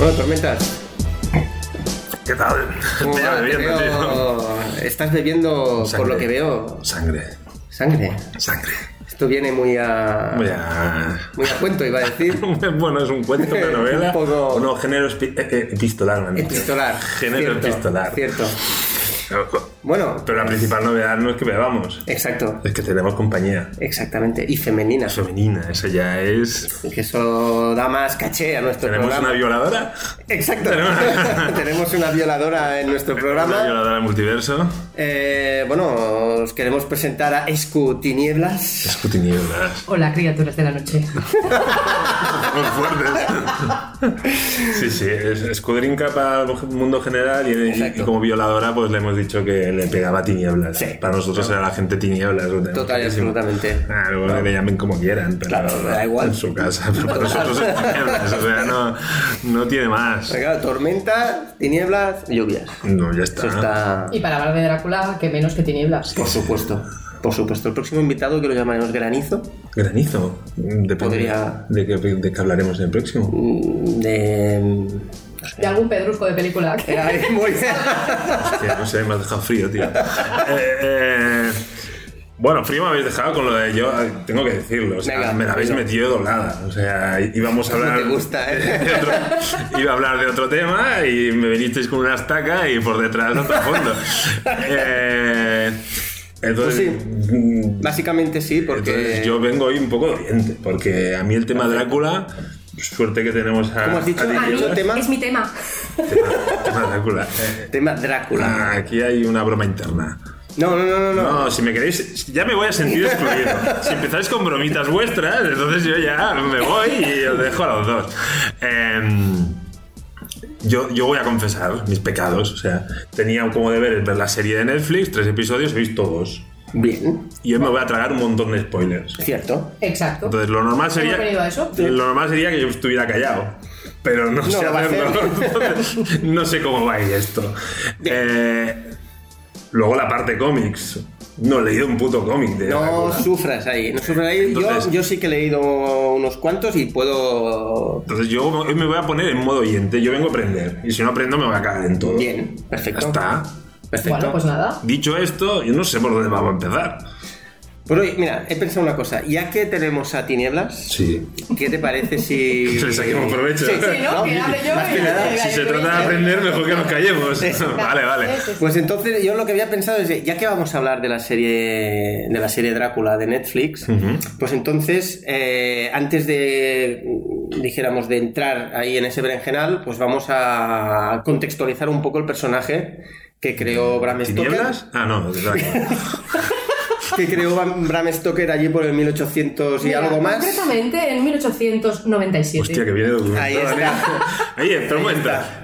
Hola, tormentas. ¿Qué tal? ¿Cómo Te va? llevas Te bebiendo, tío. veo- Estás bebiendo, por Sangre. lo que veo, Sangre, sangre. sangre. Esto viene muy a. Voy a- Muy a cuento, iba a decir. bueno, es un cuento, una novela. Un poco- No, género epi- eh, eh, epistolar. me han dicho. Epistolar. Género cierto, epistolar. Cierto. Bueno, Pero la principal novedad no es que bebamos, exacto. es que tenemos compañía Exactamente. Y femenina. femenina. Eso ya es. Que eso da más caché a nuestro Tenemos programa. una violadora. Exacto. Tenemos- Tenemos una violadora en nuestro Una programa. violadora del multiverso. Eh, bueno, os queremos presentar a Escu Tinieblas. Escutinieblas. Hola, criaturas de la noche. Muy fuertes. Sí, sí, es escudrinca para el mundo general y- y, Exacto. como violadora pues le hemos dicho que le pegaba tinieblas. Sí. Para nosotros era la gente tinieblas. lo tenemos Total y clarísimo. absolutamente. Ah, luego le llamen como quieran, pero Claro, da igual. en su casa. Pero para Total. nosotros es tinieblas, o sea, no, no tiene más. Claro, tormenta, tinieblas, lluvias. No, ya está. Eso Ah. está. Y para hablar de Drácula, que menos que tinieblas. Por supuesto. Por supuesto. El próximo invitado que lo llamaremos Granizo, Granizo. Depende Podría- de qué de qué hablaremos en el próximo. mm, de. De algún pedrusco de película. que- Era muy bien. Hostia, no sé, me has dejado frío, tío. Eh, eh, bueno, frío me habéis dejado con lo de yo, tengo que decirlo. O sea, Venga, me la habéis dilo. metido doblada. O sea, íbamos a Eso hablar. te gusta, ¿eh? de otro- iba a hablar de otro tema y me vinisteis con una estaca y por detrás otro fondo. Eh, entonces, mm, Pues Básicamente sí, porque. entonces yo vengo hoy un poco doliente, porque a mí el tema Drácula, suerte que tenemos a. ¿Cómo has dicho? a Di Ah, Dios. ¿no? tema? Es mi tema. Tema- tema Drácula. Eh, Tema Drácula. aquí hay una broma interna. No, no, no, no. no. No, si me queréis, ya me voy a sentir excluido. Si empezáis con bromitas vuestras, entonces yo ya me voy y os dejo a los dos. Em, yo, yo voy a confesar mis pecados. O sea, tenía como deber ver la serie de Netflix, tres episodios, he visto dos. Bien, Y hoy me voy a tragar un montón de spoilers. cierto. Exacto. Entonces, lo normal sería. venido a eso? Lo normal sería que yo estuviera callado. Pero no, sé lo va a hacerlo. hacer. Entonces, no sé cómo va a ir esto. Eh, luego la parte cómics. No he leído un puto cómic de No Drácula. sufras ahí, no sufras ahí. Entonces- yo, yo sí que he leído unos cuantos y puedo. Entonces yo hoy me voy a poner en modo oyente. Yo vengo a aprender. Y si no aprendo me voy a cagar en todo. Bien, Ya perfecto. está. Perfecto. Bueno, pues nada. Dicho esto, yo no sé por dónde vamos a empezar. Pues oye, mira, he pensado una cosa. Ya que tenemos a Tinieblas, Sí. ¿qué te parece si. Que le saquemos provecho. Sí, Sí, ¿no? Que hable yo Más y- que nada, y- Si y- se y- trata de aprender, mejor que nos callemos. vale, vale. Sí, sí, sí. Pues entonces yo lo que había pensado es, de, ya que vamos a hablar de la serie de la serie Drácula de Netflix, pues entonces eh, antes de mm, dijéramos de entrar ahí en ese berenjenal, pues vamos a contextualizar un poco el personaje que creó Bram Stoker, ¿Tinieblas? Ah, no, de Drácula. que creó Bram Bram Stoker allí por el pues, 1800 y Mira, algo más. Concretamente en 1897. Hostia, que viene documentado. Ahí está. Oye, pero un momento. está.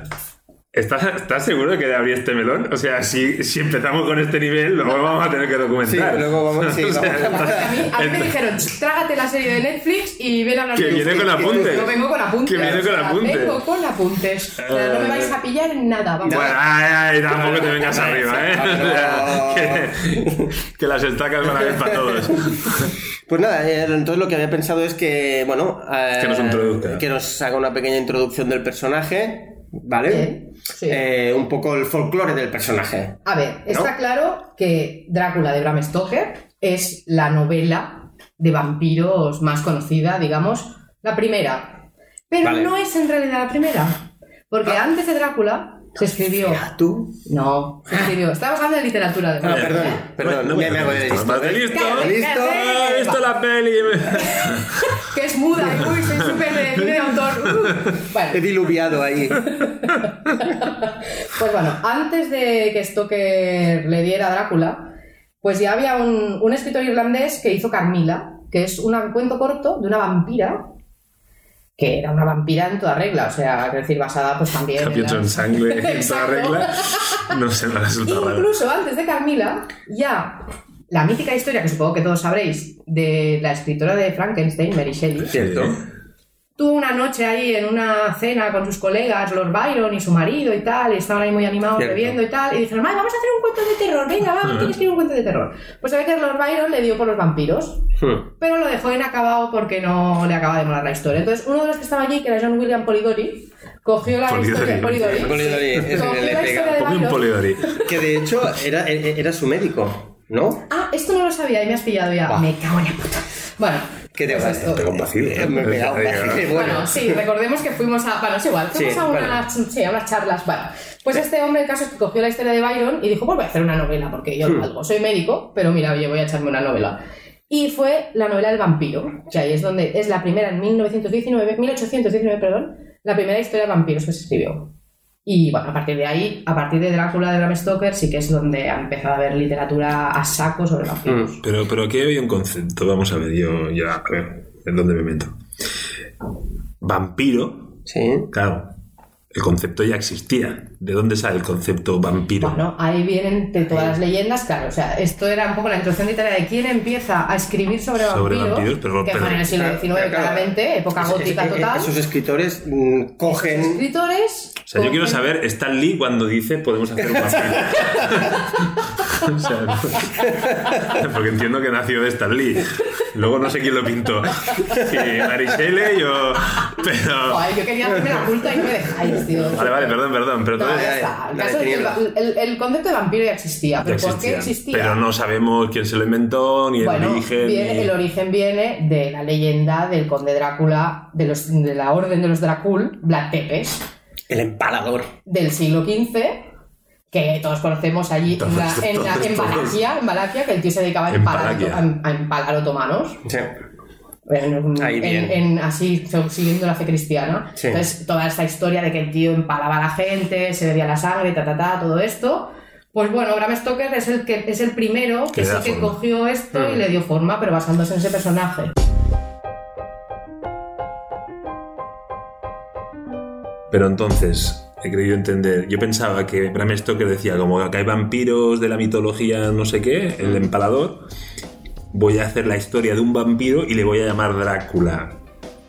¿Estás, ¿Estás seguro de que abrí este melón? O sea, si, si empezamos con este nivel, luego vamos a tener que documentar. Sí, luego vamos- sí, O sea, vamos a- A mí, a mí me dijeron, trágate la serie de Netflix y ven a hablar Este. Que de viene usted". con apuntes. Yo vengo con apuntes. Que viene con o sea, apuntes. Eh. Vengo con apuntes. O sea, no me vais a pillar en nada. Vamos. Bueno, ay, ay, tampoco te vengas arriba, ¿eh? O sea, que, que las estacas van a ver para todos. Pues nada, eh, entonces lo que había pensado es que, bueno, eh, Que nos introduzca. que nos haga una pequeña introducción del personaje, ¿vale? Bien, sí. Eh, un poco el folclore del personaje. A ver, está ¿No? claro que Drácula de Bram Stoker es la novela de vampiros más conocida, digamos, la primera. Pero Vale. Ah. no es en realidad la primera, porque antes de Drácula se escribió... ¿Tú? No, se escribió... Estamos hablando de literatura. De Ah, perdón, perdón, Eh, Bueno, me, me hago de listo, listo. más de ¿eh? listo. Cállate, listo, cállate, Ah, he visto va, la peli. Que es muda, y uy, soy súper... de cine de autor. He Vale, diluviado ahí. pues bueno, antes de que Stoker le diera a Drácula, pues ya había un, un escritor irlandés que hizo Carmila, que es un cuento corto de una vampira, que era una vampira en toda regla, o sea, es decir, basada pues también... en Capítulo la- en sangre, en toda Exacto. regla. No sé, me resulta raro. Incluso antes de Carmila, ya la mítica historia que supongo que todos sabréis de la escritora de Frankenstein, Mary Shelley, Cierto. tuvo una noche ahí en una cena con sus colegas, Lord Byron y su marido y tal, y estaban ahí muy animados Cierto. bebiendo y tal, y dijeron, "Vale, vamos a hacer un cuento de terror, venga, vamos, tienes que ir un cuento de terror. Pues se ve que Lord Byron le dio por los vampiros, pero lo dejó inacabado porque no le acaba de molar la historia. Entonces, uno de los que estaba allí, que era John William Polidori, cogió la Polidori, historia... ¿no? Polidori, Polidori, sí. ese Cogió le la pega. historia de Ponme un Byron. polidori. Que de hecho era, e-, era su médico, ¿no? Ah, esto no lo sabía y me has pillado ya. Va. Me cago en la puta. Bueno. Que te pues vas esto. a ¿eh? Me me da un vacile, Bueno, bueno. sí, recordemos que fuimos a. Bueno, es igual, fuimos Sí, a, vale. unas, sí, a unas charlas. Bueno, pues este hombre, el caso es que cogió la historia de Byron y dijo: Pues voy a hacer una novela, porque yo Hmm. algo soy médico, pero mira, oye, voy a echarme una novela. Y fue la novela del vampiro, que ahí es donde es la primera en 1919, 1819, perdón, la primera historia de vampiros que se escribió. Y bueno, a partir de ahí, a partir de Drácula de Bram Stoker, sí que es donde ha empezado a haber literatura a saco sobre vampiros. Mm. Pero, pero aquí hay un concepto, vamos a ver, yo ya, a ver, ¿en dónde me meto? Vampiro, Sí. claro, el concepto ya existía. ¿De dónde sale el concepto vampiro? Bueno, ahí vienen de todas las leyendas, claro. O sea, esto era un poco la introducción literaria de quién empieza a escribir sobre, Sobre vampiros, vampiros, pero- que pero- fue en el siglo Claro, XIX, Ah, claro, claro. claramente, época Es- es- gótica es- total. Esos escritores mm, cogen. escritores. o sea, yo quiero cogen- saber, Stan Lee cuando dice podemos hacer un vampiro. o sea, no- porque entiendo que nació de Stan Lee. Luego no sé quién lo pintó. Si Mary Shelley o. Pero. Joder, yo quería hacerme la culpa y no me dejáis, tío. Vale, vale, perdón, perdón. Pero No, entonces- ya está. Dale, El, caso es que el, tinieblas. el- el concepto de vampiro ya existía, Ya pero ¿por qué existían, existía? Pero no sabemos quién se lo inventó, ni el Bueno, origen. viene- ni- el origen viene de la leyenda del conde Drácula, de, los, de la orden de los Dracul, Black Tepes, El empalador. del siglo XV, que todos conocemos allí en, la- Todos, en, la- en todos, Valaquia, en Valaquia, que el tío se dedicaba a En empalar, Valaquia. a- a empalar otomanos. Sí. En, Ahí en- bien. en- así so- siguiendo la fe cristiana. Sí. Entonces, toda esta historia de que el tío empalaba a la gente, se bebía la sangre, ta, ta, ta, todo esto. Pues bueno, Bram Stoker es el, que, es el primero Que que le sí da que forma. cogió esto Mm. y le dio forma, pero basándose en ese personaje. Pero entonces, he creído entender. Yo pensaba que Bram Stoker decía, como que acá hay vampiros de la mitología no sé qué, el Mm. empalador. Voy a hacer la historia de un vampiro y le voy a llamar Drácula.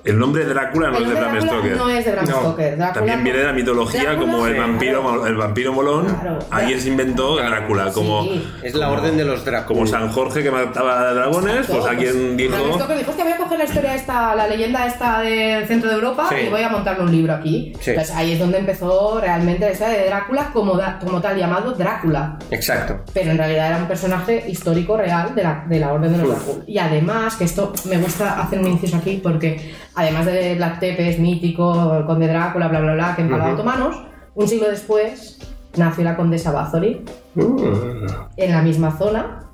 El nombre Drácula no El pues es de nombre Bram Drácula Stoker. no es de Bram No, Stoker. Drácula También no- viene de la mitología Drácula- como el Sí, vampiro, claro. el vampiro molón. Claro. Alguien se inventó Drácula, como, Sí. Es la orden de los Drácula. como San Jorge que mataba a dragones, pues alguien dijo. Bram Stoker dijo, hostia, voy a coger la historia esta, la leyenda esta del centro de Europa Sí. y voy a montarle un libro aquí. Sí. Entonces, ahí es donde empezó realmente la historia de Drácula como, da- como tal, llamado Drácula. Exacto. Pero en realidad era un personaje histórico real de la, de la Orden de los Drácula. Y además, que esto me gusta hacer un inciso aquí porque además de Black Tepes, mítico, el conde Drácula, bla, bla, bla, que empalaba otomanos, un siglo después nació la condesa Bathory Mm. en la misma zona,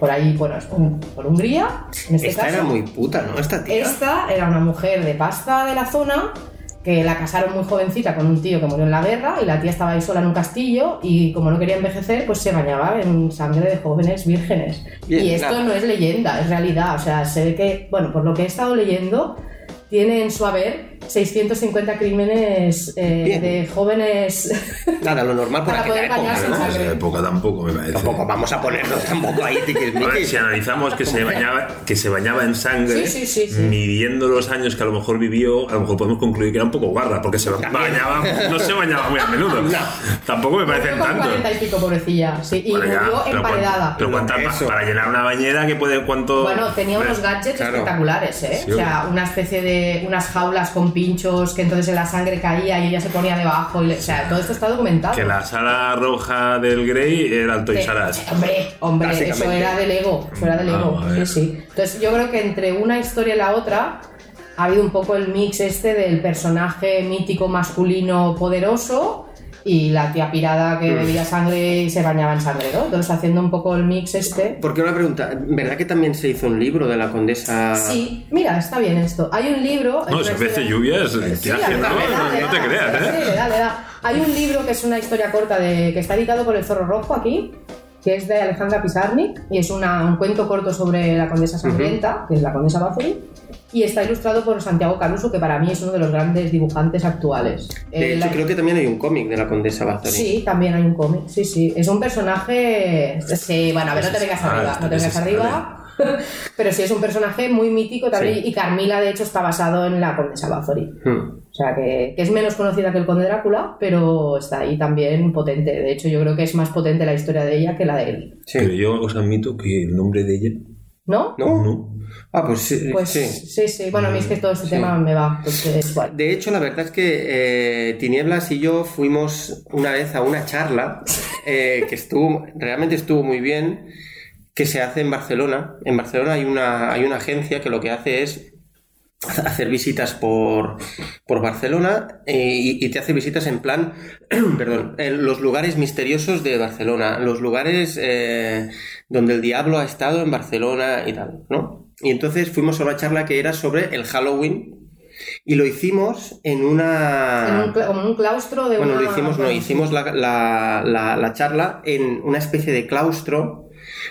por ahí, bueno, es un- por Hungría. En este Esta caso. era muy puta, ¿no? Esta tía. Esta era una mujer de pasta de la zona que la casaron muy jovencita con un tío que murió en la guerra y la tía estaba ahí sola en un castillo y como no quería envejecer pues se bañaba en sangre de jóvenes vírgenes. Bien, y esto nada. no es leyenda, es realidad. O sea, se ve que, bueno, por lo que he estado leyendo, tiene en su haber 650 crímenes eh, Bien. de jóvenes... Nada, lo normal por Para aquella poder época, bañarse en ¿no? sangre. En esa época tampoco me parece. Tampoco vamos a ponernos tampoco ahí A ver, si tiquismiquis. analizamos que se bañaba, que se bañaba en sangre, Sí, sí, sí, sí. midiendo los años que a lo mejor vivió, a lo mejor podemos concluir que era un poco guarra, porque se bañaba, no se bañaba muy a menudo. Tampoco me parecen con tanto. 40 y pico, pobrecilla. Sí, y Bueno, ya, murió pero cuan- emparedada. pero No, cuánta- eso. para llenar una bañera que puede cuánto. Bueno, tenía unos Ves, gadgets claro. espectaculares, ¿eh? Sí, o sea, una especie de unas jaulas con pinchos que entonces la sangre caía y ella se ponía debajo. y le- o sea, todo esto está documentado. Que la sala roja del Grey era el Toys Que- R Us. Hombre, hombre, eso Básicamente. era del ego. Eso era del ego. Ah, a sí, ver. sí. Entonces, yo creo que entre una historia y la otra ha habido un poco el mix este del personaje mítico masculino poderoso y la tía pirada que bebía sangre y se bañaba en sangre, ¿no? Entonces haciendo un poco el mix este. Porque una pregunta, ¿verdad que también se hizo un libro de la condesa? Ah. Sí, mira, está bien esto. Hay un libro. No, si es ves de lluvias, Sí, tiraje, le ¿no? da, le da, No, le no da, te creas, sí, ¿eh? le da, le da. Hay un libro que es una historia corta de, que está editado por el Zorro Rojo aquí, que es de Alejandra Pizarnik, y es una- un cuento corto sobre la condesa Sangrienta, que es la condesa Báthory, y está ilustrado por Santiago Caruso, que para mí es uno de los grandes dibujantes actuales. De Eh, hecho, la- creo que también hay un cómic de la condesa Bathory. Sí, también hay un cómic, sí, sí. Es un personaje... Sí, bueno, a ver, no te vengas Ah, arriba, esta no te vez vengas es- arriba. Pero sí, es un personaje muy mítico también, Sí. y Carmila, de hecho, está basado en la condesa Báthory. Hmm. O sea, que, que es menos conocida que el Conde Drácula, pero está ahí también potente. De hecho, yo creo que es más potente la historia de ella que la de él. Sí. Pero yo os admito que el nombre de ella ¿No? ¿No? no. Ah, pues sí. Pues sí, sí. Mm, sí. Bueno, a mí es que todo este tema me va. Pues es igual. De hecho, la verdad es que eh, Tinieblas y yo fuimos una vez a una charla eh, que estuvo, realmente estuvo muy bien, que se hace en Barcelona. En Barcelona hay una, hay una agencia que lo que hace es hacer visitas por, por Barcelona eh, y, y te hace visitas en plan, perdón, en los lugares misteriosos de Barcelona, los lugares eh, donde el diablo ha estado en Barcelona y tal, ¿no? Y entonces fuimos a una charla que era sobre el Halloween y lo hicimos en En un, una... cla- como en un claustro de Ah. Bueno, una... lo hicimos, no, hicimos la, la- la- la charla en una especie de claustro,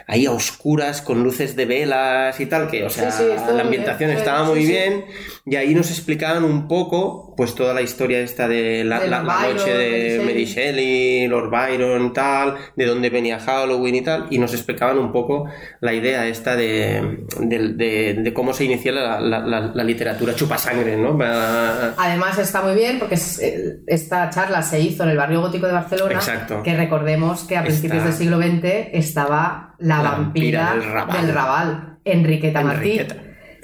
ahí a oscuras, con luces de velas y tal, que, o sea, Sí, sí, estuvo la muy ambientación bien, estaba sí, muy sí. bien, y ahí nos explicaban un poco, pues toda la historia esta de la, De la- Lord la Byron, noche de Mary Mary Shelley. Shelley, Lord Byron, tal, de dónde venía Halloween y tal, y nos explicaban un poco la idea esta de, de- de- de cómo se inició la, la- la- la literatura chupasangre, ¿no? Va- Además está muy bien porque es- eh, esta charla se hizo en el barrio gótico de Barcelona, Exacto. que recordemos que a principios Está- del siglo XX estaba la, La vampira, vampira del Raval. del Raval, Enriqueta Martí, Enriqueta.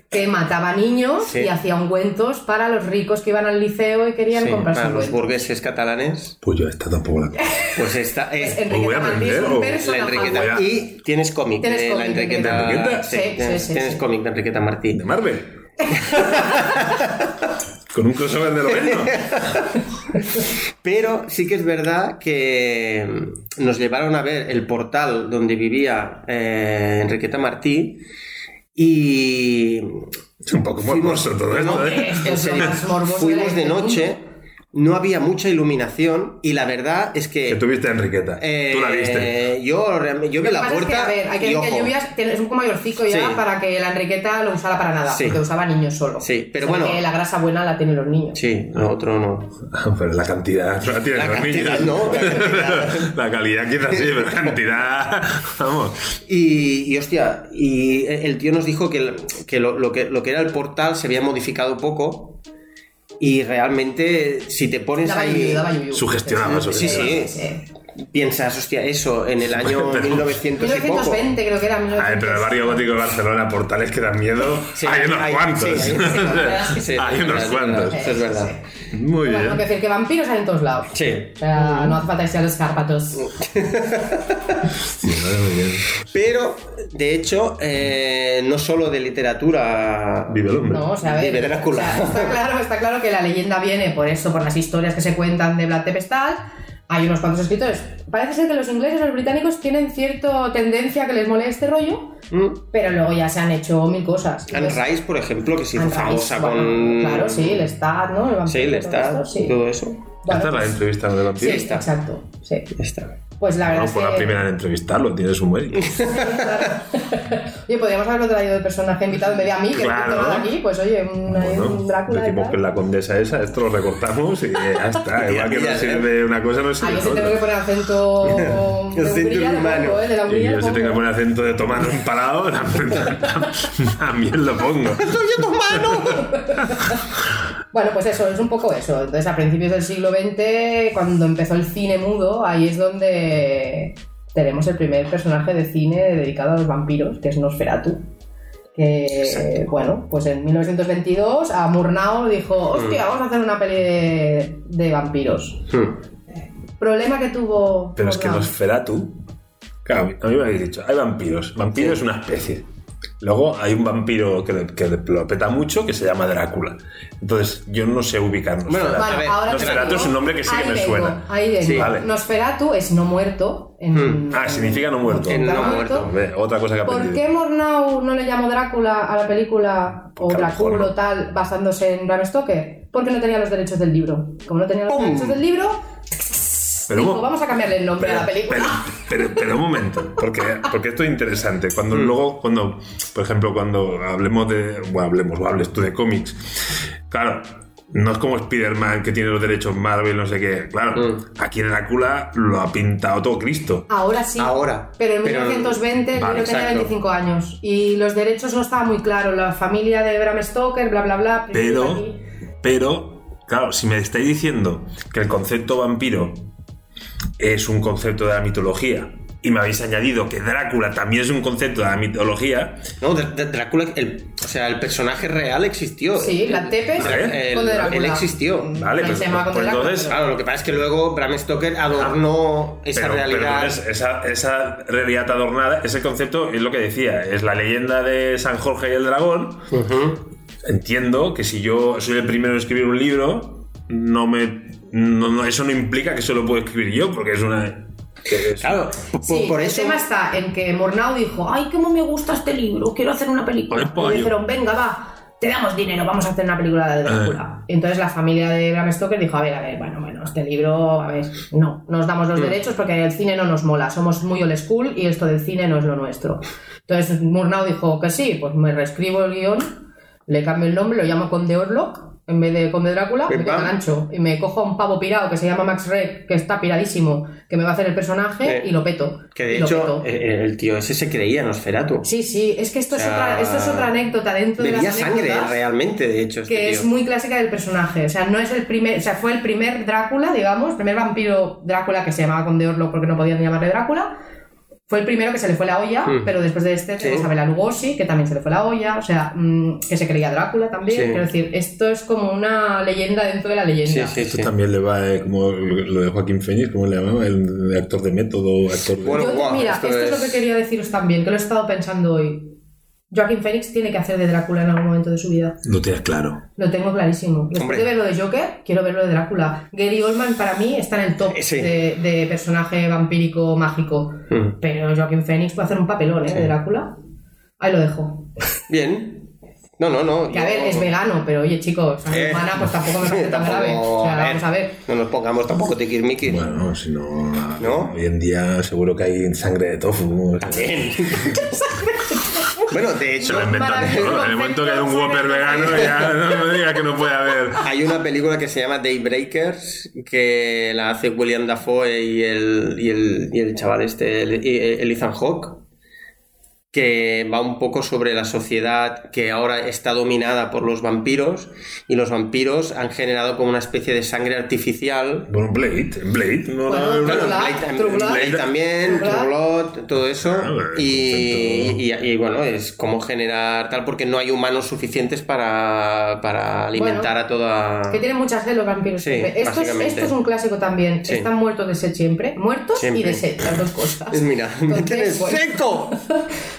que mataba niños Sí. y hacía ungüentos para los ricos que iban al liceo y querían Sí, comprarse para los ungüentos. burgueses catalanes, Pues yo esta tampoco la conozco. pues esta es Enriqueta Voy a Martí es aprender, un o- la personaje. Enriqueta. Voy a- Y tienes cómic Tienes de la cómic de Enriqueta. Enriqueta. Sí, tienes sí, sí, tienes sí. cómic de Enriqueta Martí. De Marvel. Con un crossover de lo menos. Pero sí que es verdad que nos llevaron a ver el portal donde vivía eh, Enriqueta Martí y Es un poco pues, morboso todo esto, ¿eh? En Esto es lo serio, más morboso fuimos de del mundo. noche, no había mucha iluminación y la verdad es que... Que tuviste a Enriqueta. eh, Tú la viste. Yo, realme- yo vi Lo que la pasa es que, puerta. a ver, hay que y decir que ojo. lluvias tiene- es un poco mayorcico ya Sí. para que la Enriqueta lo usara para nada, Sí. porque usaba niños solo. Sí, pero O sea bueno. que la grasa buena la tienen los niños. Sí, lo otro no. Ah, Pero la cantidad. La tiene La los cantidad, niños. no, la cantidad. La calidad quizás sí, pero la cantidad. Vamos. Y, y, hostia, y el tío nos dijo que, el- que lo, lo que lo que era el portal se había modificado poco y realmente si te pones Daba ahí yuyu, daba yuyu. Sugestionaba, Sí, sugestionaba. Sí, sí. piensas, hostia, eso en el año Pero- 1900 y poco. 1920 creo que era. A ver, Ah, pero el barrio gótico de Barcelona, portales que dan miedo. Sí, hay unos hay- cuantos. sí, hay- Sí, Hay es unos verdad, cuantos. Eso es verdad. Muy Bueno, bien. tengo que decir que vampiros hay en todos lados. Sí. O sea, no hace falta que sean los cárpatos. Pero, de hecho, eh, no solo de literatura. Vive el hombre. No, o sea, a ver, Vive Drácula. o sea, está, claro, está claro que la leyenda viene por eso, por las historias que se cuentan de Vlad Tepestal. Hay unos cuantos escritores. Parece ser que los ingleses o los británicos tienen cierta tendencia a que les mole este rollo, Mm. pero luego ya se han hecho mil cosas. Anne Entonces, Rice, por ejemplo, que se hizo Pues Anne Rice, famosa bueno, con. Claro, sí, el Estado, ¿no? El Sí, vampiro, el todo Estado, esto, sí. todo eso. Esta Bueno, es la pues, entrevista de Sí, vampiro. Está. exacto. Sí. Ya está. Pues la verdad No, es fue la que- primera en entrevistarlo, tiene su mérito. Oye, podríamos haberlo traído de personaje invitado en vez de a mí, que Claro. no tengo nada aquí. Pues oye, un, un Bueno, Drácula. y decimos que tal. la condesa esa, esto lo recortamos y ya está. Ya, Igual que ya, no ya. sirve una cosa, no Ahí sirve sí tengo que otra. poner acento. de Hungría, de rumano. poco, ¿eh? De la Y Hungría. yo si poco. tengo que poner acento de tomar un parado, también lo pongo. Bueno, pues eso, es un poco eso. Entonces, a principios del siglo XX, cuando empezó el cine mudo, ahí es donde tenemos el primer personaje de cine dedicado a los vampiros, que es Nosferatu. Que, bueno, pues en 1922 a Murnau dijo, Mm. hostia, vamos a hacer una peli de, de vampiros. Hmm. Problema que tuvo... Pero es que Murnau. Nosferatu, claro, a mí me habéis dicho, hay vampiros. Vampiro es una especie. Luego hay un vampiro que, le- que le- lo peta mucho que se llama Drácula. Entonces, yo no sé ubicarnos. Bueno, Nosferatu. a Vale, ver, ahora Nosferatu te lo es un nombre que sí que Ahí me vengo, suena. Ahí vengo. Sí. Vale. Nosferatu es no muerto. en- Ah, significa no muerto. Hmm. En Está no muerto. Ve, Otra cosa que ¿Por aprendí. qué Mornau no le llamó Drácula a la película o Porque a lo mejor Drácula no. o tal basándose en Bram Stoker? Porque no tenía los derechos del libro. Como no tenía los ¡Pum! derechos del libro, Pero, dijo, un- vamos a cambiarle el nombre pero- a la película. pero- pero- pero un momento, porque, porque esto es interesante. Cuando Mm. luego, cuando, por ejemplo, cuando hablemos de. Bueno, hablemos o hables tú de cómics. Claro, no es como Spider-Man que tiene los derechos Marvel, no sé qué. Claro, Mm. aquí en Drácula lo ha pintado todo Cristo. Ahora sí. Ahora. Pero en Pero- 1920 Vale, yo tenía exacto. 25 años y los derechos no estaba muy claro. La familia de Bram Stoker, bla, bla, bla. Pero, aquí. pero, claro, si me estáis diciendo que el concepto vampiro es un concepto de la mitología y me habéis añadido que Drácula también es un concepto de la mitología, No, Dr- Dr- Drácula, el, o sea, el personaje real existió. Sí, la Tepes Dra- el- con Drácula. él existió. Vale, El pues- tema con pues Drácula. entonces- Claro, lo que pasa es que luego Bram Stoker adornó esa pero- pero realidad. entonces esa, esa realidad adornada, ese concepto es lo que decía, es la leyenda de San Jorge y el dragón. Ujú. Entiendo que si yo soy el primero en escribir un libro, no me... no- no- eso no implica que solo puedo escribir yo, porque es una... que es- Claro, po- Sí, por el eso. tema está en que Mornau dijo, ay, cómo me gusta este libro, quiero hacer una película. Ay, pollo. Y dijeron, venga, va, te damos dinero, vamos a hacer una película Eh. de Drácula. Y Entonces la familia de Bram Stoker dijo, a ver, a ver, bueno, bueno, este libro, a ver, no, nos damos Mm. los derechos porque el cine no nos mola, somos muy old school y esto del cine no es lo nuestro. Entonces Murnau dijo que sí, pues me reescribo el guión, le cambio el nombre, lo llamo Conde Orlok. En vez de Conde Drácula, Pim, me quedo pam. gancho y me cojo a un pavo pirado que se llama Max Reck, que está piradísimo, que me va a hacer el personaje Eh, y lo peto. Que de Lo hecho, petó. eh, el tío ese se creía Nosferatu. Sí, sí, es que esto, es o sea, otra, esto es otra anécdota dentro de Bebía las sangre anécdotas realmente, de hecho. este que tío. es muy clásica del personaje. O sea, no es el primer, o sea, fue el primer Drácula, digamos, primer vampiro Drácula que se llamaba Conde Orlo porque no podían llamarle Drácula. Fue el primero que se le fue la olla, Hmm. pero después de este tenemos Sí. a Bela Lugosi, que también se le fue la olla, o sea, mm, que se creía Drácula también. Sí. Quiero decir, esto es como una leyenda dentro de la leyenda. Sí, sí, Esto sí. también le va, eh, como lo lo de Joaquín Phoenix, ¿cómo le llamaba? El, actor de método, actor de... Bueno, Yo- guau, mira, esto esto, es... lo es- que quería deciros también, que lo he estado pensando hoy. Joaquín Phoenix tiene que hacer de Drácula en algún momento de su vida. Lo tienes claro. Lo tengo clarísimo. Después Hombre. de ver lo de Joker, quiero ver lo de Drácula. Gary Oldman para mí está en el top Eh, sí. de, de personaje vampírico mágico. Mm. Pero Joaquin Phoenix puede hacer un papelón, ¿eh? De Drácula. Ahí lo dejo. Bien. No, no, no. Que a ver, yo- es vegano, pero oye, chicos, a mi Eh, hermana pues tampoco me parece tan tampoco- eh. grave. O sea, vamos a ver. No nos pongamos tampoco tiquismiquis. Bueno, si no, ¿No? hoy en día seguro que hay sangre de tofu. Bien. bueno, de Se lo hecho, inventan Maravilloso todo. En el momento que hay un concepto, Whopper sobre- vegano, ya no me digas que no puede haber. hay una película que se llama Daybreakers que la hace William Dafoe y el, y el, y el chaval este, el, y- el Ethan Hawke, que va un poco sobre la sociedad que ahora está dominada por los vampiros y los vampiros han generado como una especie de sangre artificial Bueno, Blade, Blade, no Bueno, era- Claro, True Blade, Blood, tam- True Blade Blood. también, True True Blood. Blood, todo eso. Ah, bueno, pues y, y, y bueno, es como generar tal, porque no hay humanos suficientes para, para alimentar a toda. Que tienen mucha sed los vampiros. Sí, siempre. esto, es, básicamente. esto es un clásico también. Sí. Están muertos de sed siempre. Muertos y Siempre. de sed, las dos cosas. Es, Pues Mira, me Entonces, tienes bueno. seco.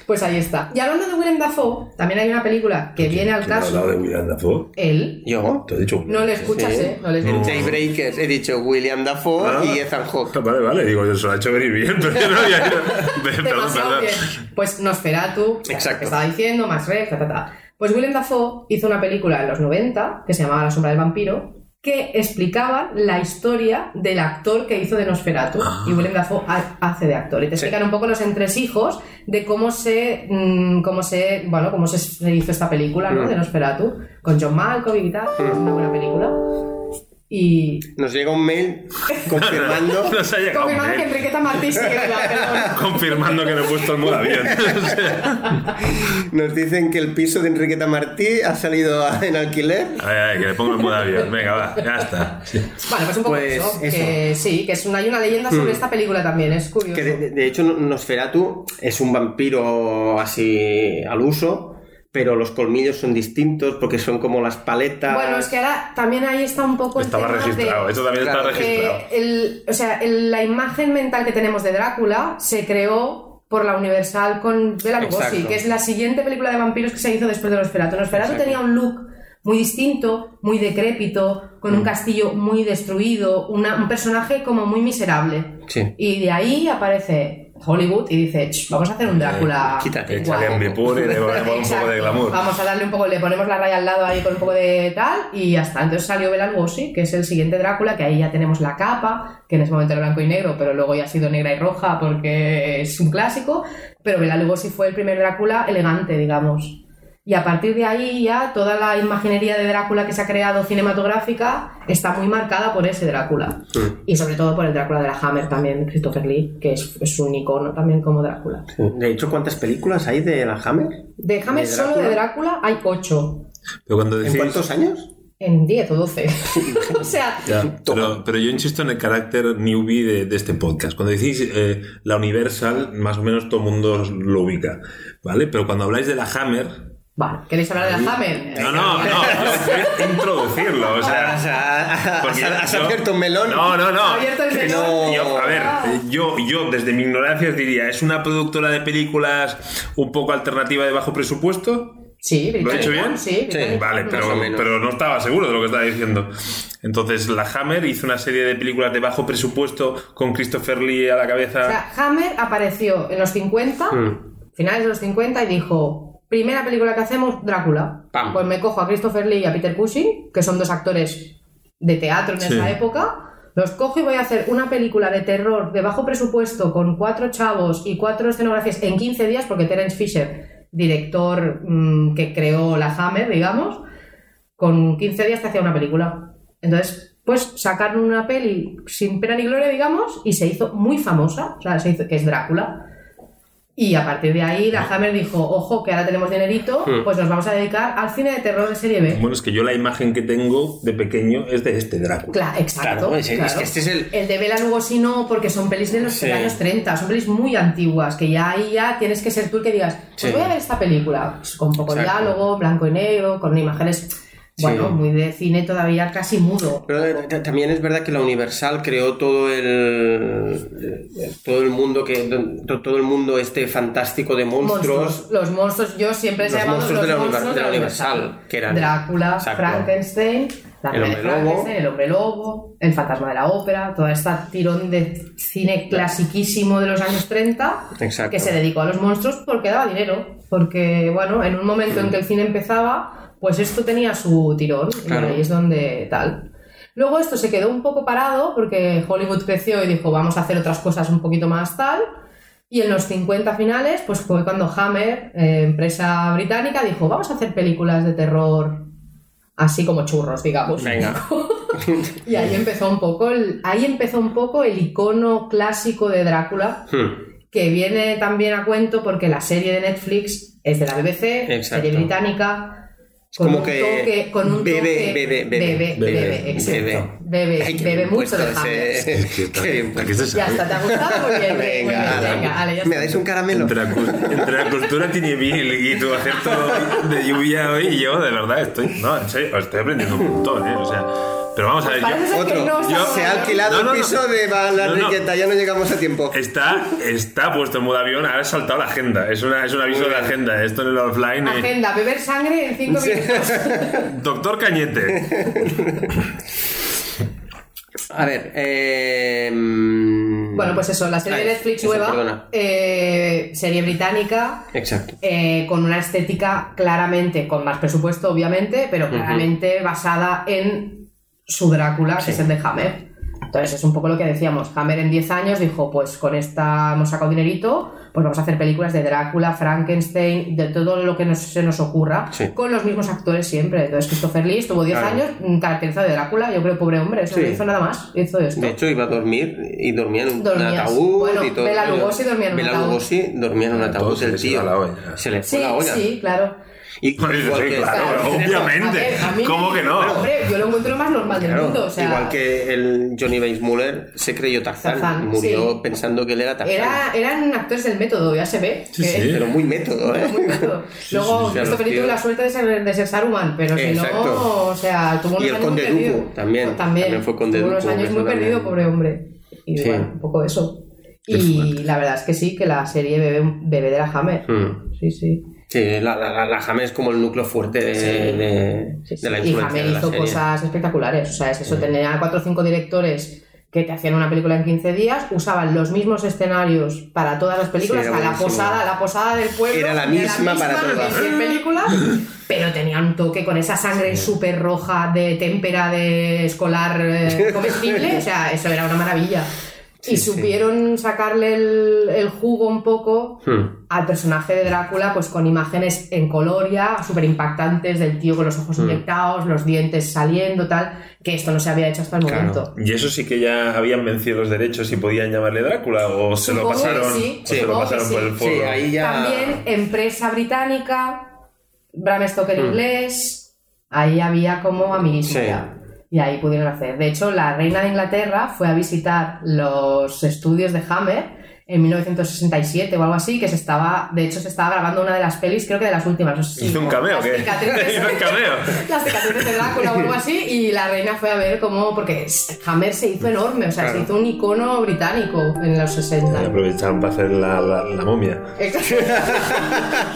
Pues ahí está. Y hablando de Willem Dafoe, también hay una película que viene al ¿Quién ha hablado caso. de William Dafoe? Él. Yo. Te he dicho No le escuchas, Sí. ¿eh? No le En escuchas. Daybreakers Pues he dicho William Dafoe Ah. y Ethan Hawke. Ah, Vale, vale, digo, se lo ha hecho venir bien, pero yo no había ido. Perdón, Demasiado perdón. bien. Pues Nosferatu, o sea, Exacto. que estaba diciendo, más Rex, ta, ta, ta. Pues Willem Dafoe hizo una película en los 90 que se llamaba La sombra del vampiro que explicaba la historia del actor que hizo de Nosferatu. Ah. Y Willem Dafoe ha- hace de actor. Y te explican un poco los entresijos de cómo se, mm, cómo se, bueno, cómo se, se hizo esta película, ¿no? Mm. De Nosferatu. Con John Malkovich y tal. Es una buena película. Y... Nos llega un mail confirmando. Nos ha llegado un Confirmando que mail Enriqueta Martí sigue viva, perdón. confirmando que no he puesto el modo avión. Nos dicen que el piso de Enriqueta Martí ha salido a- en alquiler. Ay, ay, que le pongo el modo avión. Venga, va, ya está. Vale, pues un poco Pues eso, eso. Hmm. Que sí, que es una, hay una leyenda sobre esta película también, es curioso. Que de, de hecho Nosferatu es un vampiro así al uso, pero los colmillos son distintos porque son como las paletas. Bueno, es que ahora también ahí está un poco el Estaba tema de- Eh, registrado, eso también está Claro, que registrado. el- o sea, el- la imagen mental que tenemos de Drácula se creó por la Universal con Bela Lugosi, Exacto. que es la siguiente película de vampiros que se hizo después de Nosferatu. Nosferatu Exacto. tenía un look muy distinto, muy decrépito, con Hmm. un castillo muy destruido, una- un personaje como muy miserable. Sí. Y de ahí aparece Hollywood y dice, "Ch, vamos a hacer un Drácula. quítate, guapo". Échale ambipur y le ponemos un poco de Exacto. glamour. Vamos a darle un poco, le ponemos la raya al lado ahí con un poco de tal y ya está. Entonces salió Bela Lugosi, que es el siguiente Drácula, que ahí ya tenemos la capa, que en ese momento era blanco y negro, pero luego ya ha sido negra y roja porque es un clásico. Pero Bela Lugosi fue el primer Drácula elegante, digamos. Y a partir de ahí ya toda la imaginería de Drácula que se ha creado cinematográfica está muy marcada por ese Drácula. Y sobre todo por el Drácula de la Hammer también, Christopher Lee, que es, es un icono también como Drácula. De hecho, ¿cuántas películas hay de la Hammer? De Hammer ¿De solo Drácula? de Drácula hay ocho. Pero cuando ¿En decís. cuántos años? En 10 o 12. o sea, Ya, pero, pero yo insisto en el carácter newbie de, de este podcast. Cuando decís eh, la Universal, más o menos todo el mundo lo ubica, ¿vale? Pero cuando habláis de la Hammer... vale, ¿queréis hablar de la Hammer? No, no, no, yo quiero introducirlo, o sea... porque has yo- abierto un melón. No, no, no. Ha abierto el Es- melón. yo- a ver, Ah. eh, yo, yo desde mi ignorancia os diría, ¿es una productora de películas un poco alternativa de bajo presupuesto? Sí, británica, he hecho bien? Sí, británica, Vale, más pero, o menos. menos. pero no estaba seguro de lo que estaba diciendo. Entonces, la Hammer hizo una serie de películas de bajo presupuesto con Christopher Lee a la cabeza. O sea, Hammer apareció en los 50, Mm. finales de los 50, y dijo: Primera película que hacemos, Drácula. Pam. Pues me cojo a Christopher Lee y a Peter Cushing, que son dos actores de teatro en Sí. esa época. Los cojo y voy a hacer una película de terror de bajo presupuesto con cuatro chavos y cuatro escenografías en 15 días, porque Terence Fisher, director mm, que creó la Hammer, digamos, con 15 días te hacía una película. Entonces, pues sacaron una peli sin pena ni gloria, digamos, y se hizo muy famosa, o sea, se hizo, que es Drácula. Y a partir de ahí, la Hammer dijo, ojo, que ahora tenemos dinerito, Hmm. pues nos vamos a dedicar al cine de terror de serie B. Bueno, es que yo la imagen que tengo de pequeño es de este Drácula. Claro, exacto. Claro, es- es claro. que este es el- de Bela Lugosi no, porque son pelis de los Sí. años 30, son pelis muy antiguas, que ya ahí ya tienes que ser tú el que digas, pues Sí. voy a ver esta película, pues, con poco Exacto. diálogo, blanco y negro, con imágenes, bueno, muy de cine todavía casi mudo. Pero eh, ta- también es verdad que la Universal creó todo el eh, todo el mundo que to- todo el mundo este fantástico de monstruos. monstruos. Los monstruos, yo siempre les he Los llamado monstruos los de la monstruos Univer- de la Universal, que eran- Drácula, Exacto. Frankenstein, la El de hombre lobo. Frankenstein, el hombre lobo, el fantasma de la ópera, toda esta tirón de cine clasiquísimo de los años 30 Exacto. que se dedicó a los monstruos porque daba dinero, porque bueno, en un momento en que el cine empezaba, pues esto tenía su tirón Claro. y ahí es donde tal. Luego esto se quedó un poco parado porque Hollywood creció y dijo, vamos a hacer otras cosas un poquito más tal. Y en los 50 finales, pues fue cuando Hammer, eh, empresa británica, dijo, vamos a hacer películas de terror así como churros, digamos. Venga. Y ahí empezó un poco el, ahí empezó un poco el icono clásico de Drácula, Hmm. que viene también a cuento porque la serie de Netflix es de la BBC, Exacto. serie británica, Es con como un que toque, con un bebe, toque- bebe, bebe, bebe, bebe, bebe, exacto. Bebe. bebe, Ay, qué bebe bien puesto mucho de Hamlet. ese- Qué bien Aquí puesto. se Ya sabe. está, ¿te ha gustado? Muy bien, muy bien, muy Venga, bien, venga, vale, ya me está. dais un caramelo. Entre la, cul- entre la cultura tiniebil y tu acento de lluvia hoy, y yo de verdad estoy. No, en serio, estoy aprendiendo un montón, ¿eh? O sea, pero vamos a ver. Parece Yo, ser que Otro. no está Yo- mal. Se ha alquilado No, no, el no. piso de la No, Eh. no. Enriqueta, ya no llegamos a tiempo. Está, está puesto en modo avión, ahora ha saltado la agenda. Es, una, es un aviso de agenda. Esto en el offline. eh, Agenda, beber sangre en 5 minutos. Doctor Cañete. A ver, eh, mm. Bueno, pues eso, la serie de Ay, Netflix eso, nueva, perdona. eh, serie británica, Exacto. eh, con una estética claramente, con más presupuesto obviamente, pero claramente basada en su Drácula, que es el de Hammer. Entonces es un poco lo que decíamos, Hammer en 10 años dijo, pues con esta hemos sacado dinerito, pues vamos a hacer películas de Drácula, Frankenstein, de todo lo que nos- se nos ocurra, Sí. con los mismos actores siempre. Entonces Christopher Lee estuvo 10 Claro. años mm, caracterizado de Drácula, yo creo, pobre hombre, eso Sí. no hizo nada más, hizo esto. De hecho, iba a dormir y dormía en un Dormías. ataúd Bueno, y todo. Bela Lugosi dormía en un Bela ataúd. Lugosi dormía en un Todo ataúd se el les iba tío. la olla. Se le fue sí, la olla. sí, claro. Y, Pues, igual sí, que, claro, obviamente. A ver, a mí ¿Cómo me- que no? Hombre, yo lo encuentro lo más normal del claro, mundo. O sea, igual que el Johnny Weissmuller se creyó Tarzán. Tarzán, murió sí. pensando que él era Tarzán. era, eran actores del método, ya se ve. Sí, que- sí. Pero muy método, ¿eh? muy método. Luego, sí, sí, Christopher Lee tío. tuvo la suerte de ser, de ser Saruman, pero si no, Exacto. o sea, tuvo unos Y el años Conde muy perdido. Dooku, también, También, también fue Conde tuvo unos Dooku, años eso muy también. perdido, pobre hombre. Y Sí. bueno, un poco eso. Y la verdad es que sí, que la serie bebe, bebe de la Hammer. Mm. Sí, sí. Sí, la, la, la- la Hammer es como el núcleo fuerte de, de- Sí, sí. de la y influencia Hammer de la hizo serie. cosas espectaculares. O sea, es eso, tenía cuatro o cinco directores que te hacían una película en 15 días, usaban los mismos escenarios para todas las películas, Sí, era a la buenísimo. posada, la posada del pueblo, Era la misma para misma todas. en 100 películas, pero tenía un toque con esa sangre súper roja de témpera de escolar eh, comestible, o sea, eso era una maravilla. Y supieron sacarle el, el jugo un poco Hmm. al personaje de Drácula, pues con imágenes en color ya, súper impactantes del tío con los ojos Mm. inyectados, los dientes saliendo, tal, que esto no se había hecho hasta el Claro. momento. Y eso sí que ya habían vencido los derechos y podían llamarle Drácula, o se lo Supongo que pasaron, sí, o se lo supongo que pasaron por sí. el Sí, forro. ahí ya. También empresa británica, Bram Stoker Mm. inglés, ahí había como amiguismo Sí. ya. Y ahí pudieron hacer. De hecho, la reina de Inglaterra fue a visitar los estudios de Hammer en 1967 o algo así, que se estaba, de hecho, se estaba grabando una de las pelis, creo que de las últimas. no sé si- Hizo un cameo, Las ¿qué? cicatrices. Hizo un cameo. las cicatrices de Drácula o algo así y la reina fue a ver cómo porque Hammer se hizo enorme o sea se hizo un icono británico en los 60 Y aprovecharon para hacer la, la, la momia. Exacto.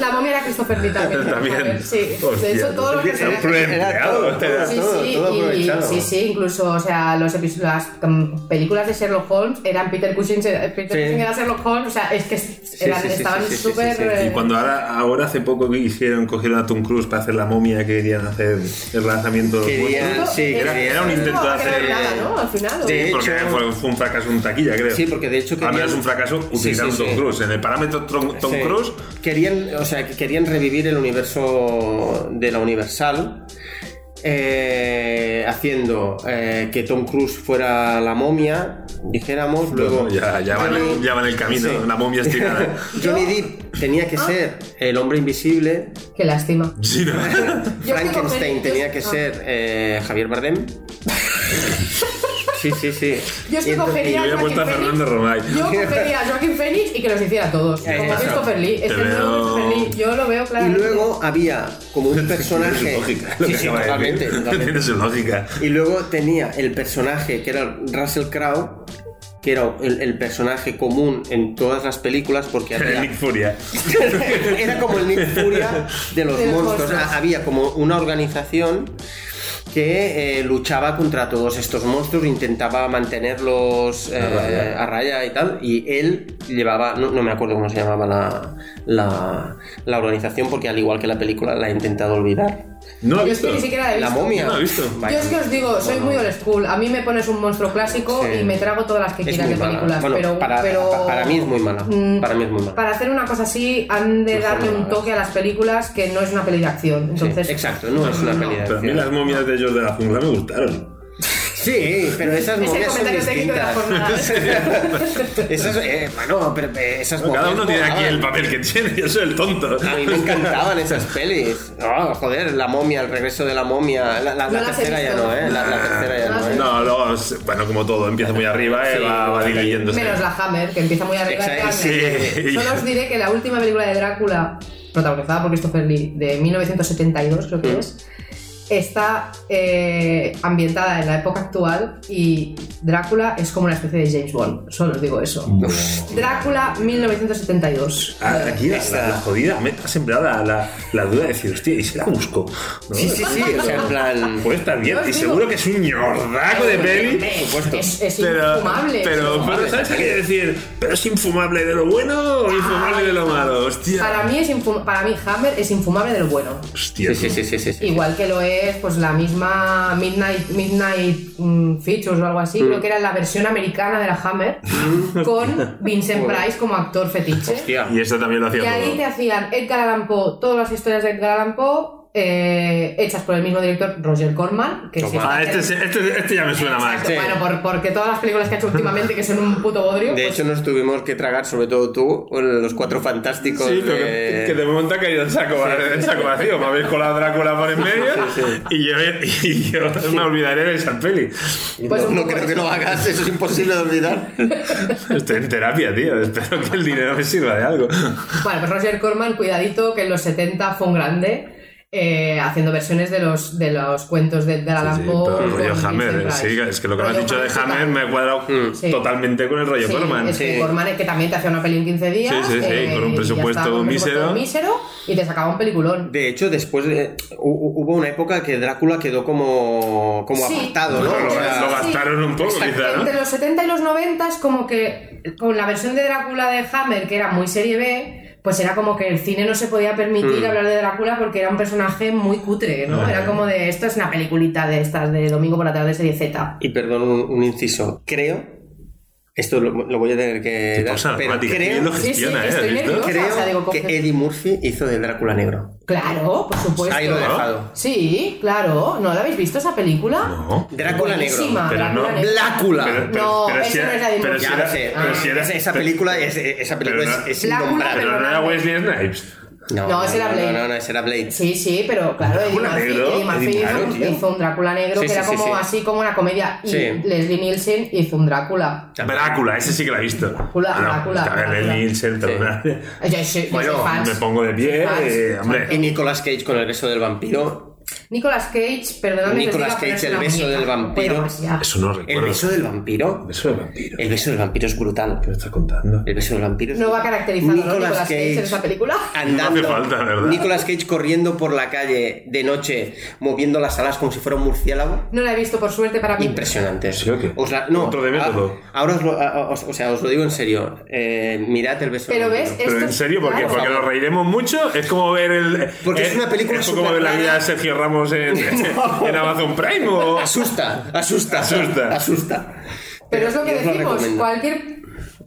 la momia era Christopher Lee también, También. Hammer, sí Hostia, de hecho todo lo que se era pro empleado. este. Sí, sí, y- sí, sí, incluso, o sea, los episodios, las mm, películas de Sherlock Holmes eran Peter Cushing, Peter Cushing era Sherlock Holmes, o sea, es que eran- sí, sí, estaban sí, sí, sí, súper... sí, sí. Y eh, cuando ahora, ahora hace poco que hicieron, cogieron a Tom Cruise para hacer la momia que querían hacer el lanzamiento de los Querían- muertos. Sí, eh, era- que era un intento de no, que no era hacer- nada, ¿no? Al final, ¿o? De Porque hecho- fue, fue un fracaso en taquilla, creo. Sí, porque de hecho Al querían- menos un fracaso Sí, utilizando sí, sí. Tom Cruise. En el parámetro Tom, Tom Sí. Cruise, Querían, o sea, que querían revivir el universo de la Universal. eh, haciendo eh, que Tom Cruise fuera la momia, dijéramos, luego luego ya, ya, van, en- ya van en el camino, Sí. la momia estirada. Johnny Depp tenía Ah. que ser el hombre invisible, Qué lástima. Sí, ¿no? Yo Frankenstein estoy con- tenía que yo- ser eh, Javier Bardem. Sí, sí, sí. Yo sí Y entonces- cogería- Yo había puesto a Fernando Romay. Yo cogería a Joaquín Phoenix y que los hiciera todos. Ya, como ya. Christopher Lee. Es Te el nuevo veo- Christopher Lee. Yo lo veo y claramente. luego había como un personaje. Tiene su lógica. lo Sí, que sí, acaba de totalmente, decir. totalmente. Tiene su lógica. Y luego tenía el personaje que era Russell Crowe, que era el, el personaje común en todas las películas, porque El Nick había, Furia. era como el Nick Furia de los De los monstruos. monstruos. Ha- Había como una organización que eh, luchaba contra todos estos monstruos, intentaba mantenerlos eh, a, raya. raya. y tal, y él llevaba, no, no me acuerdo cómo se llamaba la, la, la organización, porque al igual que la película la he intentado olvidar. No lo he Yo es visto. que ni siquiera la he La visto. momia. No la he visto. Yo es que os digo, soy muy old school. A mí me pones un monstruo clásico Sí. y me trago todas las que Es quieras muy de mala. películas. Bueno, pero, para, pero- pa- para mí es muy mala. Mm, Para mí es muy mala. Para hacer una cosa así, han de Pues darle mala, un toque a las películas que no es una peli de acción. Sí, Entonces, exacto, no es una no. peli de Pero a mí las acción. momias de ellos de la jungla me gustaron. Sí, pero esas Es el movidas son comentario técnico de la distintas. jornada. Esas, eh, bueno, pero eh, esas Cada movidas uno tiene aquí molaban. el papel que tiene. Yo soy el tonto. A mí me encantaban esas pelis. Oh, joder, la momia, el regreso de la momia. La, la- la No las he tercera ya visto. no, ¿eh? La, la tercera ya No las no, ¿eh? he No, luego, es- bueno, como todo, empieza muy arriba, eh, Sí. va, va diluyéndose. Menos la Hammer, que empieza muy arriba. y Exacto, va sí. Solo os diré que la última película de Drácula, protagonizada por Christopher Lee, de 1972 creo Mm. que es, está eh, ambientada en la época actual y Drácula es como una especie de James Bond. Solo os digo eso. Drácula 1972. Ah, Aquí la, la, la jodida me ha sembrado la, la, la duda de decir, hostia, ¿y si la busco? ¿No? Sí, sí, sí, o sea, en plan. Puede estar bien, Yo os y digo- seguro que es un ñordaco de peli. Es- supuesto. Es, es Pero, infumable. pero, es pero infumable. ¿sabes qué quiere decir? ¿Pero es infumable de lo bueno o infumable de lo malo? Hostia. Para mí, es infum- para mí Hammer es infumable del bueno. Hostia. Sí, sí, sí, sí, sí, sí. Igual que lo es, pues la misma Midnight, Midnight mm, Features o algo así, creo que era la versión americana de la Hammer, con Vincent Price como actor fetiche. Hostia. Y eso también lo hacía y ahí te todo. hacían Edgar Allan Poe, todas las historias de Edgar Allan Poe, eh, hechas por el mismo director Roger Corman, que Corman. Ah, este, se- este, este ya me suena más. Exacto, Sí. Bueno, por- porque todas las películas que ha hecho últimamente, que son un puto bodrio, De pues, hecho, nos tuvimos que tragar, sobre todo tú, los cuatro fantásticos. Sí, lo que, de- que de momento ha caído el saco, el saco vacío. Me habéis colado Drácula por en medio y yo, y yo me olvidaré de esa peli. pues no, un no poco creo que eso. lo hagas, eso es imposible de olvidar. Estoy en terapia, tío. Espero que el dinero me sirva de algo. Bueno, pues Roger Corman, cuidadito, que en los 70 fue un grande. eh, haciendo versiones de los, de los cuentos de, de Alan Sí, sí, Poe pero el con rollo Vincent Hammer, Price. sí, es que lo que Rollo has dicho de total. Hammer me ha cuadrado Mm. Sí. totalmente con el rollo Sí, Corman. es que Sí. Corman es que también te hacía una peli en 15 días. eh, Sí, sí, sí, con un y ya presupuesto estaba, con un presupuesto mísero. mísero y te sacaba un peliculón. De hecho, después de- hu- hu- hubo una época que Drácula quedó como, como Sí. apartado, ¿no? Bueno, O lo, sea, lo gastaron un poco, Exacto. quizá, Entre ¿no? los 70 y los 90 es como que con la versión de Drácula de Hammer, que era muy serie B, pues era como que el cine no se podía permitir Hmm. hablar de Drácula porque era un personaje muy cutre, ¿no? Ah, era eh. como de esto es una peliculita de estas de domingo por la tarde serie Z. Y perdón, un, un inciso. Creo, esto lo, lo voy a tener que Qué dar, cosa pero dramática, creo, ¿quién lo Sí, sí, gestiona, eh? estoy ¿Has visto? nerviosa. creo O sea, digo, coge- que Eddie Murphy hizo de Drácula negro. Claro, por supuesto. Ahí lo he dejado. Sí, claro. ¿No la habéis visto esa película? No. Drácula negro. Buenísima, pero Drácula no- negro. Drácula. Pero- pero- No, pero ese si no era- es la de pero Murphy. si ya era- lo sé. Ah. pero si era- esa, esa pero- película, es, esa película Pero es, no- es Drácula, innombrable. Pero no era Wesley Snipes. No, ese era Blade. No, no, no, ese era Blade. Sí, sí, pero claro, Eddie Drácula Murphy, negro, Eddie Murphy Eddie hizo, Murphy, tío. hizo un Drácula negro Sí, que sí, era sí, como sí. así como una comedia y Sí. Leslie Nielsen hizo un Drácula. Drácula, ese sí que la he visto. Drácula, Ah, no, Drácula, está bien, Drácula. el Nielsen, perdona. Yo soy, yo soy Bueno, fan. Me pongo de pie, Fans. eh, Y hombre. Nicolas Cage con el beso del vampiro. Nicolas Cage, perdóname. Nicolas que os diga, Cage, pero es el una beso muñeca, del no puedo vampiro. más ya. Eso no ¿El recuerdo. beso del vampiro? Beso de vampiro. El beso del vampiro es brutal. ¿Qué me estás contando? El beso del vampiro. es No va brutal. caracterizado ¿no? Nicolas, Cage. en esa película. andando. No hace falta, ¿verdad? Nicolas Cage corriendo por la calle de noche, moviendo las alas como si fuera un murciélago. No la he visto por suerte para mí. Impresionante. ¿Sí o qué? Os la- no, Otro de método. a- ahora os lo, a- a- os- o sea, os lo digo en serio. Eh, mirad el beso. Pero del ves, vampiro. Pero Esto- en serio, ¿por qué? claro. Porque nos reiremos mucho. Es como ver el. Porque es eh, una película Es como ver la superclara. vida de Sergio Ramos en, en Amazon Prime eh, o. Asusta, asusta, Asusta. asusta. Pero es lo que Yo os decimos, recomiendo. cualquier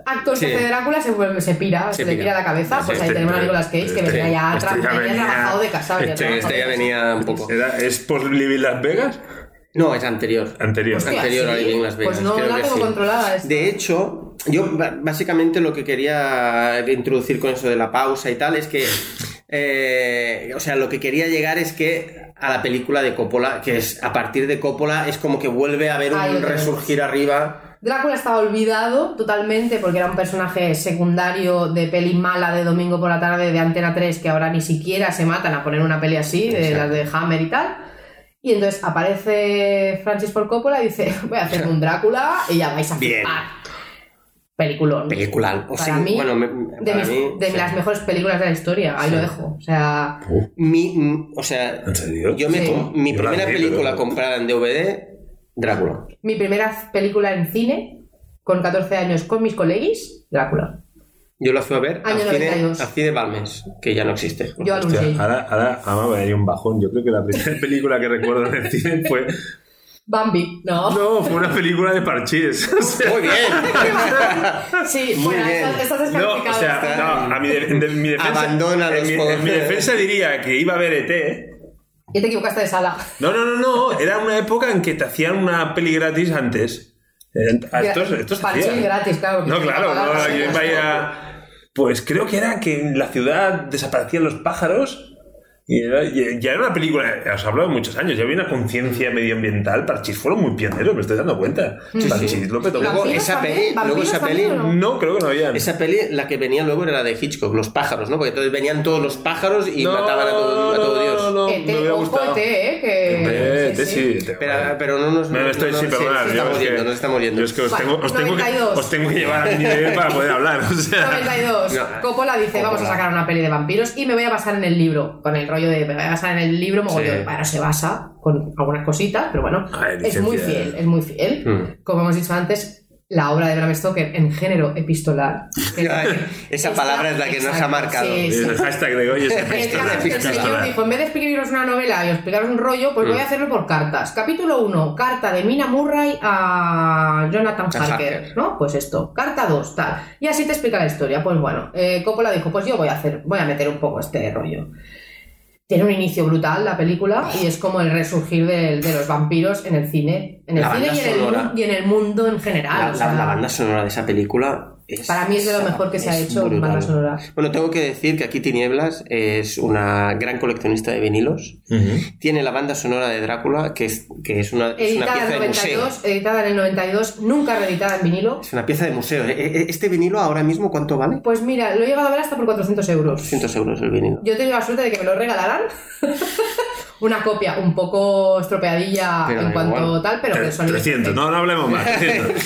actor Sí. que hace Drácula se vuelve, se pira, Se se, le pira. pira la cabeza, pues ahí tenemos a Nicolas Cage que este- venía ya, este tra- ya venía venía- trabajado de casa. venía Este, este ya trabajado de casa. venía un poco. Era- ¿Es por Living Las Vegas? No, es anterior. Anterior. Hostia. anterior a ¿sí? Living Las Vegas. Pues no creo la que tengo sí. controlada esta. De hecho, yo ba- básicamente lo que quería introducir con eso de la pausa y tal es que. eh, o sea, lo que quería llegar es que a la película de Coppola, que es a partir de Coppola, es como que vuelve a haber Ahí un lo tenemos. resurgir arriba. Drácula estaba olvidado totalmente porque era un personaje secundario de peli mala de domingo por la tarde de Antena 3 que ahora ni siquiera se matan a poner una peli así, de las de Hammer y tal. Y entonces aparece Francis Ford Coppola y dice, voy a hacer un Drácula y ya vais a Bien. flipar. Peliculón. Película. O Para sea, mí, bueno, me- de, para mis- mí, de sí. las mejores películas de la historia, ahí lo dejo. O sea, Mi- mm, o sea, ¿En serio? yo me, Sí. mi Yo la primera vi, pero- película comprada en DVD, Drácula. mi primera película en cine, con 14 años, con mis colegis, Drácula. Yo la fui a ver Año al cine, 92. al cine Balmes, que ya no existe. Yo a los Hostia, seis. ahora, ahora, ahora me daría un bajón. Yo creo que la primera película que recuerdo en el cine fue. Bambi, ¿no? No, fue una película de parchís. O sea, Muy bien. Sí, Muy bueno, bien. estás, estás No, descalificado. o sea, no, a mi, de- de- mi defensa. Abandona los en, mi, en mi juegos. defensa diría que iba a ver ET. Ya te equivocaste de sala. No, no, no, no. Era una época en que te hacían una peli gratis antes. Eh, a Estos, Gra- estos parchís hacían. gratis, claro, que No, te claro, pagaban, no, sí, alguien sí. vaya. Pues creo que era que en la ciudad desaparecían los pájaros. Y era- y- ya era una película, os hablo de muchos años, ya había una conciencia medioambiental. Parchís fueron muy pioneros, me estoy dando cuenta. Parchís lo petó. Luego ¿Vampiros esa también? peli, luego ¿Vampiros esa peli, también o no? No, creo que no había. Esa peli, la que venía luego era la de Hitchcock, los pájaros, ¿no? Porque entonces venían todos los pájaros y No, mataban a todo, a todo no, Dios. No, no, ET, me hubiera ojo, gustado. ET, eh, que... Eh, ET, sí, ET, Pero, pero no nos... Me estoy no, sin sí, perdonar. sí, yo estamos es que- yendo, nos estamos yendo. Yo es que os Vale, tengo, os tengo que, 92. os tengo que llevar a mi nivel para poder hablar. O sea, 92. No. Coppola dice, vamos a Coppola. sacar una peli de vampiros y me voy a basar en el libro, con el rollo de me voy a basar en el libro, mogollón. Sí. Bueno, se basa con algunas cositas, pero bueno, A ver, es licencia. muy fiel, es muy fiel. Hmm. Como hemos dicho antes, la obra de Bram Stoker en género epistolar. Esa palabra es la que nos ha Exacto, marcado. sí, sí. el hashtag de hoy es El epistolar, caso es que el señor epistolar. dijo, en vez de escribiros una novela y explicaros un rollo, pues Mm. voy a hacerlo por cartas. Capítulo 1, carta de Mina Murray a Jonathan A Harker, Harker. ¿no? Pues esto. Carta 2, tal. Y así te explica la historia. Pues bueno, eh, Coppola dijo, pues yo voy a hacer, voy a meter un poco este rollo. Tiene un inicio brutal la película y es como el resurgir del- de, los vampiros en el cine. En el La cine banda y en el, sonora. mu- y en el mundo en general. La, o la- sea, la banda sonora de esa película es Para mí es de lo mejor que se ha es hecho en banda brutal. sonora. Bueno, tengo que decir que aquí Tinieblas es una gran coleccionista de vinilos. Tiene la banda sonora de Drácula, que es, que es una, es una Editada en pieza el de museo. 92, editada en el 92, nunca reeditada en vinilo. Es una pieza de museo. E- e- ¿Este vinilo ahora mismo cuánto vale? Pues mira, lo he llegado a ver hasta por 400 euros. 200 euros el vinilo. Yo he tenido la suerte de que me lo regalaran. Una copia un poco estropeadilla Pero en da cuanto igual. tal, pero el sonido. 300, no, no hablemos más. O 300.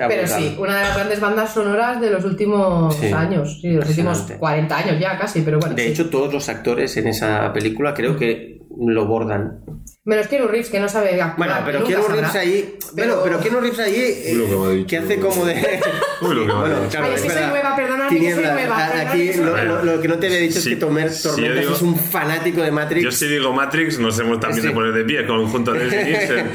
sea, Pero brutal. sí, una de las grandes bandas sonoras de los últimos Sí. años, sí, de los últimos Impresionante. 40 años ya casi, pero bueno. De sí. hecho, todos los actores en esa película creo que lo bordan. Menos Keanu Reeves, que no sabe actuar, Bueno, pero Ah, nunca Keanu sabrá. Reeves ahí. Bueno, Pero- pero Keanu Reeves ahí. eh, Uy, lo que me ha dicho. que hace como de. Uy, lo que me ha dicho. Ay, es sí soy verdad. nueva, perdona, que soy Tinieblas, nueva, a- perdona, Aquí que soy lo, nueva. lo- lo que no te había dicho Sí, es que Tomer sí, yo Tormentas digo- es un fanático de Matrix. Yo sí digo Matrix, nos hemos también Sí. de poner de pie conjunto de Nielsen.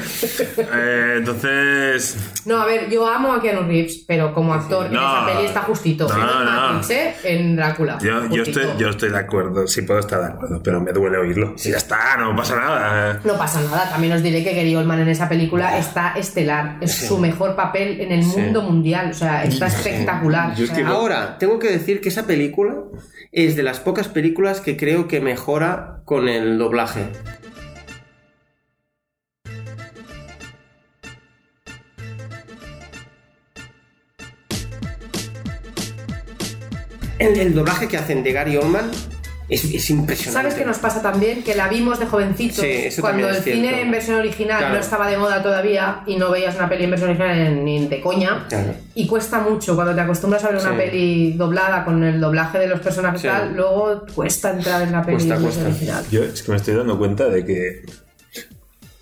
Eh, entonces, No, a ver, yo amo a Keanu Reeves, pero como actor en No. esa peli está justito. No, en no. Matrix, ¿eh? En Drácula. yo, yo, justito. estoy, yo estoy de acuerdo, sí puedo estar de acuerdo, pero me duele oírlo. Sí, ya está, no pasa eh. nada. No pasa nada, también os diré que Gary Oldman en esa película está estelar, es su mejor papel en el mundo mundial, o sea, está espectacular. Yo es que O sea, Ahora, tengo que decir que esa película es de las pocas películas que creo que mejora con el doblaje. El, el doblaje que hacen de Gary Oldman es, es impresionante. ¿Sabes qué nos pasa también? Que la vimos de jovencitos, Sí, eso también cuando el es cierto. cine en versión original Claro. no estaba de moda todavía y no veías una peli en versión original en- ni de coña. Claro. Y cuesta mucho cuando te acostumbras a ver una Sí. peli doblada con el doblaje de los personajes Sí. y tal, luego cuesta entrar en la peli Cuesta, en versión cuesta. original. Yo es que me estoy dando cuenta de que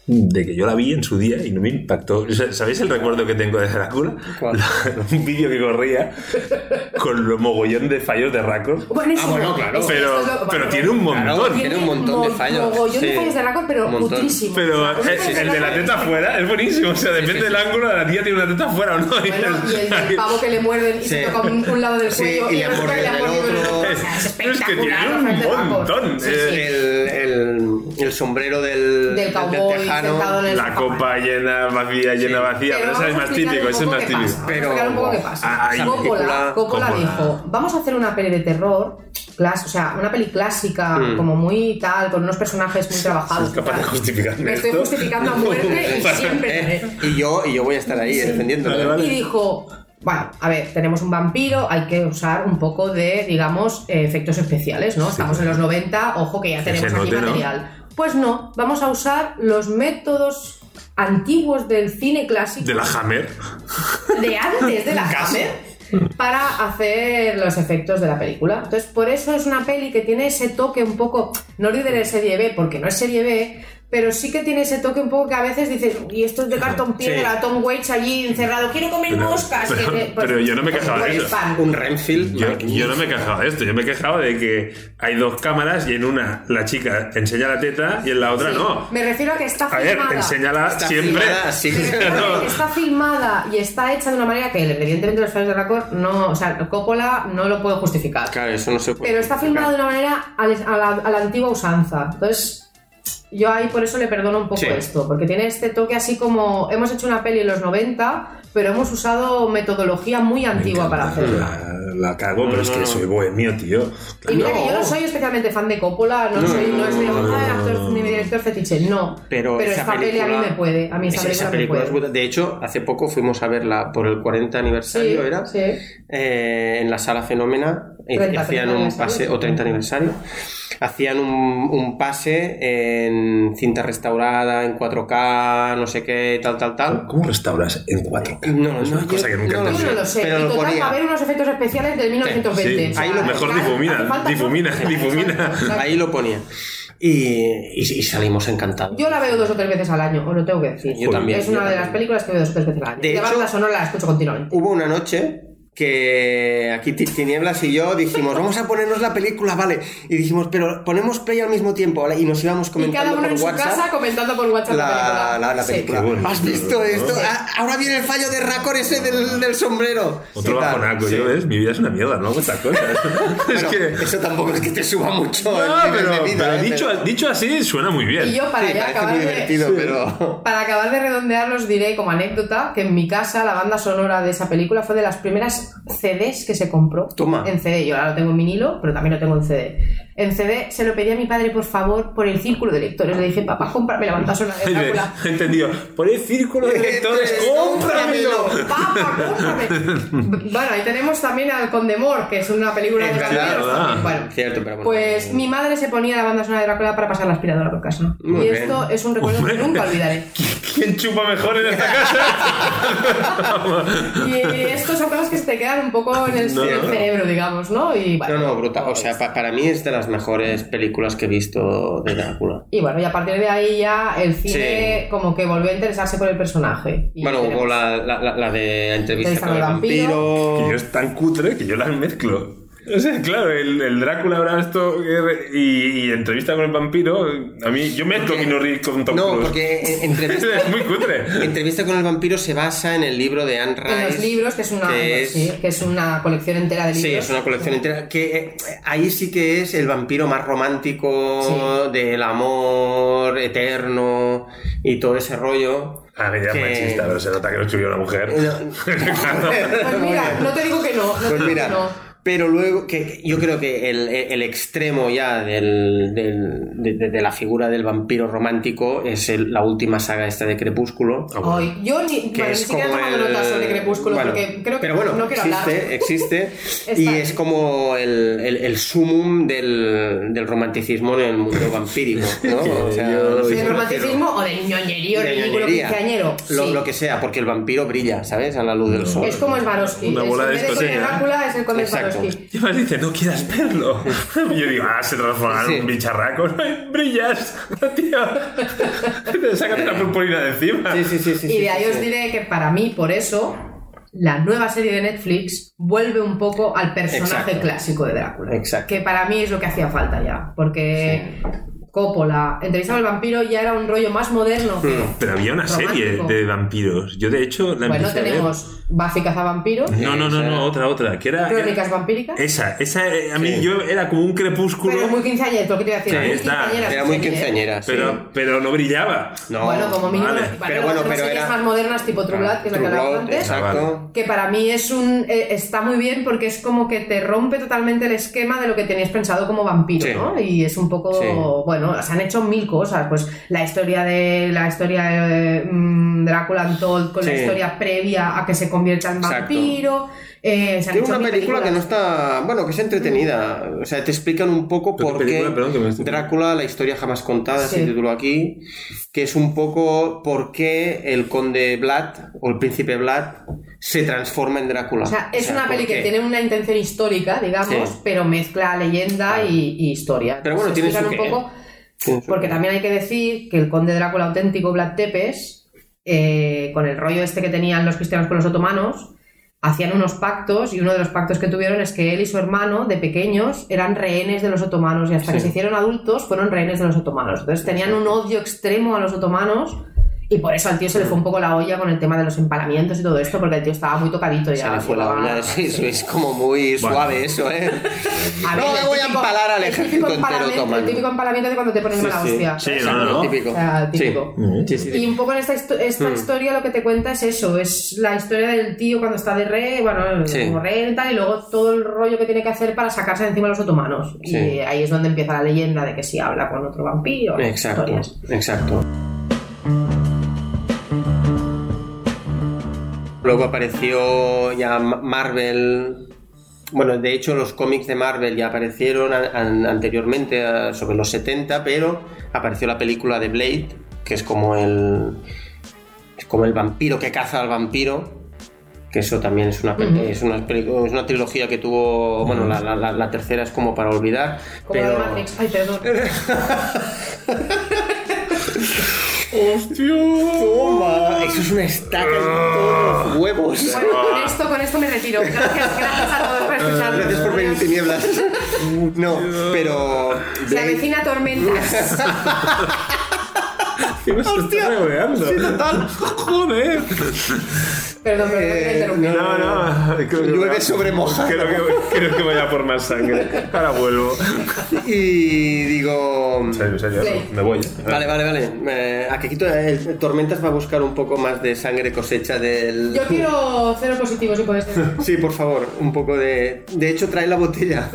de que yo la vi en su día y no me impactó. O sea, ¿Sabéis el recuerdo que tengo de Drácula? ¿Cuál? La- un vídeo que corría con lo mogollón de fallos de Raccoon. Buenísimo. Ah, bueno, claro. Es que Pero, esto es pero lo- bueno, tiene un montón. Claro, tiene un montón de mo- fallos. mogollón de Sí. fallos de récord, pero Un montón. putrísimos. Pero O sea, eh, un el, de la teta fuera es buenísimo. O sea, depende del ángulo, la tía tiene una teta fuera o no. Bueno, y el del pavo que le muerden y se Sí. toca un, un lado del Sí, cuello y y, le resulta que le han muerden el mordido el otro. otro. Es- Es es que tiene espectacular. un los fallos de montón, Paco. Sí, eh. sí. El, el- el sombrero del, Del cowboy tejano. sentado en el- La copa llena, vacía, llena, vacía. Pero, ese es vamos a más explicar típico, ese un es poco más qué típico. pasa, Pero- Vamos a explicar un poco qué pasa. Ay, Coppola, película- Coppola Coppola. dijo, vamos a hacer una peli de terror, clas- o sea, una peli clásica, Hmm. como muy tal, con unos personajes muy trabajados. Es capaz de tal. justificarme Me estoy esto. justificando a muerte y siempre. Eh, y, yo, y yo voy a estar ahí defendiéndolo. Vale, vale. Y dijo, bueno, a ver, tenemos un vampiro, hay que usar un poco de, digamos, eh, efectos especiales, ¿no? Estamos en los 90, ojo que ya tenemos se aquí note, ¿no? material. Pues no, vamos a usar los métodos antiguos del cine clásico De la Hammer. de antes de la Hammer para hacer los efectos de la película. Entonces, por eso es una peli que tiene ese toque un poco, no le diré serie B, porque no es serie B, pero sí que tiene ese toque un poco que a veces dices, y esto es de cartón piedra, Tom Waits allí encerrado, quiero comer Pero- moscas. pero- que- pues, pero yo no me pues, quejaba de pues, eso. pan. Un Renfield. Yo, magnífico. yo no me he quejado de esto, yo me he quejado de que hay dos cámaras y en una la chica enseña la teta y en la otra Sí, no. Me refiero a que está A ver, filmada. enséñala Está siempre. filmada así. Me refiero a que Está filmada y está hecha de una manera que evidentemente los fans de Raccord no, o sea, Coppola no lo puede justificar. Claro, eso no se puede. Pero está filmado de explicar. una manera al- a la, a la antigua usanza. Entonces, yo ahí por eso le perdono un poco Sí. esto, porque tiene este toque así como hemos hecho una peli en los 90, pero hemos usado metodología muy antigua para hacerla. La, Ah, la cago, pero es que soy bohemio, tío. Y mira que yo no No. soy especialmente fan de Coppola, no, soy, no es de "Ah, actor ni director fetiche, no. Pero, esa esta peli a película- mí me puede, a mí esa, esa- esa película me es puede. brutal. De hecho, hace poco fuimos a verla por el 40 aniversario, Sí, ¿era? sí. Eh, en la sala Fenómena. eh, 30 hacían un aniversario, pase, o sí. 30 aniversario. Hacían un, un pase en cinta restaurada, en 4K, no sé qué, tal, tal, tal. ¿Cómo restauras en 4K? No, Es una no, cosa yo- que nunca no, Yo entendí. no lo sé. Pero y lo total, ponía. va a haber unos efectos especiales del 1920. Sí, o sea, ahí lo- Mejor hace difumina, falta- difumina, Exacto, difumina. exacto. Ahí lo ponía. Y, y- y salimos encantados. Yo la veo dos o tres veces al año, os lo tengo que decir. Yo también, Es yo una de las también. películas que veo dos o tres veces al año. De la hecho- banda sonora la escucho continuamente. Hubo una noche que aquí Ti- Tinieblas y yo dijimos, vamos a ponernos la película, vale. Y dijimos, pero ponemos play al mismo tiempo, ¿vale? Y nos íbamos Y cada comentando uno por en su casa WhatsApp. comentando por WhatsApp La, la, la Sí. película. Qué bonito, ¿Has visto ¿no? esto? Ah, Ahora viene el fallo de Racor ese del, del sombrero. Otro Y tal. bajonaco, Sí. yo ves, mi vida es una mierda, no hago estas cosas. es Bueno, que. Eso tampoco es que te suba mucho. No, el nivel pero, de vida, pero ¿eh? dicho, Pero- dicho así suena muy bien. Y yo para Sí, ya parece acabar muy de... divertido, pero. Para acabar de redondear os diré como anécdota que en mi casa la banda sonora de esa película fue de las primeras primeras CDs que se compró. Toma. En CD. Yo ahora lo tengo en vinilo, pero también lo tengo en CD. En CD se lo pedí a mi padre, por favor, por el círculo de lectores. Le dije, papá, cómprame la una de Drácula. Entendido. Por el círculo de Pues lectores, cómpramelo. ¡Papá, cómprame! bueno, ahí tenemos también al Condemor, que es una película de Encantado, banderas ¿verdad? también. Bueno, Cierto, pero bueno. pues mi madre se ponía la banda sonora de Drácula para pasar la aspiradora por casa. ¿no? Muy y bien. esto es un recuerdo que Hombre. nunca olvidaré. ¿Quién chupa mejor en esta casa? Y estos son cosas que se te quedan un poco en el, No, en el no. cerebro, digamos, ¿no? Y bueno. No, no, brutal. Pues O sea, pa- para mí es de las mejores películas que he visto de Drácula. Y bueno, y a partir de ahí ya el cine Sí. como que volvió a interesarse por el personaje. Y bueno, tenemos- como la, la, la- la de la entrevista Entrevista con el con el vampiro. Que yo es tan cutre que yo las mezclo. Oh. O sea, claro, el, el Drácula habrá esto eh, y, y entrevista con el vampiro. A mí, yo mezclo Keanu Reeves con Tom No, Cruise. porque en- entrevista, es muy cutre. entrevista con el vampiro se basa en el libro de Anne Rice. En los libros, que es una, que es- sí, que es una colección entera de libros. Sí, es una colección entera. Que eh, ahí sí que es el vampiro más romántico del amor eterno y todo ese rollo. A ver, ya es Que- machista, pero se nota que lo escribió una mujer. Pues mira, no te digo que no. no te Pues digo que mira, no. pero luego que que yo creo que el, el extremo ya del, del- de, de- de la figura del vampiro romántico es el- la última saga esta de Crepúsculo. Ah, bueno. Ay, yo ni, Que bueno, ni es siquiera he como tomado el- notas sobre Crepúsculo bueno, porque creo que pero bueno, no quiero existe, eh, hablar. existe y Está. es como el, el, el sumum del, del romanticismo en el mundo vampírico, ¿no? O sea, yo- no sé cómo ¿De decirlo. romanticismo o de ñoñerío De ridículo ñoñería. quinceañero? Lo, Sí. lo que sea, porque el vampiro brilla, ¿sabes? A la luz del sol. Es como Swarovski. Una bola es, de en vez estos, conde sí, ¿eh? Drácula es el conde Exacto. Swarovski. Y además dice, no quieras verlo. Y yo digo, ah, se transformará en Sí. un bicharraco. Ay, Brillas, tío. Sácate la purpurina de encima. Sí, sí, sí, sí, y sí, de ahí sí, os sí. diré que para mí, por eso, la nueva serie de Netflix vuelve un poco al personaje Exacto. clásico de Drácula. Exacto. Que para mí es lo que hacía falta ya. Porque Coppola, entrevistaba al vampiro, ya era un rollo más moderno. que Hmm. Pero había una serie romántico. de vampiros. Yo, de hecho, la Bueno, empecé a ver. tenemos Buffy cazavampiros, No, no, eh, no, no, otra, otra. Que era, Crónicas vampíricas. Esa, esa eh, a mí Sí. yo era como un crepúsculo, Pero pero, muy quinceañero, lo que te iba a decir. Sí, muy está. quinceañera Era esa muy serie, ¿eh? quinceañera, sí. pero, no brillaba. No. bueno, como mínimo, vale. vale, Pero las bueno, otras pero series era- Ah, más modernas tipo True Blood, que es la que True hablábamos Blood, antes. Exacto. que para mí es un eh, está muy bien porque es como que te rompe totalmente el esquema de lo que tenías pensado como vampiro, Sí. ¿no? Y es un poco Sí. bueno, se han hecho mil cosas, pues la historia de la historia eh, mm, Drácula Untold con la Sí. historia previa a que se convierta en Exacto. vampiro, eh, se han Tiene hecho una mil película que no películas. está. Bueno, que es entretenida. O sea, te explican un poco ¿Pero qué por qué película? Perdón, que me estoy- Drácula, la historia jamás contada, Sí. se tituló aquí. Que es un poco por qué el conde Vlad o el príncipe Vlad se transforma en Drácula. O sea, es una ¿por peli que qué? tiene una intención histórica, digamos, Sí. pero mezcla leyenda y, y historia. Pero bueno, Entonces, tiene su explican un qué, ¿eh? poco Tiene su- Porque también hay que decir que el conde Drácula auténtico, Vlad Tepes, eh, con el rollo este que tenían los cristianos con los otomanos, hacían unos pactos y uno de los pactos que tuvieron es que él y su hermano, de pequeños, eran rehenes de los otomanos y hasta que se hicieron adultos fueron rehenes de los otomanos. Entonces tenían un odio extremo a los otomanos y por eso al tío se le fue un poco la olla con el tema de los empalamientos y todo esto, porque el tío estaba muy tocadito ya. Se le fue la llevaba- olla. Sí, eso es como muy Bueno. suave eso, ¿eh? A ver, no el me voy a típico- empalar al el típico ejército entero empalamiento- otomano. El típico empalamiento de cuando te pones Sí, mala sí. hostia. Sí, O sea, no, no, no. Típico. o sea, Sí. típico. Sí, sí, Hmm. Y sí. un poco en esta, histo- esta historia lo que te cuenta es eso, es la historia del tío cuando está de rey, bueno, Sí. como rey y tal, y luego todo el rollo que tiene que hacer para sacarse de encima a los otomanos. Sí. Y ahí es donde empieza la leyenda de que si habla con otro vampiro, Exacto, historias. exacto. Luego apareció ya Ma- Marvel. Bueno, de hecho los cómics de Marvel ya aparecieron an- an- anteriormente, a- sobre los 70, pero apareció la película de Blade, que es como el es como el vampiro que caza al vampiro. Que eso también es una, pel- Ujú. es una, peli- es una trilogía que tuvo. Bueno, la, la- la- la tercera es como para olvidar. Como la pero... de Matrix. Ay, perdón. ¡Toma! Eso es una estaca en todos los huevos. Bueno, con esto, con esto me retiro. Gracias, gracias a todos por escucharnos. Ah, Gracias por venir tinieblas. No, pero. Se avecina tormentas. ¿Qué nos ¡Hostia! está regodeando? Sí, total. ¡Joder! Perdón, pero no quería Eh, interrumpir. No, no. Creo que Llueve voy a- sobre mojado. Creo que, creo que vaya por más sangre. Ahora vuelvo. Y digo. En serio, en serio, Play. Me voy. Vale, vale, vale. Eh, a que quito el Tormentas va a buscar un poco más de sangre cosecha del. Yo quiero cero positivos si puedes. Sí, por favor, un poco de. De hecho, trae la botella.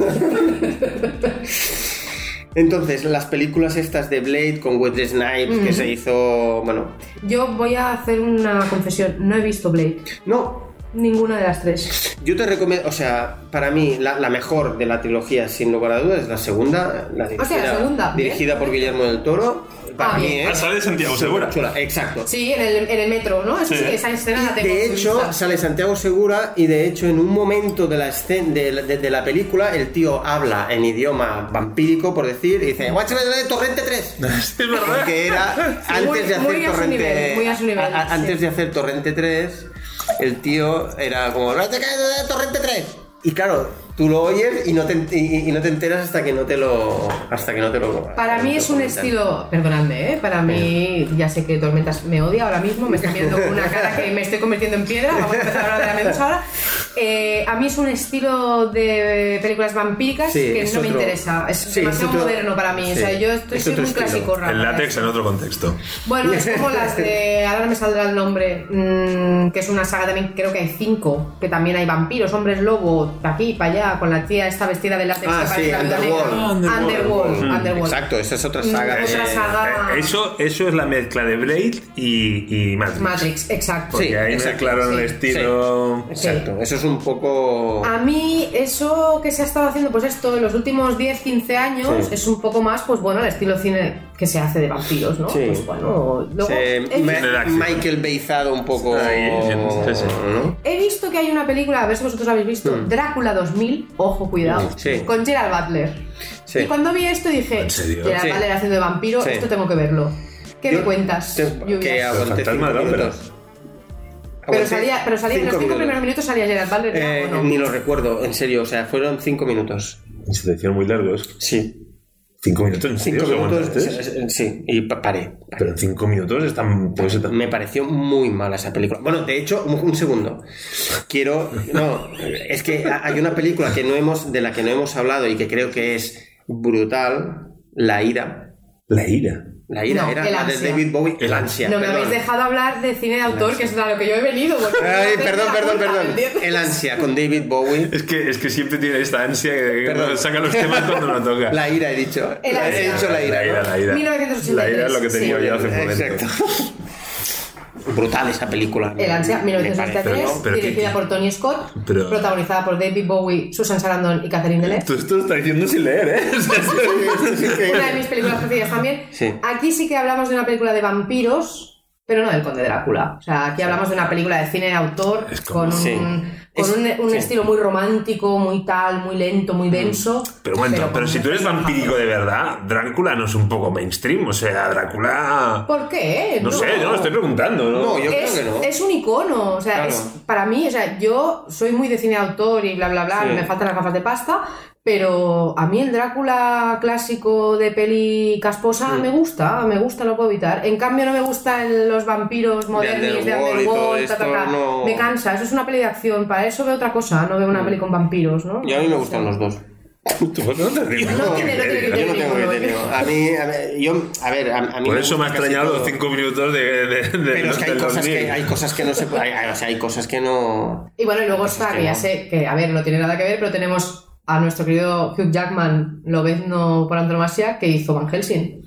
Entonces, las películas estas de Blade con Wesley Snipes que se hizo. Bueno, Yo voy a hacer una confesión. No he visto Blade. no, Ninguna de las tres. yo te recomiendo. O sea, para mí, la, la mejor de la trilogía, sin lugar a dudas, es la segunda. La dirigida, segunda, bien. Dirigida por Guillermo del Toro. Para Ah, mí, bien. ¿eh? Ah, sale de Santiago Segura. Chula, exacto. Sí, en el, en el metro, ¿no? Eso sí, esa escena la tengo. De hecho, vista. sale Santiago Segura y de hecho en un momento de la, escena, de, la- de- de la película el tío habla en idioma vampírico, por decir, y dice, "Guacha, de Torrente 3! Es verdad. Porque era antes muy- de hacer muy a su Torrente... nivel, muy a su nivel, sí. Antes de hacer Torrente 3, el tío era como, "No te caes de Torrente 3! Y claro, tú lo oyes y no te, en- y- y no te enteras hasta que no te lo... Hasta que no te lo Para no mí te es lo un comentan. estilo, perdonadme, ¿eh? para mí, ya sé que Tormentas me odia ahora mismo, me está viendo con una cara que me estoy convirtiendo en piedra, vamos a empezar a hablar de la medusa ahora. Eh, a mí es un estilo de películas vampíricas Sí, que es no me otro- interesa, es sí, es demasiado otro- moderno para mí, o sea, sí, yo estoy es siendo otro un estilo. clásico raro. El látex en otro contexto. Bueno, es como las de. Ahora no me saldrá el nombre. mm, que es una saga también, creo que hay cinco. Que también hay vampiros, hombres lobo, pa' aquí, para allá, con la tía esta vestida de látex Ah, que sí, la viuda Underworld. negra. Ah, Underworld. Underworld. Mm, Underworld. Exacto, esa es otra saga. Mm, de- otra Ah. saga. Eh, Eso, eso es la mezcla de Blade y, y Matrix. Matrix, exacto. Porque Sí, ahí exacto, mezclaron sí, el estilo. Sí. Exacto, eso es un poco... A mí eso que se ha estado haciendo, pues esto, en los últimos 10, 15 años, Sí. es un poco más, pues bueno, el estilo cine que se hace de vampiros, ¿no? Sí. Pues bueno, luego... Se- he Ma- de la acción. Michael Beizado un poco. Ahí, sí, sí. ¿no? He visto que hay una película, a ver si vosotros la habéis visto, Drácula 2000, ojo, cuidado, Mm. Sí. con Gerald Butler. Sí. Y cuando vi esto dije, ¿En serio? Gerald Sí. Butler haciendo de vampiro, Sí. esto tengo que verlo. ¿Qué Yo me cuentas? te- Lluvias? que aguanté fantasma cinco de la ópera. minutos. pero Aguanté salía, pero salía en los cinco cinco primeros minutos. minutos salía Gerald Butler. Eh, ¿no? ¿O no? Ni lo recuerdo, en serio, o sea, fueron cinco minutos. Se te hicieron muy largos. Sí, Cinco minutos, ¿en serio? cinco ¿Lo minutos. aguantaste? se- se- Sí, y pa- paré. ¿eh? Pero en cinco minutos están. Pues, están- Me pareció muy mala esa película. Bueno, de hecho, un, un segundo. Quiero. No, es que ha- hay una película que no hemos, de la que no hemos hablado y que creo que es brutal: La ira. La ira. La ira No, era el la de ansia. David Bowie, el ansia. no me perdón. habéis dejado hablar de cine de autor, que es a lo que yo he venido. porque Ay, no perdón, tengo la perdón, culpa, perdón. ¿me entiendes? El ansia con David Bowie. Es que, es que siempre tiene esta ansia que Perdón. que saca los temas cuando lo toca. La ira he dicho. El La- He ansia. dicho la ira. La ira, ¿no? la ira. 1983, La ira es lo que tenía sí. yo hace un momento. Exacto. Brutal esa película. El ansia, Me 1963, Pero no, pero dirigida que- por Tony Scott, Pero- protagonizada por David Bowie, Susan Sarandon y Catherine Deneuve. Tú esto lo estás diciendo sin leer, ¿eh? O sea, parece. Una de mis películas preferidas también. Sí. Aquí sí que hablamos de una película de vampiros, pero no del Conde Drácula. O sea, aquí hablamos de una película de cine de autor como- con un, Sí. con Es- un, un sí. Mm. estilo muy romántico, muy tal, muy lento, muy denso. Pero bueno, pero, con si un tú eres reflejo. vampírico de verdad, Drácula no es un poco mainstream. O sea, Drácula. ¿Por qué? No sé, yo lo estoy preguntando, ¿no? No, yo es, creo que no. es un icono, o sea, Claro. es, para mí, o sea, yo soy muy de cine de autor y bla, bla, bla, Sí. me faltan las gafas de pasta, pero a mí el Drácula clásico de peli casposa Mm. me gusta, me gusta, lo puedo evitar. En cambio, no me gustan los vampiros modernos de Underworld y todo Underworld, ta, ta, esto, ta. no. Mm. me cansa, eso es una peli de acción, para eso veo otra cosa, no veo una peli con vampiros, ¿no? Y a mí me O gustan sea, los dos. Tú no te digo. No tiene- no tiene que Yo no tener tengo ninguno, criterio. ¿eh? A mí, a ver, yo, a ver, a, a mí. Por eso me ha gusta casi extrañado todo. los cinco minutos de. de, de Pero es que hay del cosas 2000. que, hay cosas que no se pueden. O sea, hay cosas que no. Y bueno, y luego está, que ya sé que, a ver, no tiene nada que ver, pero tenemos a nuestro querido Hugh Jackman, lobezno por antonomasia, que hizo Van Helsing.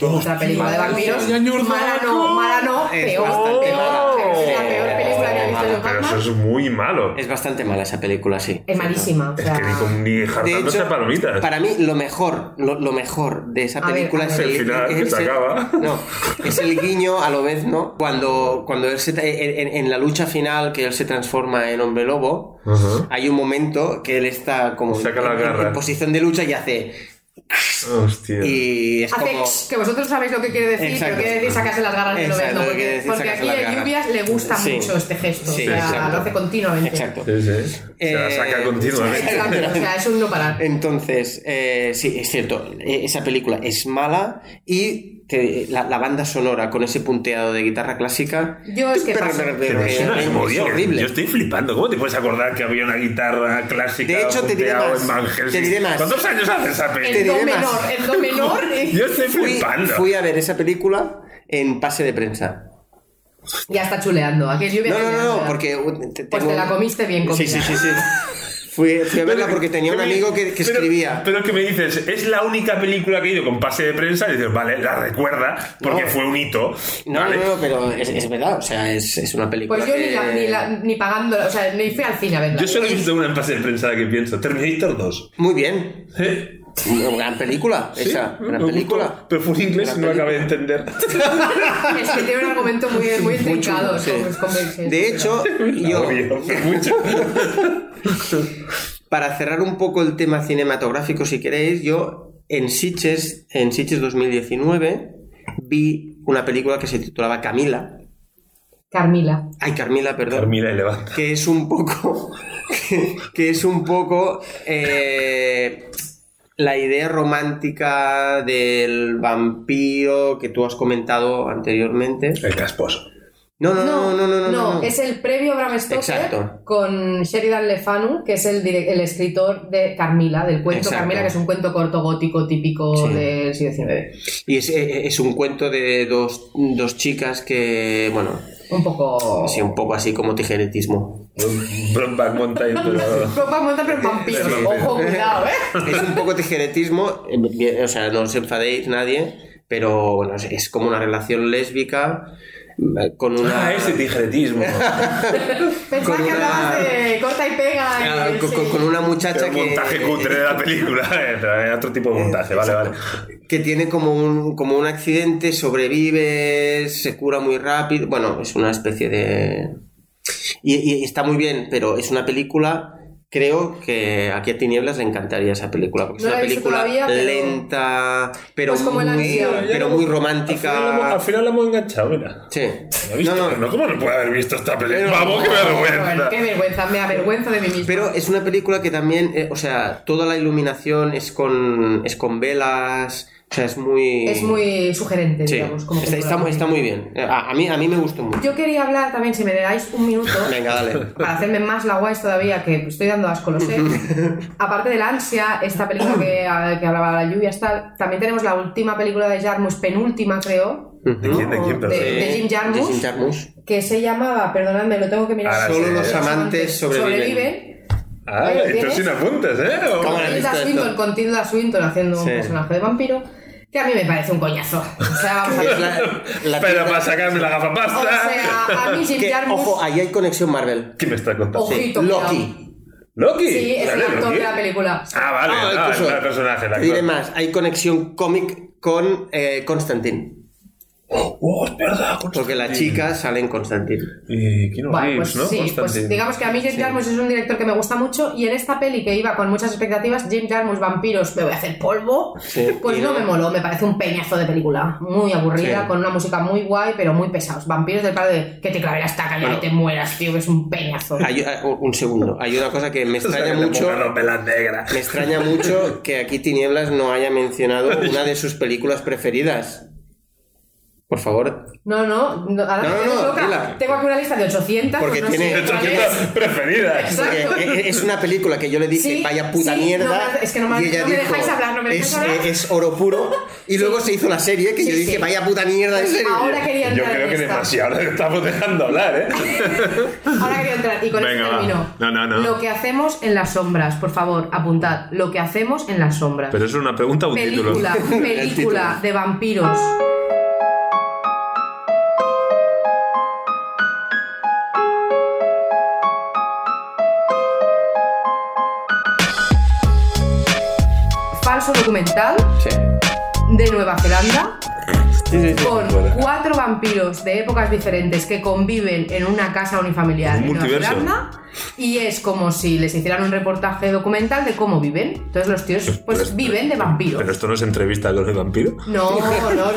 Oh. Otra película de vampiros. Mala no, mala no, Es peor. bastante peor. mala. Oh. Es la peor película que ha visto Mala, Hugh Pero eso Jackman. es muy malo. Es bastante mala esa película, sí. Es malísima. o Es sea, que ni, con, ni De jartándose hecho, palomitas. para mí lo mejor, lo, lo mejor de esa A ver, película a es ver. el, El final, que se acaba. No, es el guiño a lo vez, ¿no? Cuando, cuando él se tra- en, en- en la lucha final que él se transforma en hombre lobo, Ajá. hay un momento que él está como Saca la en- en, garra. en posición de lucha y hace Hostia. y es hace como que vosotros sabéis lo que quiere decir, Exacto. pero quiere decir sacarse las garras de Exacto, lobezno. lo que quiere Porque, decir porque sacarse aquí las el garras. novias le gusta Sí. mucho este gesto. Sí, o sea, exacto. lo hace continuamente. Exacto. Sí, sí. Se la Eh, saca continuamente. Exacto, o sea, es un no parar. Entonces, eh, sí, es cierto, e- esa película es mala y te- la, la banda sonora con ese punteado de guitarra clásica Yo es que paso. Pero es una memoria. es horrible. Yo estoy flipando. ¿Cómo te puedes acordar que había una guitarra clásica? De hecho, te diré punteado más. en Van Te Helsing? diré más. ¿Cuántos años hace esa El peli? do diré más. menor, el do menor. y- Yo estoy Fui, flipando. fui a ver esa película en pase de prensa. Ya está chuleando. Aquel yo hubiera No, no, querido no, no, chulear. porque... uh, te- Pues tengo- te la comiste bien comida. Sí, sí, sí, sí. Fui, fui a verla porque tenía un Pero- amigo que, que pero- escribía. Pero, que me dices, es la única película que he ido con pase de prensa y dices, vale, la recuerda porque No. fue un hito. No, vale. no, no, pero es, es verdad, o sea, es, es una película. Pues yo ni, la, que- ni, la, ni pagándola, o sea, ni fui al cine a verla. Yo solo he visto una en pase de prensa la que pienso. Terminator 2. Muy bien. ¿Eh? Una gran película, esa, Sí, gran me película. gustó, Pero fue en inglés Gran y no acabé de entender. Es que tiene un argumento muy, muy Muy intrincado. chulo, sí. es como- es como- De hecho, yo, Obvio, mucho. para cerrar un poco el tema cinematográfico, si queréis, yo en Sitges, en Sitges 2019, vi una película que se titulaba Camila. Carmila. Ay, Carmila, perdón. Carmila y levanta. que es un poco que, que es un poco eh, la idea romántica del vampiro que tú has comentado anteriormente El casposo. no no no no no no, no, es el previo Bram Stoker Exacto. con Sheridan Le Fanu, que es el, dire- el escritor de Carmila, del cuento Exacto. Carmila, que es un cuento corto gótico típico Sí. del siglo XIX. y es, eh, es un cuento de dos, dos chicas que bueno Un poco. sí, un poco así como tijeretismo Brokeback Mountain. pero- Ropa monta, pero en vampiros. Pero en vampiros. Ojo, cuidado, ¿eh? es un poco tijeretismo eh, bien, o sea no os enfadéis nadie pero bueno es, es como una relación lésbica eh, con una Ah, ese tijeretismo. Con Pensaba que una- hablabas de corta y pega. Ah, y- con, con- sí. con una muchacha El que, montaje cutre de la película. eh, trae Otro tipo de montaje, vale, vale. que tiene como un, como un accidente, sobrevive, se cura muy rápido. Bueno, es una especie de... Y, y- y está muy bien, pero es una película... Creo que aquí a Tinieblas le encantaría esa película, porque No es la una he visto película todavía, pero- lenta, pero, Pues como el muy, ansia. pero muy Al final la hemos- romántica. Al final la hemos enganchado, mira. Sí. ¿Lo viste? No, no, no, ¿cómo no puede haber visto esta película? Pero- Vamos, Ah, qué Bueno, vergüenza. Qué vergüenza, me avergüenzo de mí mismo. Pero es una película que también, eh, o sea, toda la iluminación es con, es con velas, o sea, es muy... es muy sugerente, Sí, digamos. Como está, está, película. mu- está muy bien. Eh, A, a mí, a mí me gustó mucho. Yo quería hablar también, si me dais un minuto, Venga, dale. para hacerme más la guays todavía, que estoy dando asco, lo sé. Aparte de la ansia, esta película que, a- que hablaba de la lluvia, está, también tenemos la última película de Jarmusch, penúltima, creo. ¿De quién? ¿De quién? De- perdón? de Jim Jarmusch. Eh, De Jim Jarmusch. Que se llamaba, perdonadme, lo tengo que mirar. Ahora Solo sí. los amantes sobreviven. Ah, ¿Lo y tú tienes? sin apuntes, ¿eh? O- ¿Cómo? Ahora Tilda listo Swinton esto. con Tilda Swinton haciendo Sí. un personaje de vampiro, que a mí me parece un coñazo. O sea, vamos a Es ver. la- la Pero tienda- para sacarme la gafapasta. O sea, a mí Jim que, Jarmusch, ojo, ahí hay conexión Marvel. ¿Qué me está contando? Ojo. Ojito, Loki. ¿Loki? sí, es el Vale, actor Loki. de la película. Ah, vale, Ah, ah, incluso- es el personaje, el Te diré actor. más, hay conexión cómic con eh, Constantine. Oh, es verdad. Porque la chica sale en Constantine. Y Keanu Bueno, Reeves, pues ¿no? sí, Constantine. pues digamos que a mí Jim Jarmusch es un director que me gusta mucho y en esta peli que iba con muchas expectativas, Jim Jarmusch, vampiros, me voy a hacer polvo, Sí, pues y no, no. me moló, me parece un peñazo de película, muy aburrida, Sí. con una música muy guay, pero muy pesados. Vampiros del padre de que te clave la estaca y ahí Bueno. te mueras, tío, que es un peñazo. Hay, ah, un segundo, hay una cosa que me O sea, extraña que te mucho. pongan los pelas negras. Me extraña mucho que aquí Tinieblas no haya mencionado una de sus películas preferidas. Por favor, No, no, no, ahora No, que no, me no, toca, dila. tengo aquí una lista de 800, Porque pues no tiene sé, ¿cuál es? preferidas. Porque Exacto. e- e- es una película que yo le dije, Sí, vaya puta sí, mierda. no me- es que no me- y ella no me dijo, dejáis hablar, no me dejáis es, eh, hablar". es oro puro. Y luego se hizo la serie que Sí, yo dije, sí. vaya puta mierda de Pues serie. ahora quería Yo entrar creo en que esta. demasiado le estamos dejando hablar, ¿eh? Ahora quería entrar y con Venga, esto va. termino. No, no, no. Lo que hacemos en las sombras, por favor, apuntad. Lo que hacemos en las sombras. Pero eso es una pregunta o un título. película, El título. película de vampiros. Falso documental Sí. de Nueva Zelanda Sí, sí, sí. con cuatro vampiros de épocas diferentes que conviven en una casa unifamiliar Un en Nueva multiverso. Zelanda y es como si les hicieran un reportaje documental de cómo viven. Entonces los tíos pues viven de vampiros. Pero esto no es entrevista con el vampiro. No, no,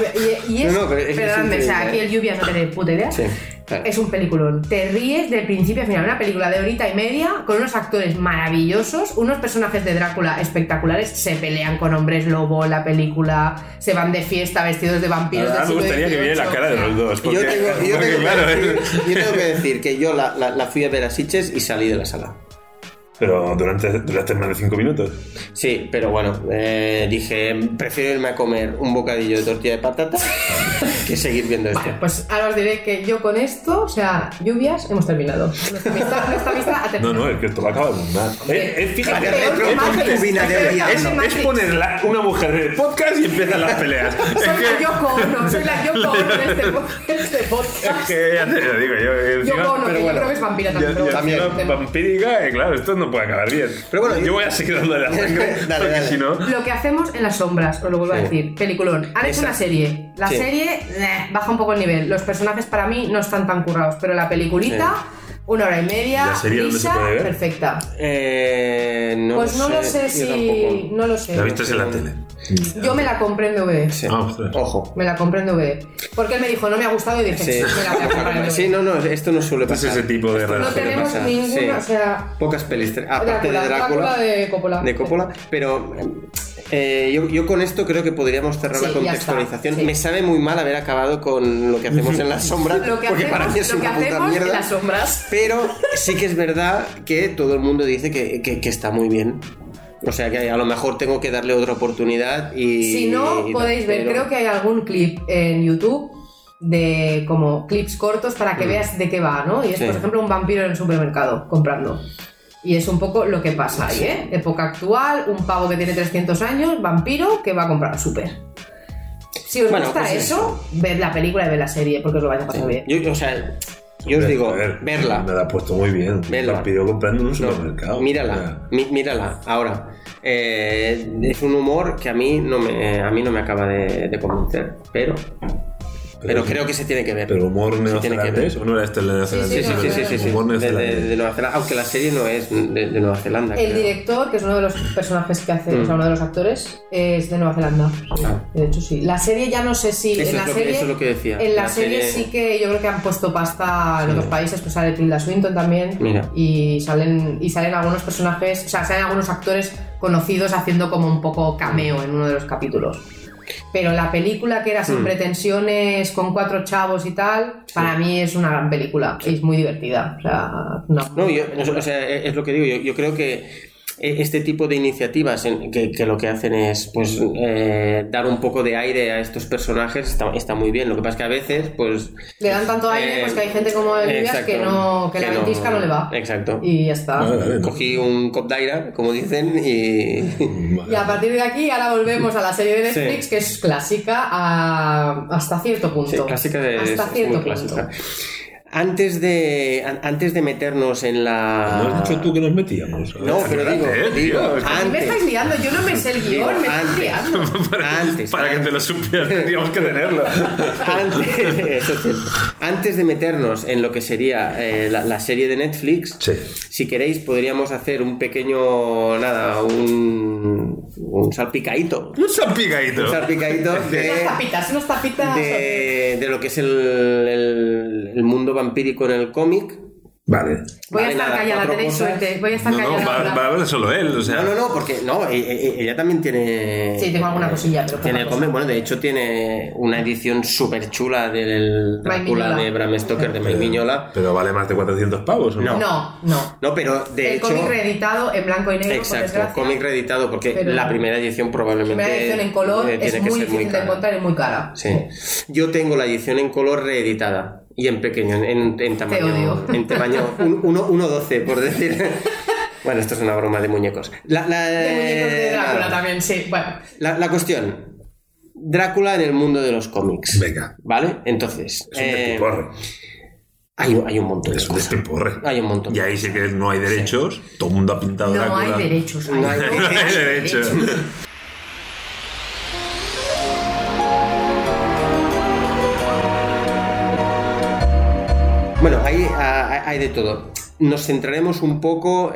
y, y es, No, no, pero es- perdón, es o sea, increíble, aquí ¿eh? el lluvia no tiene puta idea. Sí, claro. Es un peliculón. Te ríes del principio a final. Una película de horita y media con unos actores maravillosos, unos personajes de Drácula espectaculares. Se pelean con hombres lobo en la película, se van de fiesta vestidos de vampiros. Ahora Ah, del me siglo gustaría que viera la XVIII, cara de o sea, los dos. Porque, Yo tengo, yo porque, tengo claro, que ¿eh? decir, yo tengo que decir que yo la, la- la fui a ver a Sitges y salí de la sala. Pero durante, durante más de cinco minutos. Sí, pero bueno, eh, dije, prefiero irme a comer un bocadillo de tortilla de patata que seguir viendo esto. Vale, pues ahora os diré que yo con esto, o sea, lluvias, hemos terminado. Nuestra amistad, nuestra amistad ha No, terminado. no, es que esto va a acabar muy mal. Eh, eh, fíjate, Es peor eh, que eh, Matrix, fíjate, Cubina es del peor que diablo. Es, es Matrix. poner la- una mujer en el podcast y empiezan las peleas. Es Soy la que- Yoko Ono, soy la Yoko Ono en este, po- en este es podcast. que ya te lo digo, yo. encima- Yoko Ono, que pero yo bueno. creo que es vampira Ya- también. pero ya también. encima vampírica, eh, claro, esto no puede acabar bien. Pero bueno, yo yo- voy a seguir dándole la sangre, Dale, porque dale. si no. Lo que hacemos en las sombras, os lo vuelvo a Sí. decir. Peliculón. Han hecho Esa. una serie. La Sí. serie eh, baja un poco el nivel. Los personajes para mí no están tan currados, pero la peliculita, una hora y media, ¿La serie dónde se risa, puede ver? perfecta. Eh, no pues no lo sé yo si. tampoco. No lo sé. La viste en la tele. Yo me la compré en DVD. Sí. Ah, ostras. Ojo. Me la compré en DVD. Porque él me dijo, no me ha gustado y dije, Sí. me la voy a comprar en DVD. Sí, no, no, esto no suele Es pasar. ese tipo de No relación. tenemos pasa, ninguna, sí. o sea. Pocas pelis, tre- aparte de Drácula, de Coppola. de Coppola, pero eh, yo, yo con esto creo que podríamos cerrar Sí, la ya está, contextualización. sí. Me sabe muy mal haber acabado con lo que hacemos en la sombra, Lo que porque hacemos, para mí es lo que una puta hacemos en mierda. las sombras. Pero sí que es verdad que todo el mundo dice que, que- que está muy bien. O sea que a lo mejor tengo que darle otra oportunidad y... Si no, y podéis ver, pero- creo que hay algún clip en YouTube de como clips cortos para que veas de qué va, ¿no? Y es, Mm. Sí. por ejemplo, un vampiro en el supermercado comprando. Y es un poco lo que pasa ahí, ¿eh? Época actual, un pavo que tiene 300 años, vampiro, que va a comprar al súper. Si os Bueno, gusta pues eso, ved la película y ved la serie, porque os lo vais a pasar bien. Yo, o sea, yo os digo, A ver, verla. Me la ha puesto muy bien. Verla. La pidió comprando en un No, supermercado. Mírala, mi- mírala. Ahora, eh, es un humor que a mí no me, eh, a mí no me acaba de, de convencer, pero, pero, creo que se tiene que ver. Pero humor Se tiene que ver. neozelandés, ¿o no era este el Sí, Sí, neozelandés? sí, sí, sí, sí, sí. Humor De, de- neozelandés. de Nueva Zelanda, aunque la serie no es de, de Nueva Zelanda. El creo. Mm. director, que es uno de los personajes que hace, o sea, uno de los actores, es de Nueva Zelanda. Ah. De hecho, sí. La serie ya no sé si. Eso en la es lo que- serie, eso es lo que decía. En la, La serie, serie- sí que yo creo que han puesto pasta en otros países, pues sale Tilda Swinton también. Mira. Y salen, y salen algunos personajes, o sea, salen algunos actores conocidos haciendo como un poco cameo en uno de los capítulos. Pero la película que era sin pretensiones, con cuatro chavos y tal, para mí es una gran película. Y es muy divertida. O sea, no. No, yo, o sea, es lo que digo. Yo, yo creo que este tipo de iniciativas en- que, que lo que hacen es pues eh, dar un poco de aire a estos personajes está, está muy bien. Lo que pasa es que a veces, pues. Le dan tanto aire, pues, que hay gente como el Vivias exacto, que no- que la ventisca no le va. Exacto. Y ya está. Vale, vale, no. Cogí un cop d'aire, como dicen, y. Y a partir de aquí ahora volvemos a la serie de Netflix, Sí. que es clásica a- hasta cierto punto. Sí, clásica de. es- hasta es cierto muy punto. clásica. Antes de, an- antes de meternos en la. ¿No has dicho tú que nos metíamos? No, pero digo, Espérate, digo, tío, es que- A mí me estáis antes. liando, yo no me sé el Digo, guión, me estáis antes. liando. Antes, Para que te lo supieras, teníamos que tenerlo. antes, eso es cierto. Antes de meternos en lo que sería eh, la, la serie de Netflix, Sí. si queréis podríamos hacer un pequeño, nada, un, un salpicadito. Un salpicadito. Un salpicadito Unas de, tapitas, unas tapitas. eh, de, de lo que es el, el- el mundo vampírico en el cómic. Vale. Voy a Vale, estar nada, callada, cuatro tenéis cosas. suerte. Voy a estar No, no, callada. va, ahora. va a hablar solo él, o sea. No, no, no, porque no, e- e- ella también tiene. eh, Sí, tengo alguna cosilla, pero Tiene poca el cosa. cómic, bueno, de hecho tiene una edición súper chula del Drácula Mignola. de Bram Stoker de Mike Mignola. Pero vale más de 400 pavos, ¿o No. No, no. No, pero de el hecho. cómic reeditado en blanco y negro, por Exacto, desgracia. cómic reeditado, porque Pero- la primera edición probablemente. primera edición en color eh, es muy difícil de cara. encontrar y muy cara. Sí. Yo tengo la edición en color reeditada y en pequeño, en- en, en tamaño. odio. En tamaño un- uno- 1.12, por decir. bueno, esto es una broma de muñecos. La, la- eh, De muñecos de Drácula nada. también, sí. Bueno, La, la cuestión. Drácula en el mundo de los cómics. Venga. ¿Vale? Entonces. Es un eh, despiporre. hay, hay un montón de Es un cosas. despiporre. Hay un montón. Y ahí sí que no hay derechos. Todo el mundo ha pintado no hay Drácula. derechos. No hay No hay derechos. derechos. Bueno, hay, ah, hay- hay de todo. nos centraremos un poco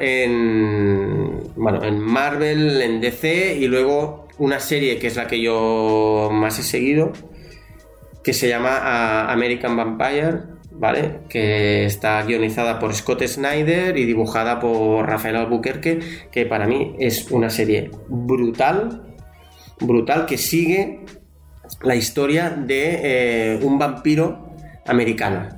en, bueno, en Marvel, en DC y luego una serie que es la que yo más he seguido, que se llama ah, American Vampire, ¿vale? Que está guionizada por Scott Snyder y dibujada por Rafael Albuquerque, que para mí es una serie brutal, brutal, que sigue la historia de eh, un vampiro americano.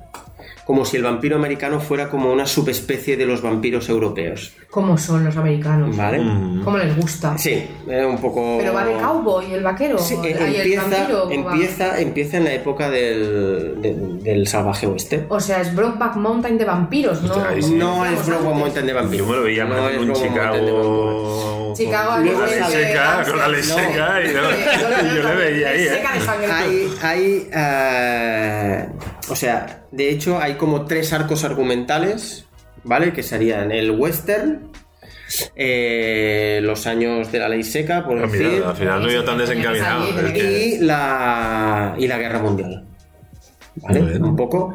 Como si el vampiro americano fuera como una subespecie de los vampiros europeos, ¿Cómo son los americanos? ¿vale? Mm. ¿Cómo les gusta? Sí, eh, un poco... Pero va de cowboy, el vaquero. Sí, eh, y el empieza, vampiro. va- empieza, empieza en la época del, del- del salvaje oeste. O sea, es Brokeback Mountain de vampiros, ¿no? Hostia, ahí sí. No es Brokeback Brokeback Mountain de Yo vampiros. me lo veía no más es en un Brokeback Mountain de vampiros. Chicago. Chicago con luego la ley sale seca, Gangster, con la ley no. seca. Y Eh, no- yo le veía ahí, ¿eh? Seca de sangre. Hay, hay, eh, o sea, de hecho hay como tres arcos argumentales, ¿vale? Que serían el western, eh, los años de la ley seca, por Ah, decir, mira, al final no iba tan desencaminado. Sí, sí, sí. es que- y la, y la guerra mundial. ¿Vale? Bueno. Un poco.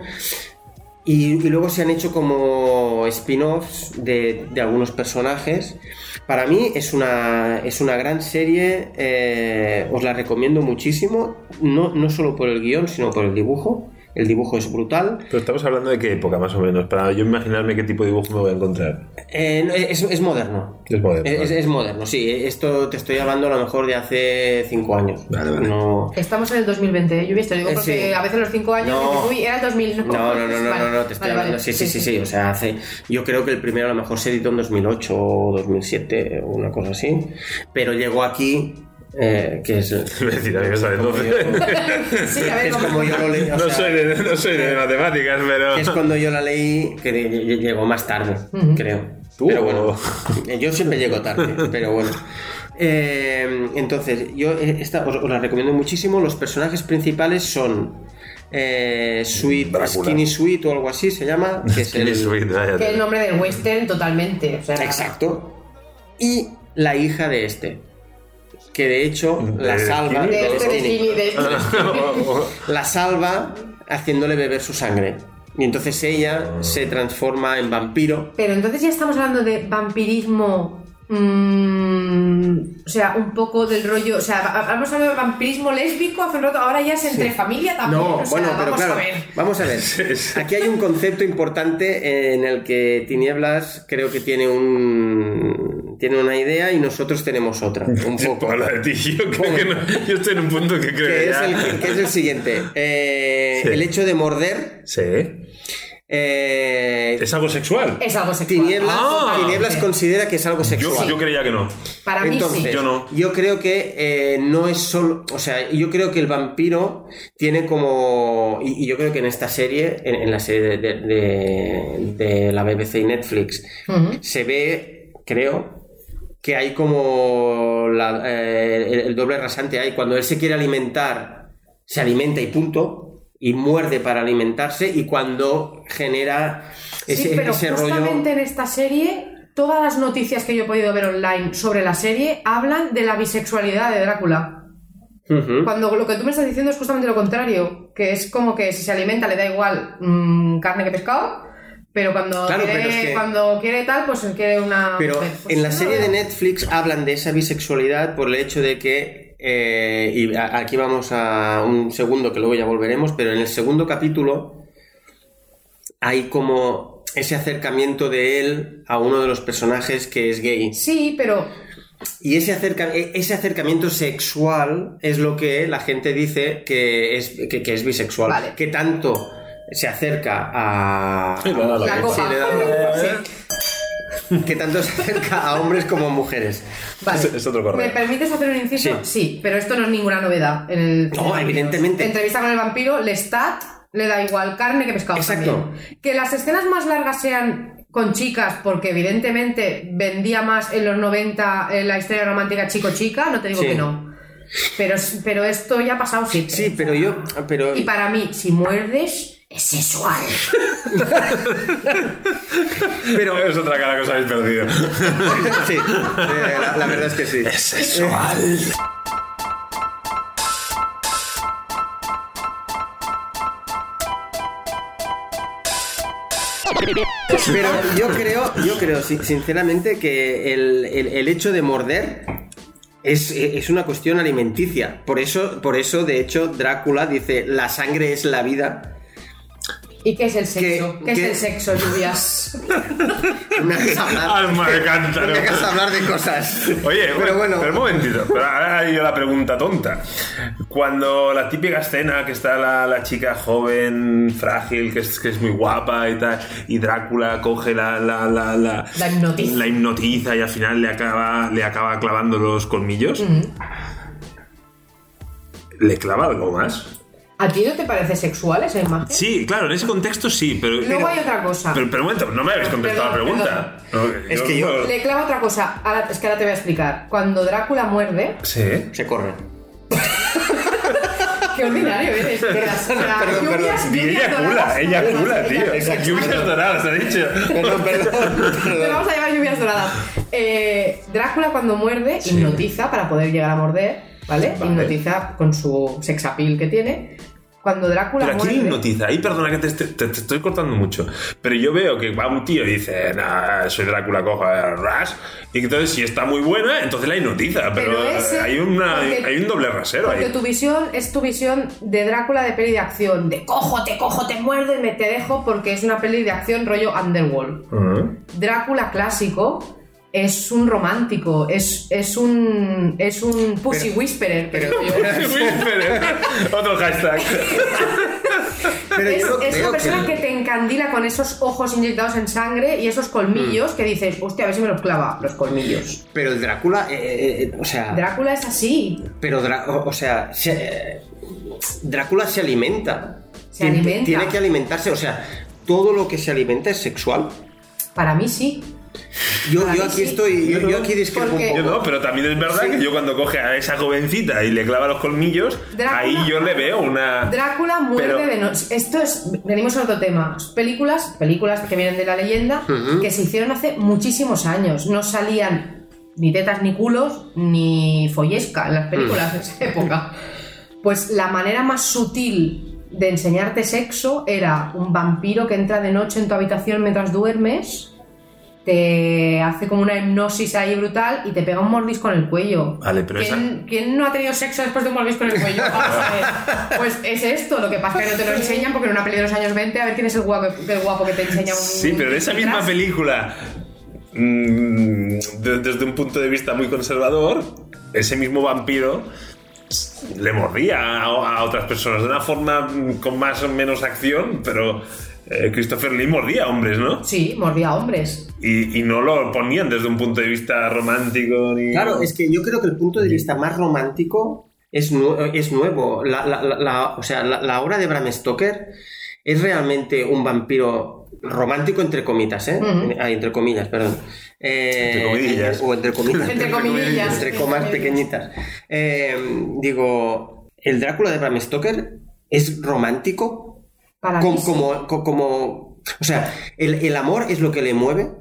Y, y luego se han hecho como spin-offs de, de algunos personajes. Para mí es una, es una gran serie, eh, os la recomiendo muchísimo, no, no solo por el guión, sino por el dibujo. El dibujo es brutal. Pero estamos hablando de qué época, más o menos, para yo imaginarme qué tipo de dibujo me voy a encontrar. Eh, no, es, es moderno. Es moderno. Es, ¿vale? es moderno, sí. Esto te estoy hablando a lo mejor de hace cinco años. Vale, vale. No, Estamos en el 2020, ¿eh? Lluvias, te lo digo Eh, porque sí. a veces los 5 años No. dices, uy, era el 2000. No, no, no, no, Vale, no, no, te estoy vale, vale. hablando. Sí, sí, sí, sí. O sea, hace. Yo creo que el primero a lo mejor se editó en 2008 o 2007 o una cosa así. Pero llegó aquí, eh, que es. Iba a decir, a mí me sale como 12. yo- Sí, a ver, es ¿cómo? como yo lo leí. o No sea, soy de, no soy de matemáticas, pero. que es cuando yo la leí, que de- lle- lle- llegó más tarde, Ujú. creo. Tú. Pero bueno, yo siempre llego tarde, pero bueno. Eh, entonces, yo eh, esta os, os la recomiendo muchísimo. Los personajes principales son eh, Sweet, Drácula. Skinny Sweet o algo así se llama. Que es Skinny el- Sweet, vaya. Que es el nombre del western totalmente. O sea, Exacto. Y la hija de este. Que de hecho la ¿De salva. Skinny? De de este, de Skinny. Skinny, de este. La salva haciéndole beber su sangre. Y entonces ella se transforma en vampiro. Pero entonces ya estamos hablando de vampirismo. mm, o sea, un poco del rollo. O sea, vamos hablado de vampirismo lésbico hace un rato. Ahora ya es entre familia también. No, Ah, o sea, bueno, pero vamos claro, a ver. vamos a ver. Aquí hay un concepto importante en el que Tinieblas creo que tiene un tiene una idea y nosotros tenemos otra, un poco. Habla de ti, yo creo que no. Yo estoy en un punto que creo Que que es ya. el, que es el siguiente. Eh, Sí. El hecho de morder Sí. eh, Es algo sexual. Es algo sexual. Tinieblas, Ah. Tinieblas considera que es algo Yo, sexual. yo creía que no. Para Entonces, mí sí. yo no. yo creo que eh, no es solo. O sea, yo creo que el vampiro tiene como. Y, y yo creo que en esta serie, en, en la serie de, de- de- de la BBC y Netflix, Ujú. se ve, creo, que hay como la- eh, el, el doble rasante ahí. Cuando él se quiere alimentar, se alimenta y punto. Y muerde para alimentarse, y cuando genera ese, sí, pero ese rollo. justamente en esta serie. Todas las noticias que yo he podido ver online sobre la serie hablan de la bisexualidad de Drácula. Ujú. Cuando lo que tú me estás diciendo es justamente lo contrario, que es como que si se alimenta le da igual mm, carne que pescado, pero cuando, Claro, quiere, pero es que- cuando quiere tal, pues quiere una... Pero pues, pues en la no. serie de Netflix hablan de esa bisexualidad por el hecho de que, eh, y a- aquí vamos a un segundo que luego ya volveremos, pero en el segundo capítulo hay como ese acercamiento de él a uno de los personajes que es gay. Sí, pero Y ese, acerca- e- ese acercamiento sexual es lo que la gente dice que es, que, que es bisexual. Vale. Que tanto se acerca a... Sí, le da la a- la copa... sí, le da ¿eh? la copa, Sí. sí. Que tanto se acerca a hombres como a mujeres. Vale. Es- es otro correo. ¿Me permites hacer un inciso? Sí. Sí. pero esto no es ninguna novedad. En el- No, evidentemente. Entrevista con el vampiro, Lestat le da igual carne que pescado. Exacto. también. Que las escenas más largas sean con chicas, porque evidentemente vendía más en los 90 eh, la historia romántica chico-chica, no te digo Sí. que no. Pero, pero esto ya ha pasado siempre. Sí, pero yo. Pero, Y para mí, si muerdes, es sexual. Pero es otra cara que os habéis perdido. sí, eh, la, la verdad es que sí. Sexual. Pero yo creo, yo creo sin- sinceramente que el, el- el hecho de morder es, es una cuestión alimenticia. Por eso, por eso, de hecho, Drácula dice, la sangre es la vida. ¿Y qué es el sexo? ¿Qué- ¿Qué, es qué- el sexo, lluvias? Me hagas hablar, Alma de me cántaro. hagas hablar de cosas. Oye, pero bueno, un momentito. Pero ahora hay la pregunta tonta. Cuando la típica escena que está la, la chica joven, frágil, que es, que es muy guapa y tal, y Drácula coge la. La, la, la, La hipnotiza. la hipnotiza y al final le acaba, le acaba clavando los colmillos. ¿Le clava algo ¿Eh? más? ¿A ti no te parece sexual esa imagen? Sí, claro, en ese contexto sí, pero. Luego hay otra cosa. Pero, pero un momento, no me habéis contestado Perdón, la pregunta. No, Es que yo- Le clava otra cosa. Ahora- es que ahora te voy a explicar. Cuando Drácula muerde. Sí. se corre. ¡Qué ordinario eres! Perdón, perdón, perdón. Y ella cula, ella cula, tío. Lluvias doradas, ha dicho. Perdón, perdón, Pero perdón. vamos a llevar lluvias doradas. Eh, Drácula cuando muerde, hipnotiza para poder llegar a morder, ¿vale? Vale. Hipnotiza con su sexapil que tiene. Cuando Drácula Pero aquí muerde... hipnotiza. Ahí, perdona que te, te- te estoy cortando mucho. Pero yo veo que va un tío y dice, nah, soy Drácula, cojo a Rush. eh, Y entonces, si está muy buena, entonces la hipnotiza. Pero, ese- hay, una, eh, porque- hay un doble rasero Porque ahí. tu visión es tu visión de Drácula de peli de acción, de cojo, te cojo, te muerdo y me te dejo porque es una peli de acción rollo Underworld. Ujú. Drácula clásico es un romántico, es, es un es un pussy whisperer, pero yo- Otro hashtag. Pero es, yo no es creo una persona que- que... te encandila con esos ojos inyectados en sangre y esos Mm. colmillos que dices, hostia, a ver si me los clava, los colmillos. Pero el Drácula, eh, eh, eh, o sea... Drácula es así, Pero, Drá- o, o sea, se- Drácula se alimenta. Se Tien- alimenta. Tiene que alimentarse, o sea, todo lo que se alimenta es sexual. para mí sí. Yo, Para yo mí aquí sí. estoy, yo, yo aquí discrepo Porque- Yo un poco. no, pero también es verdad que yo cuando coge a esa jovencita y le clava los colmillos, Drácula- ahí yo le veo una... Drácula muerde Pero- de noche. Esto es. Venimos a otro tema. Películas, películas que vienen de la leyenda, que se hicieron hace muchísimos años. No salían ni tetas ni culos, ni follesca en las películas de esa época. Pues la manera más sutil de enseñarte sexo era un vampiro que entra de noche en tu habitación mientras duermes, te hace como una hipnosis ahí brutal y te pega un mordisco en el cuello. Vale, pero ¿Quién, esa- quién no ha tenido sexo después de un mordisco en el cuello? Vamos a ver. Pues es esto, lo que pasa es que no te lo enseñan porque en una peli de los años 20 a ver quién es el guapo, el guapo que te enseña un... Sí, pero de esa misma detrás. película, mm, de- desde un punto de vista muy conservador, ese mismo vampiro le mordía a, a otras personas de una forma mm, con más o menos acción, pero eh, Christopher Lee mordía a hombres, ¿no? Sí, mordía a hombres. Y, y no lo ponían desde un punto de vista romántico ni... Claro, es que yo creo que el punto de vista más romántico es, nue- es nuevo. La, la- la- la- o sea, la, la obra de Bram Stoker es realmente un vampiro romántico entre comitas, ¿eh? Ujú. Ay, entre comillas, perdón. Eh, Entre comillas. O entre comillas. Entre comillas. entre comas pequeñitas. Eh, digo, el Drácula de Bram Stoker es romántico Para mí como, sí. como, co- como- o sea, el, el amor es lo que le mueve.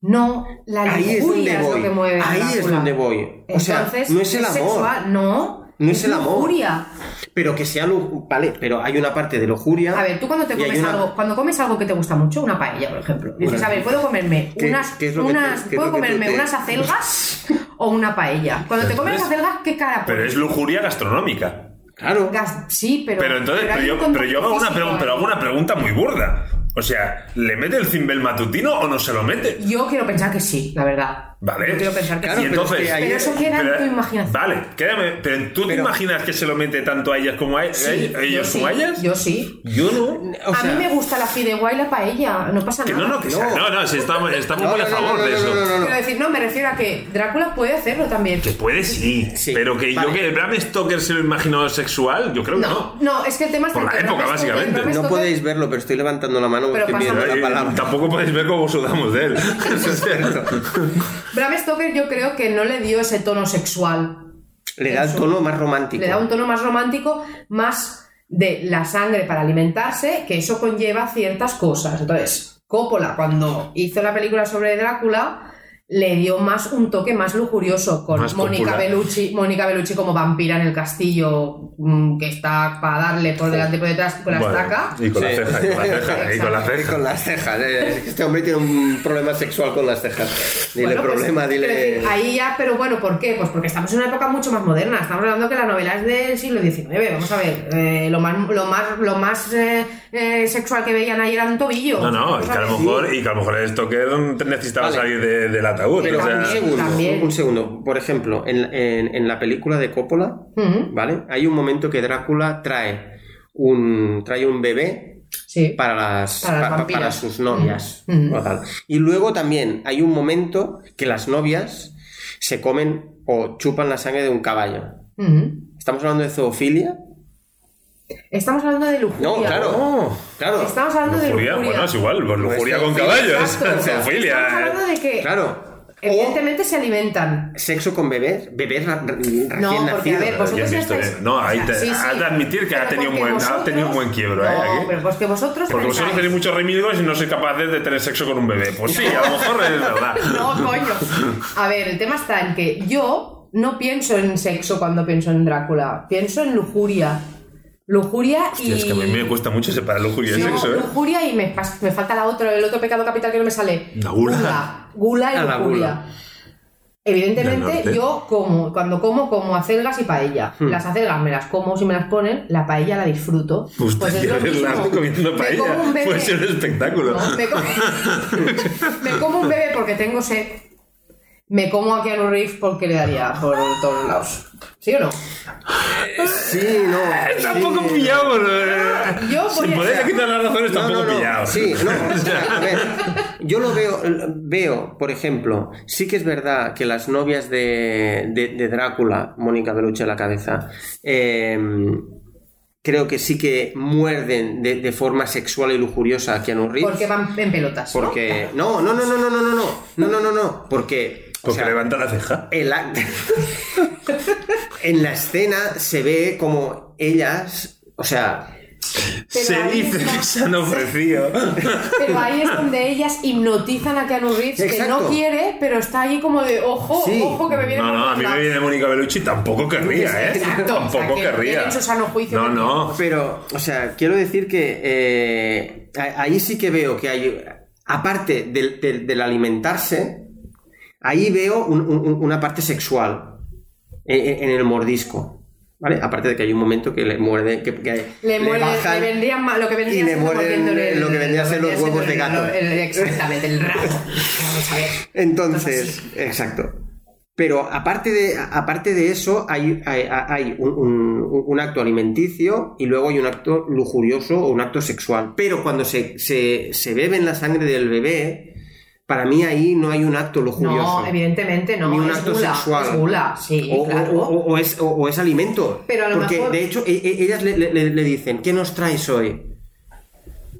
No, la Ahí es donde lujuria es, voy. lo que mueve. a Ahí Drácula. es donde voy. O sea, Entonces, no es el amor. sexual, no. No es el amor. Ah. lujuria. Pero que sea lu- vale, pero hay una parte de lujuria. A ver, tú cuando te y hay comes una- algo, cuando comes algo que te gusta mucho, una paella, por ejemplo, dices, a ver, puedo comerme ¿Qué- unas, qué es lo que te- unas, qué es puedo lo que tú comerme te- unas acelgas o una paella. Cuando te comes las acelgas, ¿qué cara Pero pones? es lujuria gastronómica. Claro. Gas- Sí, pero. Pero entonces, pero, hay un yo, pero yo hago, una pregunta, contacto físico pero hago ahí. una pregunta muy burda. O sea, ¿le mete el cimbel matutino o no se lo mete? Yo quiero pensar que sí, la verdad. Vale. Yo quiero pensar que Claro, y sí. pero entonces, es que ahí- Pero eso queda en tu imaginación. Vale, quédame. Pero tú te Pero- imaginas que se lo mete tanto a ellas como a, a Sí, ¿Eh? ellos- a ellos yo como a sí, ellas? Yo sí. Yo no. O a sea, mí me gusta la fideuá y la paella, no pasa Que nada. no, no, que sea- No. no, no, si estamos, estamos No, muy a no, no, favor no, de no, eso. no, no, no. Quiero decir, no, me refiero a que Drácula puede hacerlo también. Que puede sí, Sí, pero que yo vale. que Bram Stoker se lo imaginó sexual, yo creo que no. No, no, es que el tema es Por la que el época, Bram Stoker- básicamente. el Bram No Stoker- podéis verlo, pero estoy levantando la mano Pero porque estoy pasa pidiendo nada. la Eh, palabra. Tampoco podéis ver cómo sudamos de él. Bram Stoker yo creo que no le dio ese tono sexual. Le da el tono más romántico. Le da un tono más romántico, más de la sangre para alimentarse, que eso conlleva ciertas cosas. Entonces, Coppola, cuando hizo la película sobre Drácula, le dio más un toque más lujurioso con Más Mónica popular. Bellucci, Mónica Bellucci como vampira en el castillo mm, que está para darle por delante y por detrás y con la Bueno, estaca. Y con la Sí. ceja, y con la ceja, y con la Y ceja. con las cejas, eh, es que este hombre tiene un problema sexual con las cejas. Dile Bueno, pues, problema, quiero dile. decir, ahí ya, pero bueno, ¿por qué? Pues porque estamos en una época mucho más moderna. Estamos hablando que la novela es del siglo XIX. Vamos a ver, eh, lo más, lo más, lo más eh, eh, sexual que veían ahí era un tobillo. No, no, y que a lo ¿Sabes? mejor, y que a lo mejor el Stoker necesitaba Vale. salir de- del ataúd. Pero o sea, un segundo, también. un segundo. Por ejemplo, en, en- en la película de Coppola, Ujú, ¿vale? Hay un momento que Drácula trae un, trae un bebé Sí. para las Para las pa- pa- vampiras. para sus novias. Mm. o tal. Y luego también hay un momento que las novias se comen o chupan la sangre de un caballo. Ujú. ¿Estamos hablando de zoofilia? Estamos hablando de lujuria. No, claro, no. claro. Estamos hablando de Lujuria, lujuria. bueno, es igual, pues lujuria Pues con zoofilia, caballos, Exacto. Estamos zoofilia. hablando eh. de que Claro. O evidentemente se alimentan. sexo con bebés, bebés ra- ra- recién No, porque, a nacidos. ver, pues, vosotros- Ya has ya visto, estáis- eh. No, ahí o te, sea, sí, has sí. de admitir que ha Pero tenido, un porque buen, ha tenido un vosotros- buen quiebro, ¿eh? No, Aquí. pero pues que vosotros Porque vosotros pensáis- tenéis muchos remilgos y no sois capaces de tener sexo con un bebé. Pues sí, a lo mejor es verdad. No, coño. A ver, el tema está en que yo no pienso en sexo cuando pienso en Drácula, pienso en lujuria. Lujuria y. Hostia, es que a mí me cuesta mucho separar lujuria y No, sexo, ¿eh? lujuria y me, pas- me falta la otra, el otro pecado capital que no me sale. La gula. Gula, gula Ah, y la lujuria. gula. Del norte. Hmm. Evidentemente, yo como, cuando como, como acelgas y paella. Las acelgas me las como si me las ponen, la paella la disfruto. Pues Me gustaría lo verla mismo. comiendo Me paella. Pues como un bebé. Puede ser un espectáculo. No, me, como, me como un bebé porque tengo sed. Me como a Keanu Reeves porque le daría por todos lados. ¿Sí o no? Sí, no. Eh, sí. Tampoco pillamos. eh. Yo voy Sin a- poderle quitar las razones, No, tampoco no, no. pillado. Sí, no, o sea, a ver, yo lo veo, veo, por ejemplo, sí que es verdad que las novias de, de- de Drácula, Mónica Beluche a la cabeza, eh, creo que sí que muerden de, de forma sexual y lujuriosa a Keanu Reeves. Porque van en pelotas. ¿no? Porque. No, no, no, no, no, no, no, no. No, no, no, no. Porque. o Porque sea, levanta la ceja. el act- en la escena se ve como ellas. O sea. Pero Se ahí dice está- que se han ofrecido. Pero ahí es donde ellas hipnotizan a Keanu Reeves, que Exacto. no quiere, pero está ahí como de ojo, Sí. ojo que me viene. No, no, a mí me viene Mónica Bellucci, tampoco querría, ¿eh? Exacto, o sea, Tampoco que querría. tienen su sano juicio. No, no. Pero, o sea, quiero decir que eh, a- ahí sí que veo que hay, aparte del, del- del alimentarse, ahí veo un- un- una parte sexual en, en- en el mordisco. ¿Vale? Aparte de que hay un momento que le muerde, que, que Le, muerde- bajan- le vendrían ma- lo que vendría y le siendo muerden mordiéndole el- lo que vendría a ser los vendría huevos de siendo gato. el- el- exactamente, el rabo. Vamos a ver. Entonces, exacto. Pero aparte de, aparte de eso, hay, hay, hay un, un- un acto alimenticio y luego hay un acto lujurioso o un acto sexual. Pero cuando se, se, se beben la sangre del bebé, para mí ahí no hay un acto lujurioso. No, evidentemente no. Ni un es acto gula, sexual. Es gula, sí, o, claro. o- o- o es, o- o es alimento. Pero a lo Porque mejor- de hecho, e- e- ellas le, le- le- le dicen, ¿qué nos traes hoy?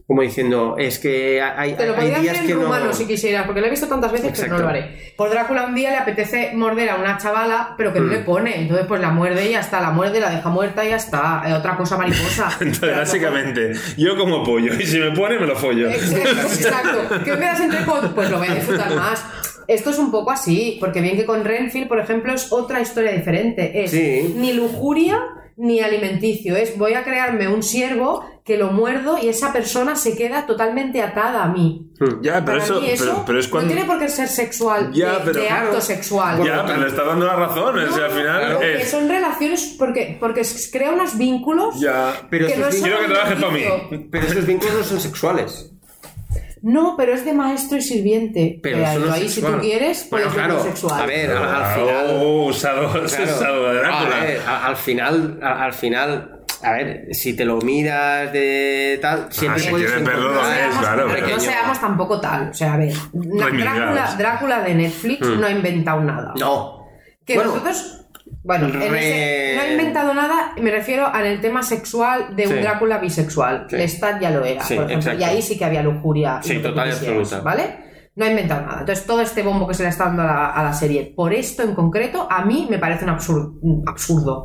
Como diciendo, es que hay, Te lo hay podría días hacer que en no. rumano si quisieras, porque lo he visto tantas veces que no Exacto. lo haré. Por Drácula un día le apetece morder a una chavala, pero Hmm. que no le pone. Entonces pues la muerde y ya está, la muerde, la deja muerta y ya está. Eh, otra cosa mariposa. Pero Entonces, a lo básicamente, yo como pollo y si me pone, me lo follo. mejor- Exacto. exacto. ¿Qué me das entre pot? Pues lo voy a disfrutar más. Esto es un poco así, porque bien que con Renfield, por ejemplo, es otra historia diferente. Es Sí. ni lujuria ni alimenticio. Es voy a crearme un siervo que lo muerdo y esa persona se queda totalmente atada a mí. Hmm. Ya, pero Para eso, mí eso pero, pero es cuando. no tiene por qué ser sexual, Ya, de, pero de claro. acto sexual. Ya, pero le estás dando la razón. o sea, al final Claro, que es. son relaciones porque, porque se crea unos vínculos Ya. Pero que eso no es es Quiero solo que trabaje para mí. alimenticio. Pero esos vínculos no son sexuales. No, pero es de maestro y sirviente. Pero Que eso ahí- no es ahí, si sexual. tú quieres, Bueno, puedes claro, verlo sexual. a ver, al, al final... Oh, usado, claro, usado de Drácula. a ver, a- al final... a- al final... A ver, si te lo miras de Ah, tal, siempre si puedes quieres verlo, lo No encontrar- ves, seamos, ¿eh? claro, no pero- seamos tampoco tal. O sea, a ver, na- Reivindicados. Drácula, Drácula de Netflix Mm. no ha inventado nada. No. Que Bueno, nosotros. Bueno, en re- ese- no ha inventado nada, me refiero al el tema sexual de un Sí. Drácula bisexual. Sí. Lestat ya lo era, Sí, por ejemplo. exacto. Y ahí sí que había lujuria. y Sí, lo que total y quisieras, absoluta. ¿Vale? no ha inventado nada. Entonces, todo este bombo que se le está dando a la, a la serie, por esto en concreto, a mí me parece un absur- un absurdo.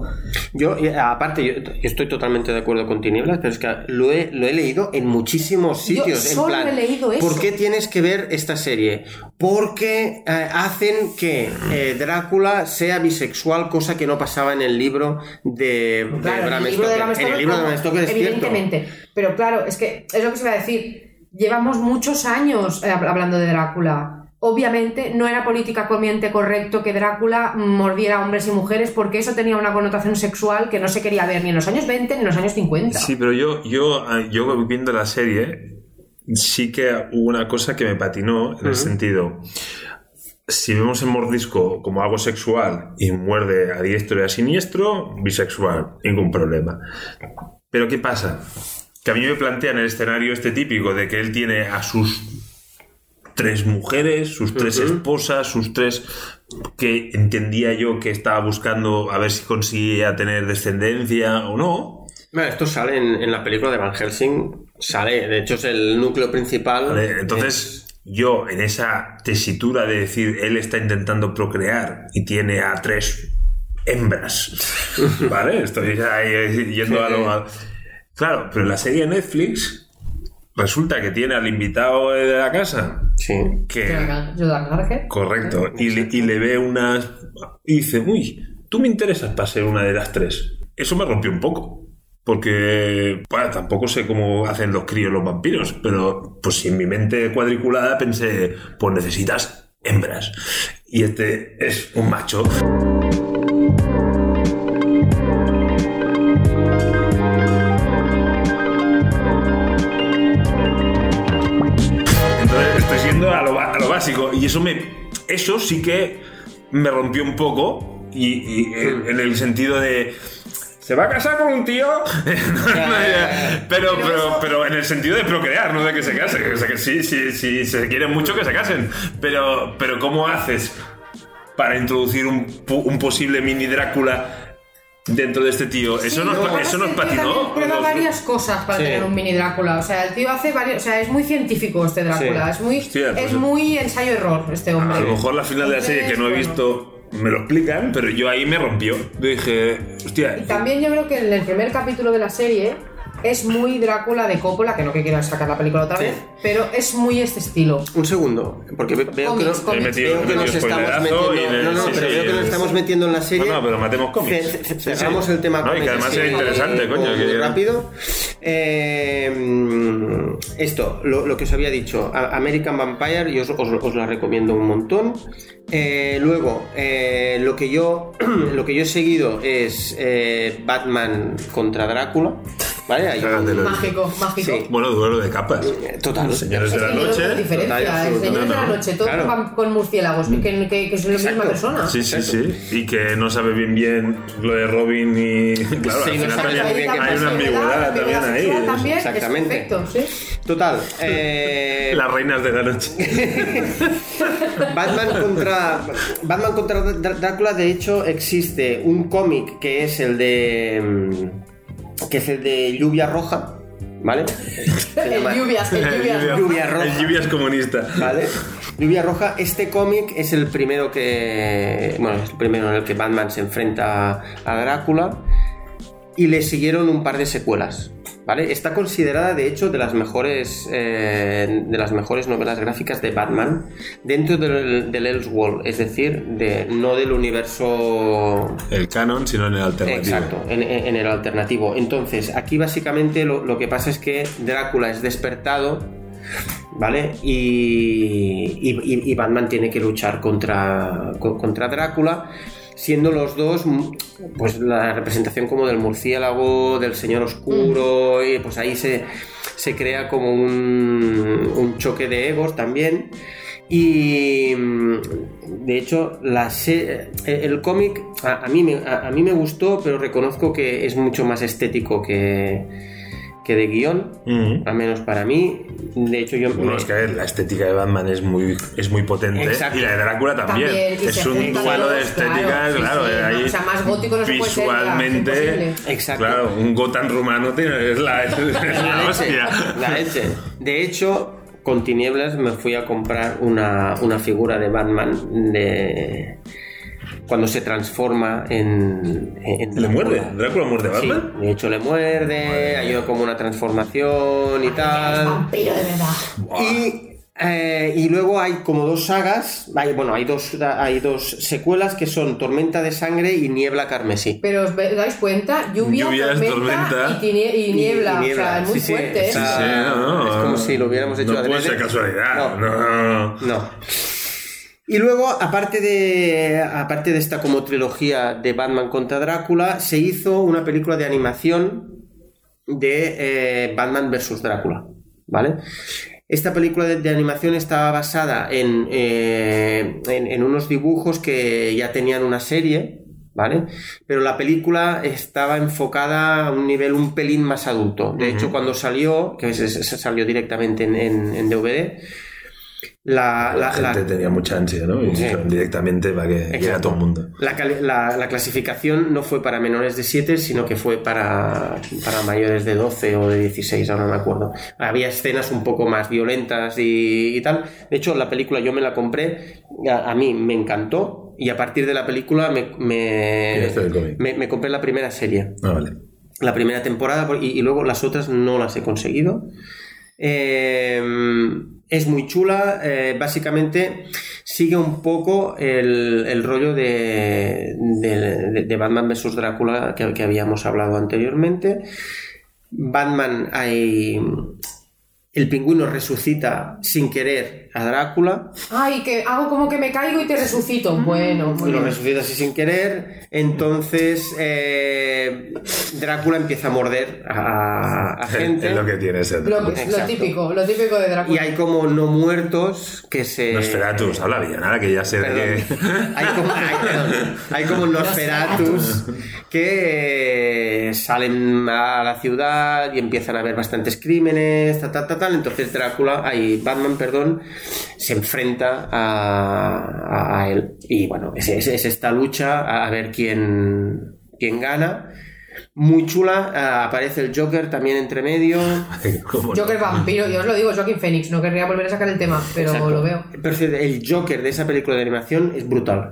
Yo, y aparte, yo, yo estoy totalmente de acuerdo con Tinieblas, pero es que lo he, lo he leído en muchísimos Yo sitios. en solo plan, he leído eso. ¿Por qué tienes que ver esta serie? Porque eh, hacen que eh, Drácula sea bisexual, cosa que no pasaba en el libro de, de Claro, Bram en el libro de Stoker. Bram En Stoker, el libro de no, Bram Stoker es cierto. Evidentemente. Pero claro, es que es lo que se iba a decir. Llevamos muchos años eh, hab- hablando de Drácula. Obviamente no era política comiente correcto que Drácula mordiera a hombres y mujeres porque eso tenía una connotación sexual que no se quería ver ni en los años 20 ni en los años 50. Sí, pero yo, yo, ah, yo viendo la serie, sí que hubo una cosa que me patinó en el sentido. Si vemos el mordisco como algo sexual y muerde a diestro y a siniestro, bisexual, ningún problema. Pero ¿qué pasa? Que a mí me plantean el escenario este típico de que él tiene a sus tres mujeres, sus tres esposas, sus tres que entendía yo que estaba buscando a ver si conseguía tener descendencia o no. Bueno, esto sale en, en la película de Van Helsing. Sale, de hecho es el núcleo principal. Vale, Entonces, yo en esa tesitura de decir él está intentando procrear y tiene a tres hembras, ¿vale? Estoy ahí yendo a lo a- Claro, pero en la serie de Netflix resulta que tiene al invitado de la casa Eh, Sí. que... Yo de Argarge. Correcto, y le, y le ve unas... Y dice, uy, tú me interesas para ser una de las tres. Eso me rompió un poco. Porque, bueno, tampoco sé cómo hacen los críos los vampiros, pero pues si en mi mente cuadriculada pensé, pues necesitas hembras. Y este es un macho. Entonces estoy siendo a lo, ba- a lo básico. Y eso me. Eso sí que me rompió un poco. Y, y en en el sentido de. ¿Se va a casar con un tío? pero, pero, pero en el sentido de procrear, no de que se case. O sea, que sí, sí, sí, se quieren mucho que se casen. Pero, pero ¿cómo haces para introducir un, pu- un posible mini Drácula dentro de este tío? Eso Sí, nos, no, pa- eso nos el tío también patinó. Prueba Nos- varias cosas para Sí. tener un mini Drácula. O sea, el tío hace varios. O sea, es muy científico este Drácula. Sí. Ah, Es muy, Hostia, pues es es- muy ensayo-error este hombre. A lo mejor la final de la serie que no he Entonces, visto me lo explican, pero yo ahí me rompió. Yo dije, hostia. Y también yo creo que en el primer capítulo de la serie es muy Drácula de Coppola, que no que quieran sacar la película otra Sí. vez, pero es muy este estilo. Un segundo, porque ve- veo que, no- Cómics, cómics. He metido- veo que he nos metido estamos spoilerazo metiendo. y de- no, no, sí, pero sí, veo que nos es- estamos metiendo en la serie. No, no, pero matemos cómics. Ce- ce- Sí, sí. Cerramos el tema. No, y que cómics además así, era interesante, eh, coño, muy que- rápido. Eh, esto, lo, lo que os había dicho, A- American Vampire, yo os, os- os la recomiendo un montón. Eh, luego, eh, lo, que yo, lo que yo he seguido es eh, Batman contra Drácula. ¿Vale? Hay un- Cágatelo. Mágico, mágico. Sí. Bueno, duelo de capas. eh, Total. Los señores Es de la que yo creo que es noche. diferencia, total, el señor de absoluto, la no, no. noche, todos Claro. van con murciélagos, que, que, que- que son la misma Exacto. persona. Sí, sí, sí. Y que no sabe bien bien lo de Robin y. Claro, Sí, al no final sabe también muy bien qué hay pasa. una ambigüedad también ahí. sexual también, es Exactamente. perfecto, sí. Total. eh, Las reinas de la noche. Batman contra Batman contra Dr- Drácula de hecho existe un cómic que es el de mm, que es el de Lluvia Roja, ¿vale? Se llama- El lluvias, el lluvias. Lluvia roja. El lluvia es comunista. ¿Vale? Lluvia Roja, este cómic es el primero que. Bueno, es el primero en el que Batman se enfrenta a Drácula. Y le siguieron un par de secuelas. ¿Vale? Está considerada, de hecho, de las mejores. eh, de las mejores novelas gráficas de Batman. Dentro del, del Elseworld, es decir, de, no del universo El canon, sino en el alternativo. Exacto, en, en- en el alternativo. Entonces, aquí básicamente lo, lo que pasa es que Drácula es despertado, ¿vale? Y, y- y- y Batman tiene que luchar contra, co- contra Drácula, siendo los dos, mm, pues la representación como del murciélago, del señor oscuro, y pues ahí se, se crea como un, un choque de egos también. Y mm, de hecho, la se- eh, el cómic a, a mí me, a, a mí me gustó, pero reconozco que es mucho más estético que, que de guión, Mhm. al menos para mí. De hecho, yo. Bueno, me- es que la estética de Batman es muy, es muy potente. Exacto. Y la de Drácula también. También, y es se un juntan duelo los de dos, estéticas, claro, sí, claro. sí, ahí no, o sea, más gótico no se puede ser, claro, visualmente, imposible. Exacto. Claro, un Gotham rumano tiene, es la, es la La leche, hostia. la leche. De hecho, con tinieblas me fui a comprar una, una figura de Batman de cuando se transforma en, en ¿Le muerde? Drácula. ¿Drácula muerde a Sí, Batman? de hecho le muerde, hay como una transformación y Es tal. vampiro de verdad. Y, eh, y luego hay como dos sagas, hay, bueno, hay dos, hay dos secuelas que son Tormenta de Sangre y Niebla Carmesí. Pero os ve- dais cuenta, lluvia, Lluvias, tormenta, tormenta. Y, tinie- y Y- niebla. y O sea, es muy sí, sí, fuerte. ¿eh? está- Sí, sí, no, no. Es como si lo hubiéramos hecho No puede adrede. ser casualidad. No. No, no, no. No. Y luego, aparte de, aparte de esta como trilogía de Batman contra Drácula, se hizo una película de animación de eh, Batman vs. Drácula, ¿vale? Esta película de, de animación estaba basada en, eh, en, en unos dibujos que ya tenían una serie, ¿vale? Pero la película estaba enfocada a un nivel un pelín más adulto. De hecho, cuando salió, que se, se- se salió directamente en, en- en DVD, la, La, la- la- gente Este tenía mucha ansia, ¿no? Y Sí. dijeron directamente para que llegue a Exacto. todo el mundo. la cali- la- la clasificación no fue para menores de 7, sino que fue para, para mayores de 12 o de 16, ahora no me acuerdo. Había escenas un poco más violentas y, y tal. De hecho, la película yo me la compré, a, a mí me encantó, y a partir de la película me, me, Tiraste del cómic. me- me compré la primera serie, Ah, vale. la primera temporada, por- y, y luego las otras no las he conseguido. Eh, es muy chula, eh, básicamente sigue un poco el, el rollo de, de- de Batman vs. Drácula que, que habíamos hablado anteriormente. Batman hay... El pingüino resucita sin querer a Drácula, Ay, que hago como que me caigo y te resucito. Bueno, muy lo bien. resucita así sin querer, entonces eh, Drácula empieza a morder a, a gente. Es lo que tiene ese Lo, drama. lo Exacto. típico, lo típico de Y Drácula. hay como no muertos que se... Nosferatus, habla bien, nada que ya sé de Perdón. que... Hay como, hay, perdón. Hay como Nosferatus que eh, salen a la ciudad y empiezan a haber bastantes crímenes, tal, tal, tal, tal. Entonces Drácula, ahí Batman, perdón, se enfrenta a, a él. Y bueno, es, es- es esta lucha a, a ver quién, quién gana. Muy chula, ah, aparece el Joker también entre medio. ¿Cómo no? Joker vampiro, yo os lo digo, Joaquin Phoenix. No querría volver a sacar el tema, pero Exacto. lo veo. Pero sí, el Joker de esa película de animación es brutal.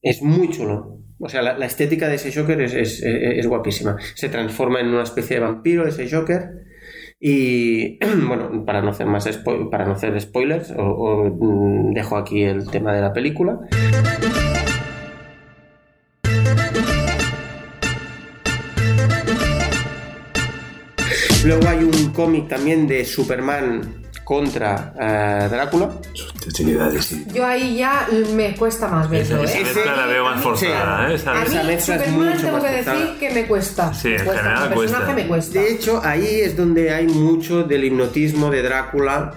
Es muy chulo. O sea, la, la estética de ese Joker es, es- es- es guapísima. Se transforma en una especie de vampiro ese Joker. Y bueno, para no hacer más spo- para no hacer spoilers, o- o, mm, dejo aquí el tema de la película. Luego hay un cómic también de Superman contra eh, Drácula. Utilidades, sí. Yo ahí ya me cuesta más verlo, Esa ¿eh? mezcla la veo más forzada, ¿eh? Esa A mí, Esa mezcla es Superman, mucho tengo más que forzada. decir que me cuesta. Sí, en Cuesta, general como personaje cuesta. me cuesta. De hecho, ahí es donde hay mucho del hipnotismo de Drácula.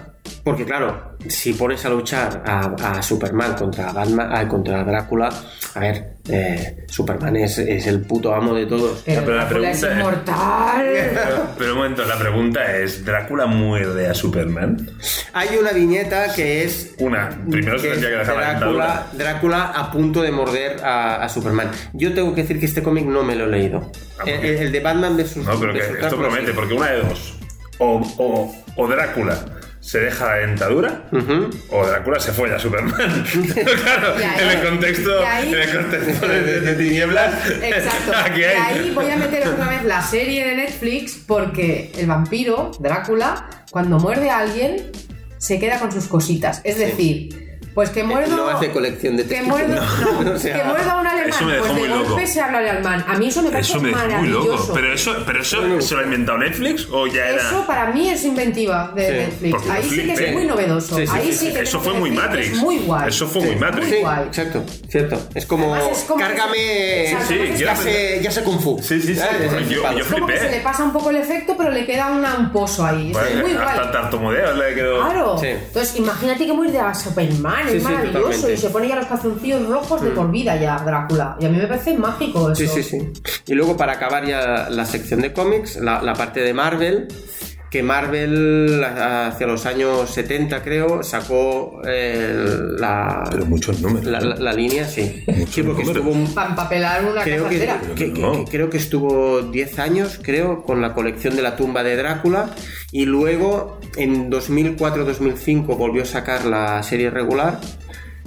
Porque, claro, si pones a luchar a, a Superman contra Batman, ah, contra Drácula, a ver, eh, Superman es, es el puto amo de todos. pero, Pero la Drácula es pregunta es- inmortal. Pero, pero un momento, la pregunta es, ¿Drácula muerde a Superman? Hay una viñeta que es. Una, primero se que tendría que es dejar la Drácula, dentadura. Drácula a punto de morder a, a Superman. Yo tengo que decir que este cómic no me lo he leído. Ah, El, ¿por qué? el de Batman vs. No, pero que vs. esto Drácula, promete, sí. porque una de dos. O, o, o Drácula se deja la dentadura, Ujú. o Drácula se fue a Superman. claro, Mm. Y ahí- en el contexto, y ahí- en el contexto de, de- de tinieblas. Eh, Exacto. aquí Y hay. ahí voy a meter otra vez la serie de Netflix porque el vampiro, Drácula, cuando muerde a alguien, se queda con sus cositas. Es decir, pues que muerdo. No Eh, hace colección de que testículos. muerdo, no, O sea, que muerdo a un alemán. eso me dejó pues de muy loco. golpe se habla alemán. A mí eso me parece Eso me es muy maravilloso. loco. Pero eso, pero eso ¿se lo ha inventado Netflix o ya era? Eso para mí es inventiva de Sí. Netflix. Porque Ahí sí que Netflix- es muy novedoso. Sí, sí, Ahí sí, sí sí. que Eso tenemos fue que muy decir que Matrix. Es muy guay. Eso fue muy Matrix. Sí, Guay. exacto, cierto. Es como, Además, es como- cárgame, Exacto, Sí, además es ya, como- se, ya se kung fu. Sí, sí, sí, ¿Sabes? bueno, Es yo- palo. yo Como que flipé. se le pasa un poco el efecto, pero le queda una- un pozo ahí. Vale, es muy guay. hasta tartamudeo le quedó. Claro. Sí. Entonces, imagínate que muerde a Superman, Sí, es sí, maravilloso. totalmente. Mm. y se pone ya los calzoncillos rojos de por vida ya, Drácula. Y a mí me parece mágico eso. Sí, sí, sí. Y luego para acabar ya la sección de cómics, la, la parte de Marvel, que Marvel a- hacia los años 70 creo sacó eh, la, Pero muchos números. ¿eh? la, la- la línea, sí. Mucho Sí, porque número. estuvo un- Para empapelar una creo casa que, entera. que- que- que- No. creo que estuvo 10 años, creo, con la colección de la tumba de Drácula y luego en 2004-2005 volvió a sacar la serie regular,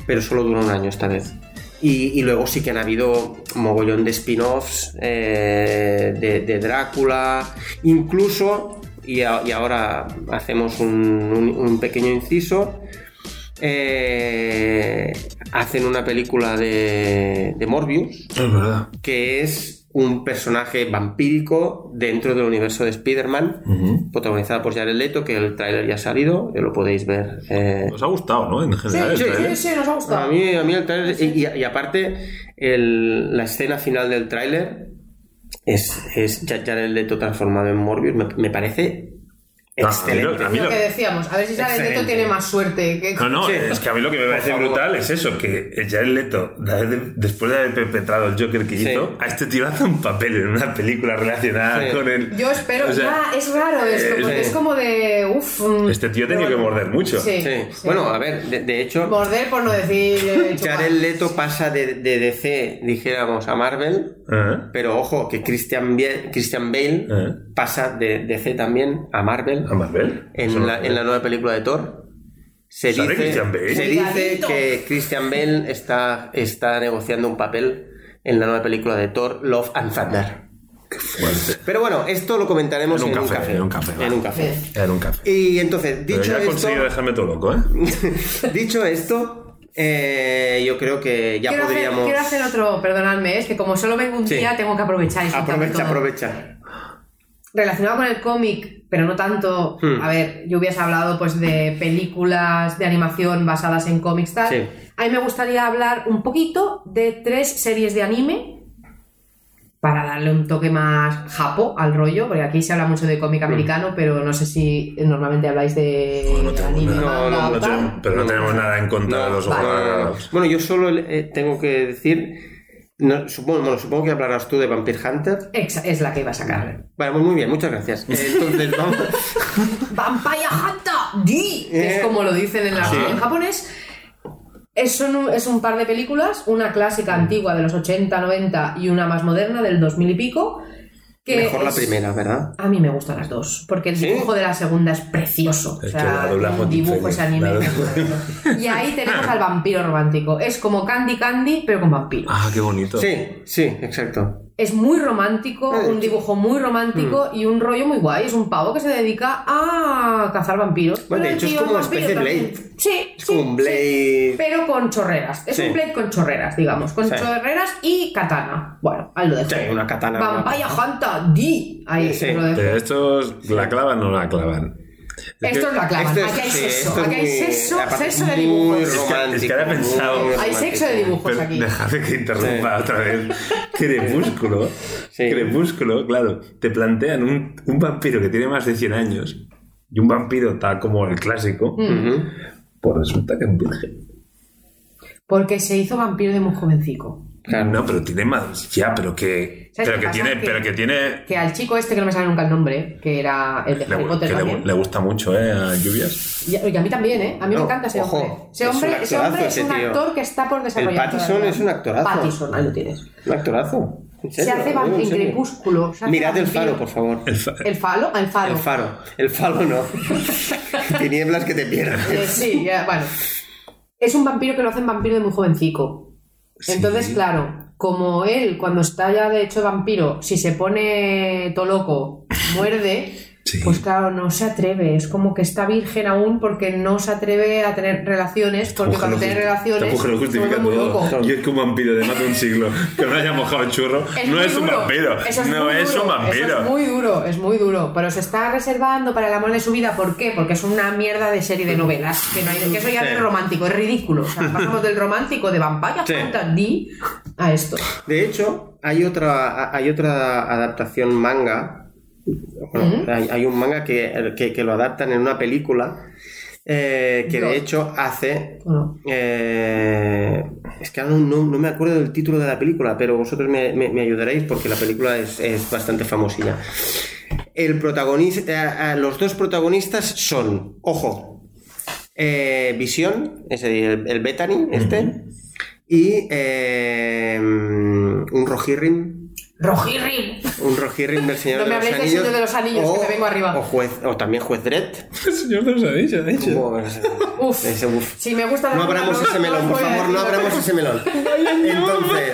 pero solo duró un año esta vez. Y, y luego sí que han habido mogollón de spin-offs eh, de, de Drácula, incluso, y, a- y ahora hacemos un- un- un pequeño inciso, eh, hacen una película de, de Morbius, Es verdad. que es un personaje vampírico dentro del universo de Spider-Man, protagonizada por Jared Leto, que el tráiler ya ha salido, ya lo podéis ver. eh. Os ha gustado, ¿no? En Sí, general. sí, el sí, trailer. sí, nos ha gustado. a, mí, a mí el tráiler, y, y- y aparte, el- la escena final del tráiler es, es Ja- Jared Leto transformado en Morbius, me, me parece Ah, excelente. a mí lo lo- que decíamos, a ver si Jared Leto Excelente. tiene más suerte que... No, no, Sí. es que a mí lo que me parece favor. brutal es eso, que ya el Leto, de haber- después de haber perpetrado el Joker que Sí. hizo, a este tío hace un papel en una película relacionada Sí. con el... Yo espero, O sea, ya, es raro esto, porque eh, sí. es como de... Uf, mm, Este tío ha tenido pero que bueno. morder mucho. Sí, Sí. sí. Bueno, a ver, de, de hecho... Morder por no decir... eh, chupar. Jared Leto pasa de, de DC, dijéramos, a Marvel, Ah, pero ojo, que Christian, Bia- Christian Bale Ah. pasa de DC también a Marvel ¿A Marvel? Eso en no la, lo en la nueva película de Thor. Se ¿Sale dice, Christian Bale? se dice Cuidadito. que Christian Bale está, está negociando un papel en la nueva película de Thor, Love and Thunder. fuerte. Pero bueno, esto lo comentaremos en, un, café, en un café, va. en un café. Sí. Era un café. Y entonces, Pero dicho ya ha esto, conseguido dejarme todo loco, ¿eh? dicho esto eh, yo creo que ya quiero, podríamos... hacer, quiero hacer otro, perdonadme, es que como solo vengo un Sí. día, tengo que aprovechar. y soltarlo Aprovecha, todo. aprovecha. Relacionado con el cómic, pero no tanto. Hmm. A ver, yo hubiese hablado pues de películas de animación basadas en cómics tal. Sí. A mí me gustaría hablar un poquito de tres series de anime para darle un toque más japo al rollo, porque aquí se habla mucho de Hmm. cómic americano, pero no sé si normalmente habláis de anime. nada. No, manga no, o No tal. tenemos- pero no No. tenemos nada en contra de los vale. humanos. Bueno, yo solo eh, tengo que decir. no, supongo, bueno, supongo que hablarás tú de Vampire Hunter. Exa- es la que iba a sacar. Vale, pues muy, muy bien, muchas gracias. Eh, Entonces, vamos. Vampire Hunter D, que Eh. es como lo dicen en, la- Sí. en japonés. Es, son un, es un par de películas, una Mm. clásica antigua de los 80, 90 y una más moderna del 2000 y pico. Que Mejor la es- primera, ¿verdad? A mí me gustan las dos, porque el ¿Sí? dibujo de la segunda es precioso. Es o sea, que la doblaje el es dibujo diferente, ese anime. la es maravilloso. Y ahí tenemos al vampiro romántico. Es como Candy Candy, pero con vampiros. Ah, qué bonito. Sí, sí, exacto. Es muy romántico, Eh, Mm. un dibujo muy romántico y un rollo muy guay. Es un pavo que se dedica a cazar vampiros. Bueno, de Pero hecho, es tío, como una vampiro especie de también. Blade. Sí, Es sí, como un sí. Blade. Pero con chorreras. Es Sí. un Blade con chorreras, digamos. Con Sí. chorreras y katana. Bueno, ahí lo dejo. Sí, una katana. Vampire Hunter D. Ahí Sí. os lo dejo. Pero estos la clavan o no la clavan. Esto es la clave. Esto es- Aquí hay sí, sexo. esto es Aquí hay muy- sexo, aparte es sexo de muy dibujos. que- romántico, es que ahora he muy pensado- Hay Hay romántico. sexo de dibujos Pero aquí. Dejad que interrumpa otra vez. Crepúsculo. Sí. Crepúsculo, claro. Te plantean un, un vampiro que tiene más de 100 años y un vampiro tal como el clásico. Mm. Ujú. Pues resulta que es un virgen. Porque se hizo vampiro de muy jovencico. Claro. No, pero tiene más. Ya, pero que. ¿Sabes Pero qué que, pasa? tiene, Que- pero que tiene. Que al chico este que no me sale nunca el nombre, que era el de Le, Harry Potter que le- también. le gusta mucho, ¿eh? A lluvias. Y a, y a mí también, ¿eh? A mí me No, encanta ese ojo, hombre. Ese es un hombre ese actorazo hombre es ese un tío. actor que está por desarrollar. El Pattinson todavía. es un actorazo. Pattinson, ahí lo tienes. Un actorazo. ¿En Se serio? hace No, en vampiro en serio. crepúsculo. se hace Mirad el vampiro. faro, por favor. El fa- ¿El falo? Ah, el faro. El faro. El faro no. Tinieblas que te Eh, pierdas. sí, ya, bueno. Es un vampiro que lo hacen vampiro de muy jovencico. Entonces, claro, como él, cuando está ya de hecho vampiro, si se pone todo loco, muerde, Sí. pues claro, no se atreve. Es como que está virgen aún porque no se atreve a tener relaciones, porque Tampoco cuando lo tiene justi- relaciones. Tampoco lo se vuelve justifica muy todo. loco. Yo es que un vampiro de más de un siglo que no haya mojado el churro no muy es un duro. vampiro. Eso es no muy es duro, un vampiro. Eso es muy duro, es muy duro. Pero se está reservando para el amor de su vida. ¿Por qué? Porque es una mierda de serie de novelas. Que, no hay, que eso ya no es romántico, es ridículo. O sea, pasamos del romántico de Vampire Sí. Fantasy a esto. De hecho, hay otra, hay otra adaptación manga. Bueno, hay, hay un manga que, que- que lo adaptan en una película eh, que Yo. de hecho hace. Bueno, eh, es que ahora no, no me acuerdo del título de la película, pero vosotros me, me- me ayudaréis porque la película es, es bastante famosilla. El protagonista, a- a los dos protagonistas son, ojo, eh, Visión, es decir, el, el Bethany, este, y eh, un Rohirrim, Rojirrim. un Rohirrim del Señor No de me los habléis del Anillos. Señor de los Anillos, que me vengo arriba. O, juez, o también Juez Dredd. El señor de los anillos, ha dicho. Como- Uf. Ese uf. Si me gusta. No la- abramos ese melón, por voy a favor, no decirlo. abramos ese melón. Entonces,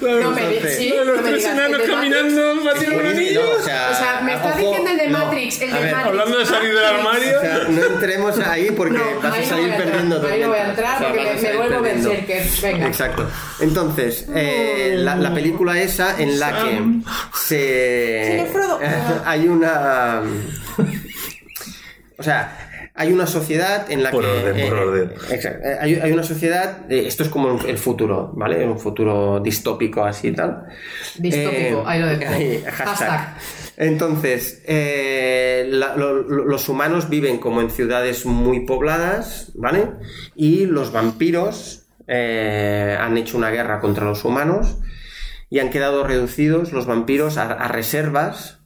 No me Entonces, digas. Sí, Los no me tres digas, enanos el de caminando, es batiendo un buenísimo, anillo. o sea, O sea, me estás Ah, ojo, diciendo el de no. Matrix, el A de ver, Matrix. Hablando de salir del Matrix. armario. O sea, no entremos ahí porque No, vas a ahí salir no voy a entrar, perdiendo. ahí no voy a totalmente. entrar O sea, porque vas a me salir vuelvo perdiendo. berserker, venga. Mm. Exacto. Entonces, eh, la, la película esa en la que se. Señor Frodo. hay una. O sea, hay una sociedad en la Por que. orden, por orden. Exacto. Eh, Hay, hay una sociedad. eh, esto es como el futuro, ¿vale? Un futuro distópico así y tal. Distópico, Eh, ahí lo dejo. ahí, hashtag. Entonces, eh, la- lo- lo- los humanos viven como en ciudades muy pobladas, ¿vale? Y los vampiros eh, han hecho una guerra contra los humanos y han quedado reducidos los vampiros a, a reservas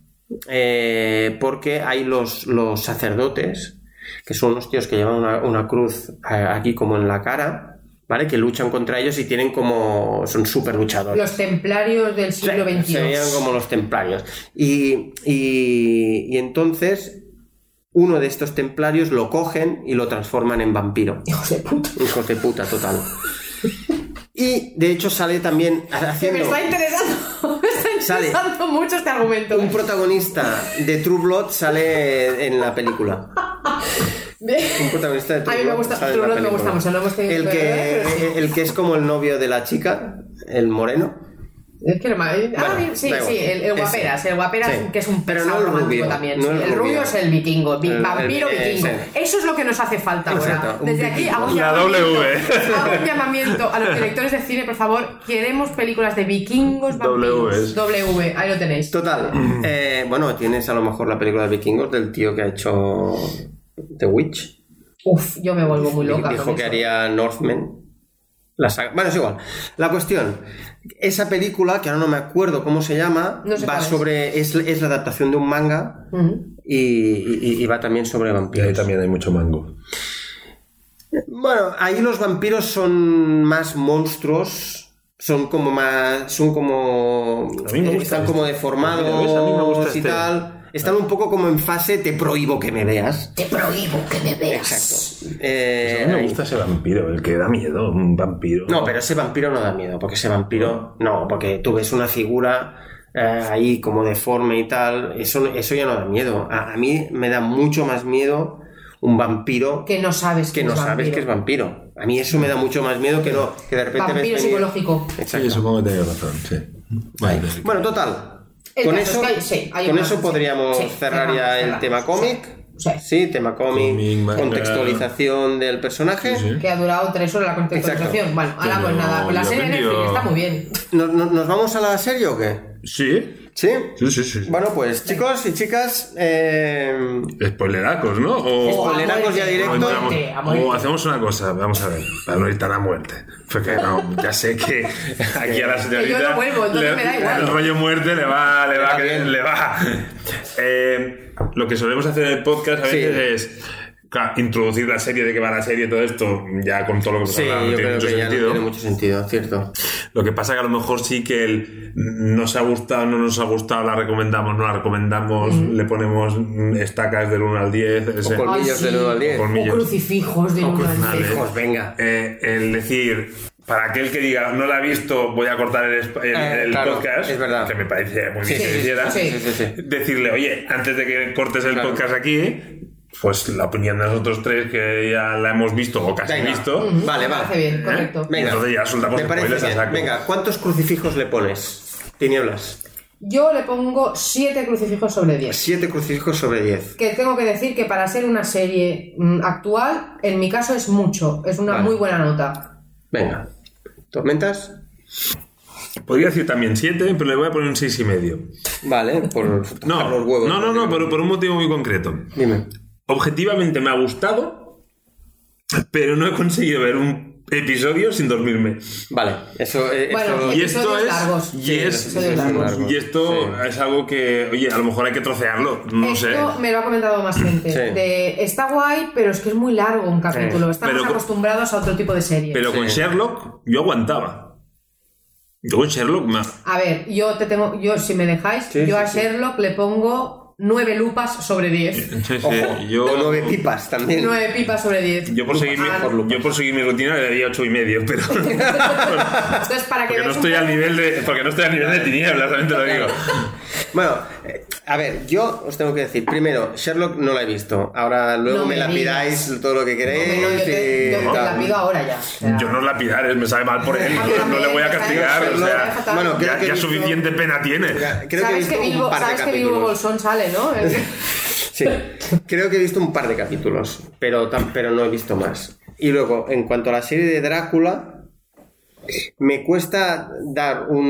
eh, porque hay los, los sacerdotes, que son unos tíos que llevan una, una cruz eh, aquí como en la cara, ¿vale? Que luchan contra ellos y tienen como... son súper luchadores. Los templarios del Sí, siglo XXI. Se veían como los templarios. Y, y- y entonces uno de estos templarios lo cogen y lo transforman en vampiro. Hijos de puta. Hijos de puta total. Y de hecho sale también Que me haciendo... está interesando. Me está Sale. interesando mucho este argumento. Un protagonista de True Blood sale en la película. Un protagonista de True A mí me Blood gusta- sale en True la Blood me gusta película. mucho, lo hemos ¿eh? tenido el que ver, pero que, el que es como el novio de la chica, el moreno. Es que no me... ah, Bueno, sí, da igual. sí, el, el guaperas, Ese. el guaperas Sí. que es un Pero no pesado el rubio, romántico también. no sí. el el rubio rubio. es el vikingo, vi- El- el- vampiro eh, vikingo. sí. Eso es lo que nos hace falta ahora. Exacto, un Desde aquí hago un, La llamamiento, W. hago un llamamiento a los directores de cine, por favor, queremos películas de vikingos vampiros. W, ahí lo tenéis. Total. eh, bueno, tienes a lo mejor la película de vikingos del tío que ha hecho The Witch. Uf, yo me vuelvo muy loca. Dijo con que esto. haría Northman. La saga- Bueno, es igual. La cuestión, esa película, que ahora no me acuerdo cómo se llama, No sé va cuál es. sobre. Es, es la adaptación de un manga Ujú. y, y- y va también sobre Y ahí vampiros. también hay mucho mango. Bueno, ahí los vampiros son más monstruos. Son como más. Son como. A mí me eh, gusta están este. como deformados Mira, ¿ves? A mí me gusta y este. tal. Están un poco como en fase te prohíbo que me veas. Te prohíbo que me veas. Exacto. Eh, Pues A mí me ahí. gusta este. ese vampiro, el que da miedo, un vampiro. No, pero ese vampiro no da miedo, porque ese vampiro. No, porque tú ves una figura eh, ahí como deforme y tal. Eso, eso ya no da miedo. A, a mí me da mucho más miedo un vampiro que, Que no sabes que, no es sabes vampiro. que es vampiro. A mí eso me da mucho más miedo que no. Que de repente Vampiro ves venir- psicológico. Exacto. Sí, supongo que tenía razón, sí. Vale. Bueno, total. El con caso eso, es que hay- sí, hay con una- eso podríamos sí, cerrar cerramos, ya el cerramos, tema sí. cómic. Sí. tema cómic, Cómic, manga. contextualización del personaje. Sí, Que ha durado tres horas la Exacto. contextualización. Bueno, ahora pues Pero nada, pues la yo serie de aprendió- Netflix está muy bien. ¿No- no- ¿Nos vamos a la serie o qué? Sí, ¿Sí? sí, sí. sí. Bueno, pues chicos y chicas, eh, Spoileracos, ¿no? O, Spoiler- spoileracos ya o directo. entramos- A muerte. o hacemos una cosa, vamos a ver, para no ir tan a muerte. Porque no, ya sé que aquí a la señorita. yo no vuelvo, entonces le- me da igual. El rollo muerte le va, le va, va que- bien. le va. Eh, lo que solemos hacer en el podcast a Sí. veces es. claro, Introducir la serie de qué va la serie, todo esto, ya con todo lo que hemos Sí, hablado, no yo tiene creo mucho que ya no sentido. tiene mucho sentido, cierto. Lo que pasa que a lo mejor sí que el nos ha gustado, no nos ha gustado, la recomendamos, no la recomendamos, le ponemos mm, estacas del 1 al 10. ese- Con Ay, colmillos sí. de nuevo al diez. Con- Colmillos. O crucifijos de O uno al cruzales. diez. Hijos, venga. Eh, el decir, para aquel que diga, no la he visto, voy a cortar el, sp- el- Eh, el claro, podcast, es verdad. que me parece muy Sí, bien que sí, lo sí, hiciera, sí, Sí, sí, sí. decirle, oye, antes de que cortes el Claro. podcast aquí, pues la opinión de nosotros tres, que ya la hemos visto o casi Venga. visto, Ujú. Vale, Me va. parece bien, ¿eh? correcto. Venga. entonces ya soltamos Me parece spoilers a bien. saco. Venga, ¿cuántos crucifijos le pones? Tinieblas. Yo le pongo 7 crucifijos sobre Eh. 10. Siete crucifijos sobre diez. Que tengo que decir que para ser una serie mm, actual, en mi caso es mucho. Es una Vale. muy buena nota. Venga. ¿Tormentas? Mm. Podría decir también 7, pero le voy a poner un 6 y medio. Vale, por tocar No, los huevos. no, no, no, pero por un motivo muy concreto. Dime. Objetivamente me ha gustado, pero no he conseguido ver un episodios sin dormirme. Vale, eso, eh, Bueno, eso- Y esto Episodios es. largos. Y Sí, es. episodios largos. Y esto es algo que, oye, a lo mejor hay que trocearlo, no sé. Esto me lo ha comentado más gente. Sí. De, está guay, pero es que es muy largo un capítulo. Estamos Pero- acostumbrados a otro tipo de series. Pero con Sí. Sherlock yo aguantaba. Yo con Sherlock me- A ver, yo te tengo, yo si me dejáis, yo a Sherlock le pongo nueve lupas sobre 10. Sí, sí, Ojo, Eh, yo, o nueve pipas también. Nueve pipas sobre 10. yo por seguir mi, Ah, yo por seguir mi rutina le daría ocho y medio, pero porque Entonces, para que no veas un estoy al poco- nivel de porque no estoy al nivel de tinieblas, también te lo digo. Bueno, eh, a ver, yo os tengo que decir, primero, Sherlock no la he visto. Ahora luego No me me la digas. pidáis todo lo que queréis. No, yo te, yo y te la tal. pido ahora ya. O sea, Yo no la pidaré, me sabe mal por él, A mí no le voy a también, castigar, o ¿sabes? sea, Bueno, creo ya, que he ya visto- suficiente pena tiene. Ya, Creo que he sabes visto que Bilbo, un par de sabes que Bilbo capítulos. Bolsón sale, ¿no? Sí, creo que he visto un par de capítulos, pero, tam- pero no he visto más. Y luego, en cuanto a la serie de Drácula, me cuesta dar un,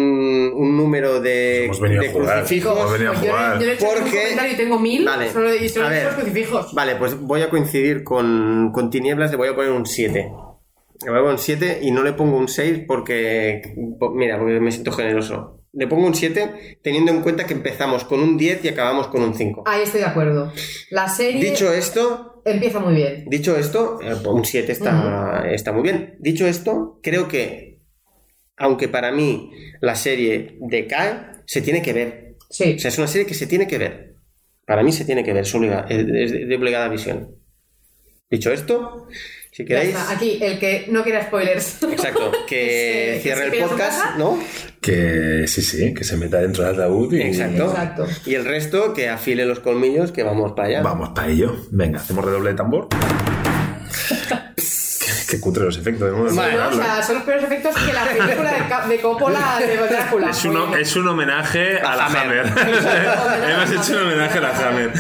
un número de, Hemos venido de a jugar. crucifijos. Hemos venido a Pues yo, jugar. yo le he hecho un Porque- comentario y tengo mil Vale. solo, y solo A he hecho ver. los crucifijos. Vale, pues voy a coincidir con, con Tinieblas, le voy a poner un 7. Le voy a poner un 7 y no le pongo un 6 porque, po- mira, porque me siento generoso. Le pongo un 7 teniendo en cuenta que empezamos con un 10 y acabamos con un 5. Ahí estoy de acuerdo. La serie Dicho e- esto, empieza muy bien. dicho esto, eh, un 7 está, está muy bien. Dicho esto, creo que, aunque para mí la serie decae, se tiene que ver. Sí. O sea, es una serie que se tiene que ver. Para mí se tiene que ver, es, obliga- es de- es de obligada visión. Dicho esto, si Ya queréis... está, Aquí, el que no quiera spoilers. Exacto, que Sí, que cierre se el pida su podcast, casa. ¿no? Que sí, sí, que se meta dentro del ataúd y Exacto. Exacto. Y el resto, que afile los colmillos, que vamos para allá. Vamos para ello. Venga, hacemos redoble de tambor. Qué cutre los efectos. ¿no? Sí, Vale, ¿no? O sea, son los peores efectos que la película de, Ca- de Coppola de Drácula. Es un, es un homenaje a la Hammer. Hammer. Hemos hecho un homenaje a la Hammer.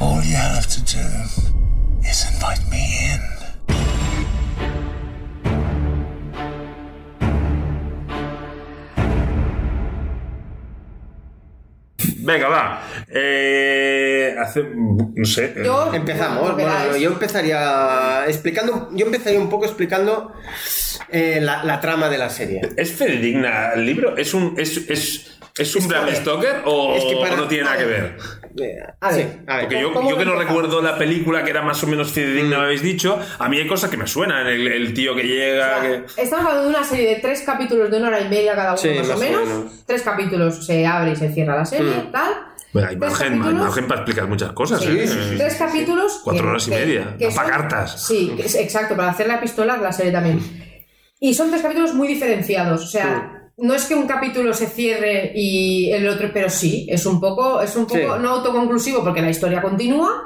All you have to do is invite me in. Venga, va. Eh, hace. No sé. eh, Yo- Empezamos. lo que Bueno, queráis. yo empezaría explicando, yo empezaría un poco explicando eh, la, la trama de la serie. ¿Es fidedigna el libro? ¿Es un. ¿Es, es, es un que a Bram ver, Stoker o es que para- o no tiene nada que ver? Eh, A ver. sí, a ver. Porque yo, ¿Cómo yo que no lo empezamos? recuerdo la película que era más o menos fidedigna, me habéis dicho, a mí hay cosas que me suenan. El, el tío que llega. que- Estamos hablando de una serie de tres capítulos de una hora y media cada uno, Sí, más, más o o menos. menos. Mm. Tres capítulos se abre y se cierra la serie, tal. Bueno, hay Tres margen, hay capítulos- margen para explicar muchas cosas. Sí, ¿eh? tres capítulos. Cuatro que- horas y que- media, que da pa' son- cartas. Sí, que es- exacto, para hacer la pistola, la serie también. Y son tres capítulos muy diferenciados, o sea, no es que un capítulo se cierre y el otro, pero sí, es un poco, es un poco Sí. no autoconclusivo porque la historia continúa,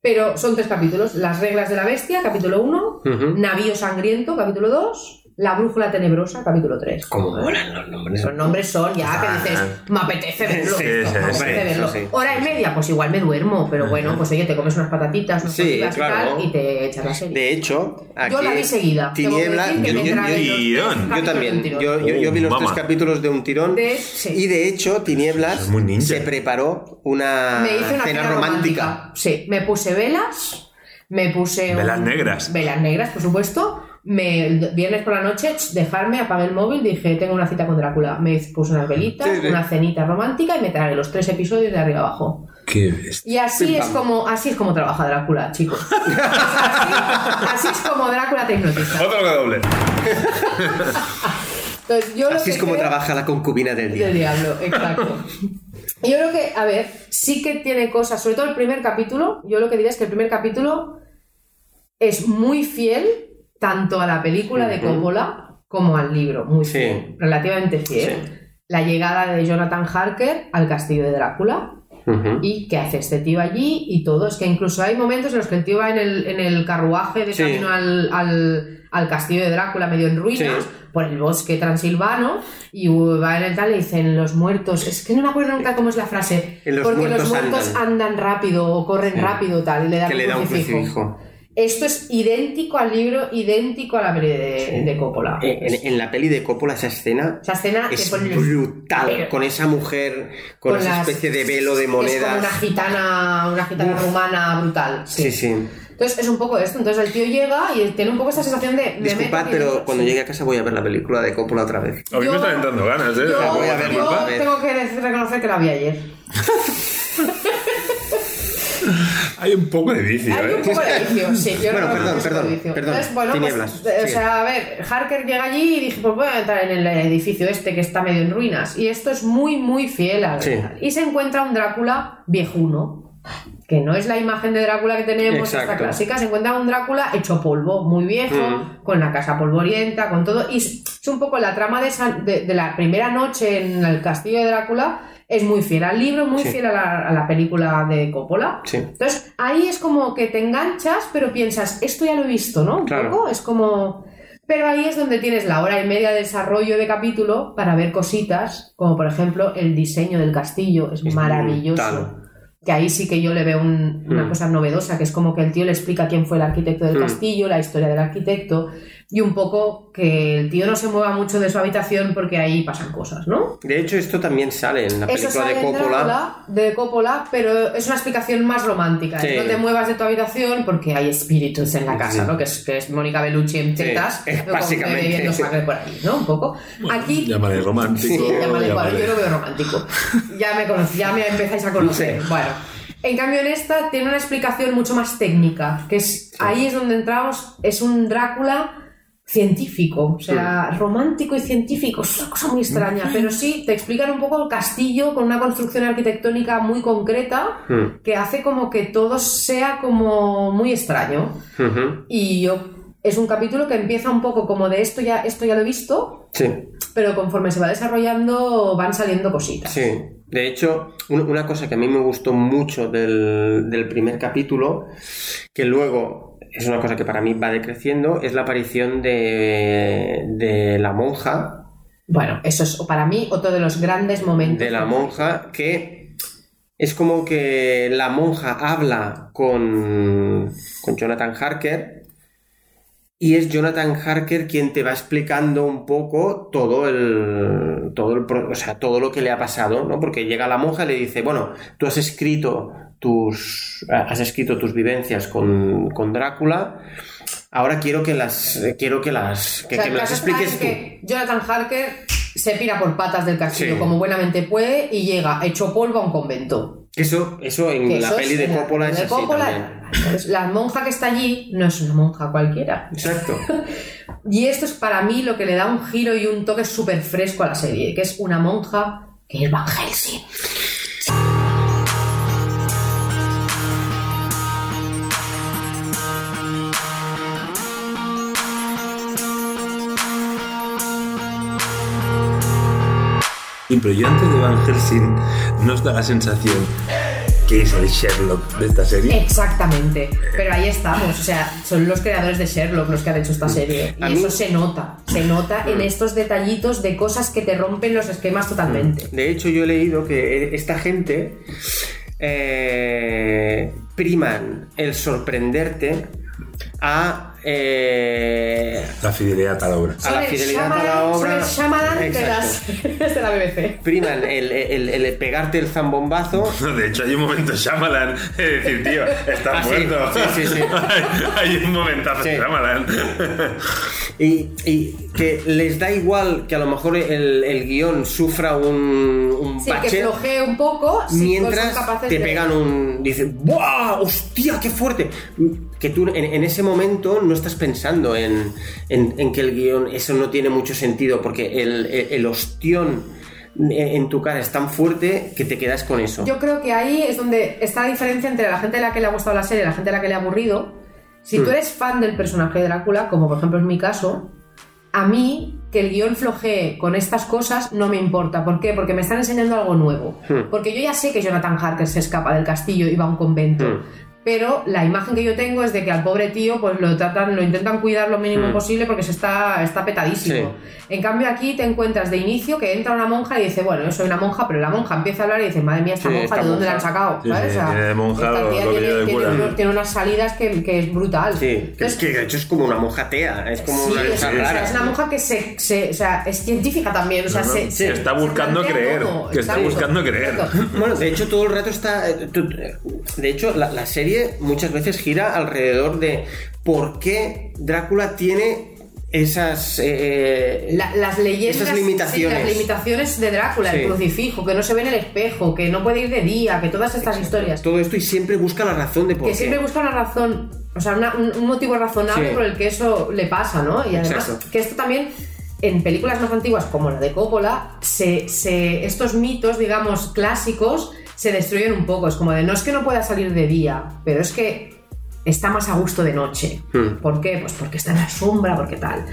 pero son tres capítulos. Las reglas de la bestia, capítulo 1, Ujú. Navío sangriento, capítulo 2, La brújula tenebrosa, capítulo 3. Como molan los nombres. Los nombres son ya que dices, me apetece verlo. Sí, esto, sí, me Ah, sí, apetece sí, verlo. sí. Hora y media, pues igual me duermo, pero bueno, pues oye, te comes unas patatitas, unas Sí, cositas claro. y tal, y te echas la serie. De hecho, aquí. yo la vi seguida. tengo que Tiniebla, decir que yo, me yo- tragué los guión. tres yo capítulos también. del tirón. Yo, yo- yo vi los Oh, tres mamá. capítulos de un tirón. De- sí. Y de hecho, Tinieblas Es muy ninja. se preparó una, me hice una cena cena romántica. Sí, me puse velas, me puse. Velas negras. Velas negras, por supuesto. Me, el viernes por la noche, ch, dejarme, apagué el móvil, dije, tengo una cita con Drácula. Me puse unas velitas, Sí, sí. una cenita romántica y me tragué los tres episodios de arriba abajo. Y así Pim, es pam. como así es como trabaja Drácula, chicos. O sea, así, así es como Drácula te hipnotiza. Otro que doble. Entonces, yo lo Así que es como creo- trabaja la concubina del Del día. diablo, exacto. Yo creo que, a ver, sí que tiene cosas, sobre todo el primer capítulo, yo lo que diría es que el primer capítulo es muy fiel tanto a la película de Coppola como al libro, muy Sí. fiel, relativamente fiel. La llegada de Jonathan Harker al castillo de Drácula, Ujú. ¿Y qué hace este tío allí? Y todo. Es que incluso hay momentos en los que el tío va en el, en el carruaje de Sí. camino al, al- al castillo de Drácula, medio en ruinas, Sí. por el bosque transilvano, y uh, va en el tal y dicen los muertos. Es que no me acuerdo nunca cómo es la frase. En los porque muertos los muertos andan. andan. rápido o corren Sí. rápido, tal, y le dan Que le da un crucifijo. Esto es idéntico al libro, idéntico a la peli de, de Coppola. Eh, En, en- en la peli de Coppola esa escena Esa escena que es ponen los- brutal, Ah, pero- con esa mujer, con, con esa las- especie de velo de Es como una monedas. gitana, una gitana Uf. rumana brutal. Sí, sí. Entonces es un poco esto. Entonces el tío llega y tiene un poco esta sensación de. me Disculpad, meto aquí pero dentro. cuando llegue a casa voy a ver la película de Coppola otra vez. A mí Yo- me están entrando ganas, ¿eh? Yo, voy a ver, yo voy a ver. tengo que dec- reconocer que la vi ayer. Hay un poco de vicio, Hay un ¿eh? poco de vicio, sí. Yo Bueno, perdón, reconozco que es perdón, un vicio. perdón. Entonces, bueno, pues, Tinieblas, eh, o sigue. sea, a ver, Harker llega allí y dije, pues voy a entrar en el edificio este que está medio en ruinas. Y esto es muy, muy fiel al Sí. Y se encuentra un Drácula viejuno. Que no es la imagen de Drácula que tenemos, esta Exacto. clásica. Se encuentra un Drácula hecho polvo, muy viejo, Mm. con la casa polvorienta, con todo. Y es es un poco la trama de, esa- de- de la primera noche en el castillo de Drácula. Es muy fiel al libro, muy Sí. fiel a la, a la película de Coppola. Sí. Entonces, ahí es como que te enganchas, pero piensas, esto ya lo he visto, ¿no? Un Claro. poco, es como... Pero ahí es donde tienes la hora y media de desarrollo de capítulo para ver cositas, como por ejemplo el diseño del castillo, es, Es maravilloso. brutal. Que ahí sí que yo le veo un- una Mm. cosa novedosa, que es como que el tío le explica quién fue el arquitecto del Mm. castillo, la historia del arquitecto, y un poco que el tío no se mueva mucho de su habitación porque ahí pasan cosas, ¿no? De hecho, esto también sale en la Eso película sale de en Coppola. Drácula, de Coppola, pero es una explicación más romántica. es Sí. No te muevas de tu habitación porque hay espíritus en la casa, Sí. ¿no? Que es, que es Mónica Bellucci en Sí, tetas, es con- básicamente. bebiendo sangre por ahí, ¿no? Un poco. Aquí... Llámale romántico. Sí, llámale Este cual, llámale- yo lo veo romántico. Ya me, conocí, ya me empezáis a conocer. Bueno, en cambio en esta tiene una explicación mucho más técnica, que es ahí es donde entramos, es un Drácula científico, o sea, romántico y científico, es una cosa muy extraña, pero sí te explican un poco el castillo con una construcción arquitectónica muy concreta Mm, que hace como que todo sea como muy extraño. ujú, Y yo es un capítulo que empieza un poco como de esto ya esto ya lo he visto, Sí. pero conforme se va desarrollando van saliendo cositas. Sí, de hecho, un- una cosa que a mí me gustó mucho del, del primer capítulo, que luego es una cosa que para mí va decreciendo, es la aparición de, de la monja, Bueno, eso es para mí otro de los grandes momentos. de la monja, que es como que la monja habla con, con Jonathan Harker. Y es Jonathan Harker quien te va explicando un poco todo el, todo el, pro- o sea, todo lo que le ha pasado, ¿no? Porque llega la monja y le dice, bueno, tú has escrito tus, has escrito tus vivencias con, con Drácula, ahora quiero que las, eh, quiero que las, que, O sea, que me el las caso está expliques tú. en que Jonathan Harker se pira por patas del castillo Sí. como buenamente puede y llega hecho polvo a un convento. Que Eso, eso en Que la eso peli es- de en la- Coppola en es la así Coppola- también. Entonces, La monja que está allí no es una monja cualquiera. Exacto. Y esto es para mí lo que le da un giro y un toque súper fresco a la serie, que es una monja que es Van Helsing. Y pero yo antes de Van Helsing, ¿no os da la sensación que es el Sherlock de esta Eh. serie? Exactamente, Eh. pero ahí estamos, o sea, son los creadores de Sherlock los que han hecho esta serie y Mm. A mí- Mm. eso se nota, se nota en estos detallitos de cosas que te rompen los esquemas totalmente. De hecho, yo he leído que esta gente eh, priman el sorprenderte a, eh, La fidelidad a la obra. a la Son el fidelidad a la Shyamalan- son obra. el Shyamalan de Exacto. las- de la BBC. Priman el, el- el- el pegarte el zambombazo. No, de hecho, hay un momento Shyamalan de decir, tío, estás Ah, sí, muerto. sí, sí, sí. hay, hay un momentazo Sí. Shyamalan. Y, y que les da igual que a lo mejor el, el guión sufra un, un Sí, que bache. flojee un poco, sí, pues mientras son capaces te de- pegan un. Dices, ¡buah! ¡Hostia, qué fuerte! Que tú en, en ese momento no estás pensando en, en- en que el guión, eso no tiene mucho sentido, porque el, el- el ostión en- en tu cara es tan fuerte que te quedas con eso. Yo creo que ahí es donde está la diferencia entre la gente a la que le ha gustado la serie y la gente a la que le ha aburrido. Si tú eres fan del personaje de Drácula, como por ejemplo es mi caso, a mí que el guión flojee con estas cosas no me importa. ¿Por qué? Porque me están enseñando algo nuevo. Porque yo ya sé que Jonathan Harker se escapa del castillo y va a un convento. Pero la imagen que yo tengo es de que al pobre tío pues lo tratan, lo intentan cuidar lo mínimo posible porque se está, está petadísimo. En cambio aquí te encuentras de inicio que entra una monja y dice, bueno, yo soy una monja, pero la monja empieza a hablar y dice, madre mía, esta Sí, monja, esta ¿de dónde monja. la han sacado? Sí, ¿Sabes? sí, O sea, tiene de monja esta lo- tía lo que tiene, yo de tiene cura. unos- tiene unas salidas que, que es brutal. Sí, que es Entonces, que de hecho es como una monja tea, es como Sí, una es, cosa o sea, rara. es una monja que se, se- o sea, es científica también, o sea, No, no, se, que se- está se buscando plantea creer, todo, que está exacto. buscando creer. Exacto. Bueno, de hecho todo el rato está... eh, tú- eh, De hecho, la, la serie muchas veces gira alrededor de por qué Drácula tiene esas... eh, La- las leyendas, Esas sí, limitaciones. las limitaciones de Drácula, Sí. el crucifijo, que no se ve en el espejo, que no puede ir de día, que todas estas historias, Todo esto y siempre busca la razón de por que qué. siempre busca una razón, o sea, una- un, un motivo razonable Sí. por el que eso le pasa, ¿no? Y además, Exacto. que esto también en películas más antiguas como la de Coppola, se, se- estos mitos, digamos, clásicos se destruyen un poco. Es como de no es que no pueda salir de día, pero es que está más a gusto de noche. Hmm. ¿Por qué? Pues porque está en la sombra, porque tal.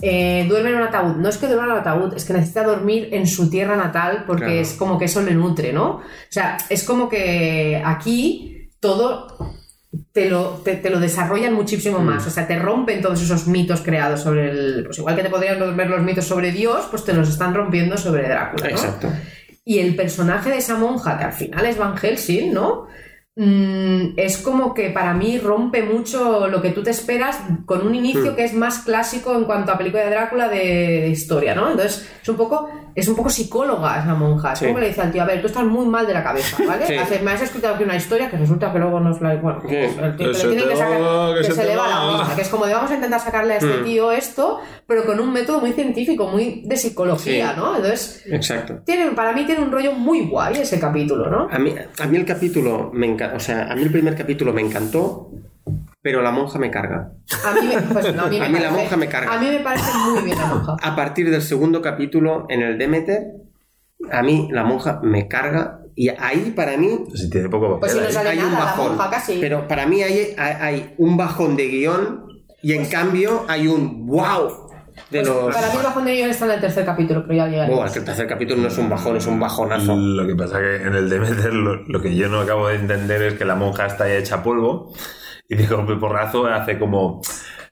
Eh, duerme en un ataúd. No es que duerma en un ataúd, es que necesita dormir en su tierra natal porque Claro. es como que eso le nutre, ¿no? O sea, es como que aquí todo te lo, te, te lo desarrollan muchísimo más. O sea, te rompen todos esos mitos creados sobre el. Pues igual que te podrían romper los mitos sobre Dios, pues te los están rompiendo sobre Drácula. ¿no? Exacto. Y el personaje de esa monja, que al final es Van Helsing, ¿no? Mm, es como que para mí rompe mucho lo que tú te esperas con un inicio que es más clásico en cuanto a película de Drácula de, de historia, ¿no? Entonces es un poco, es un poco psicóloga esa monja. Es Sí. como que le dice al tío, a ver, tú estás muy mal de la cabeza, ¿vale? Sí. Hace- me has escuchado aquí una historia que resulta que luego no es la bueno, pues, ¿Qué? el tío Que que se le tienen te que sacar- va, que que se se te le va va. la misma, que es como de vamos a intentar sacarle a este Mm. tío esto, pero con un método muy científico, muy de psicología, Sí. ¿no? Entonces, Exacto. tiene, para mí tiene un rollo muy guay ese capítulo, ¿no? A mí, a mí el capítulo me encanta, o sea, a mí el primer capítulo me encantó, pero la monja me carga. A mí, me- pues, no, a mí, me A mí la parece- monja me carga. A mí me parece muy bien la monja. A partir del segundo capítulo en el Demeter, a mí la monja me carga y ahí para mí Si tiene poco Pues si papel no ahí. sale hay un nada, la bajón. monja casi. Pero para mí hay, hay- hay un bajón de guión y en cambio hay un wow de los... Pues Para mí el bajón de guión está en el tercer capítulo, pero ya llegaré. Buah, es que el tercer capítulo no es un bajón, es un bajonazo. Lo que pasa que en el Demeter lo, lo que yo no acabo de entender es que la monja está ya hecha polvo y digo, porrazo hace como...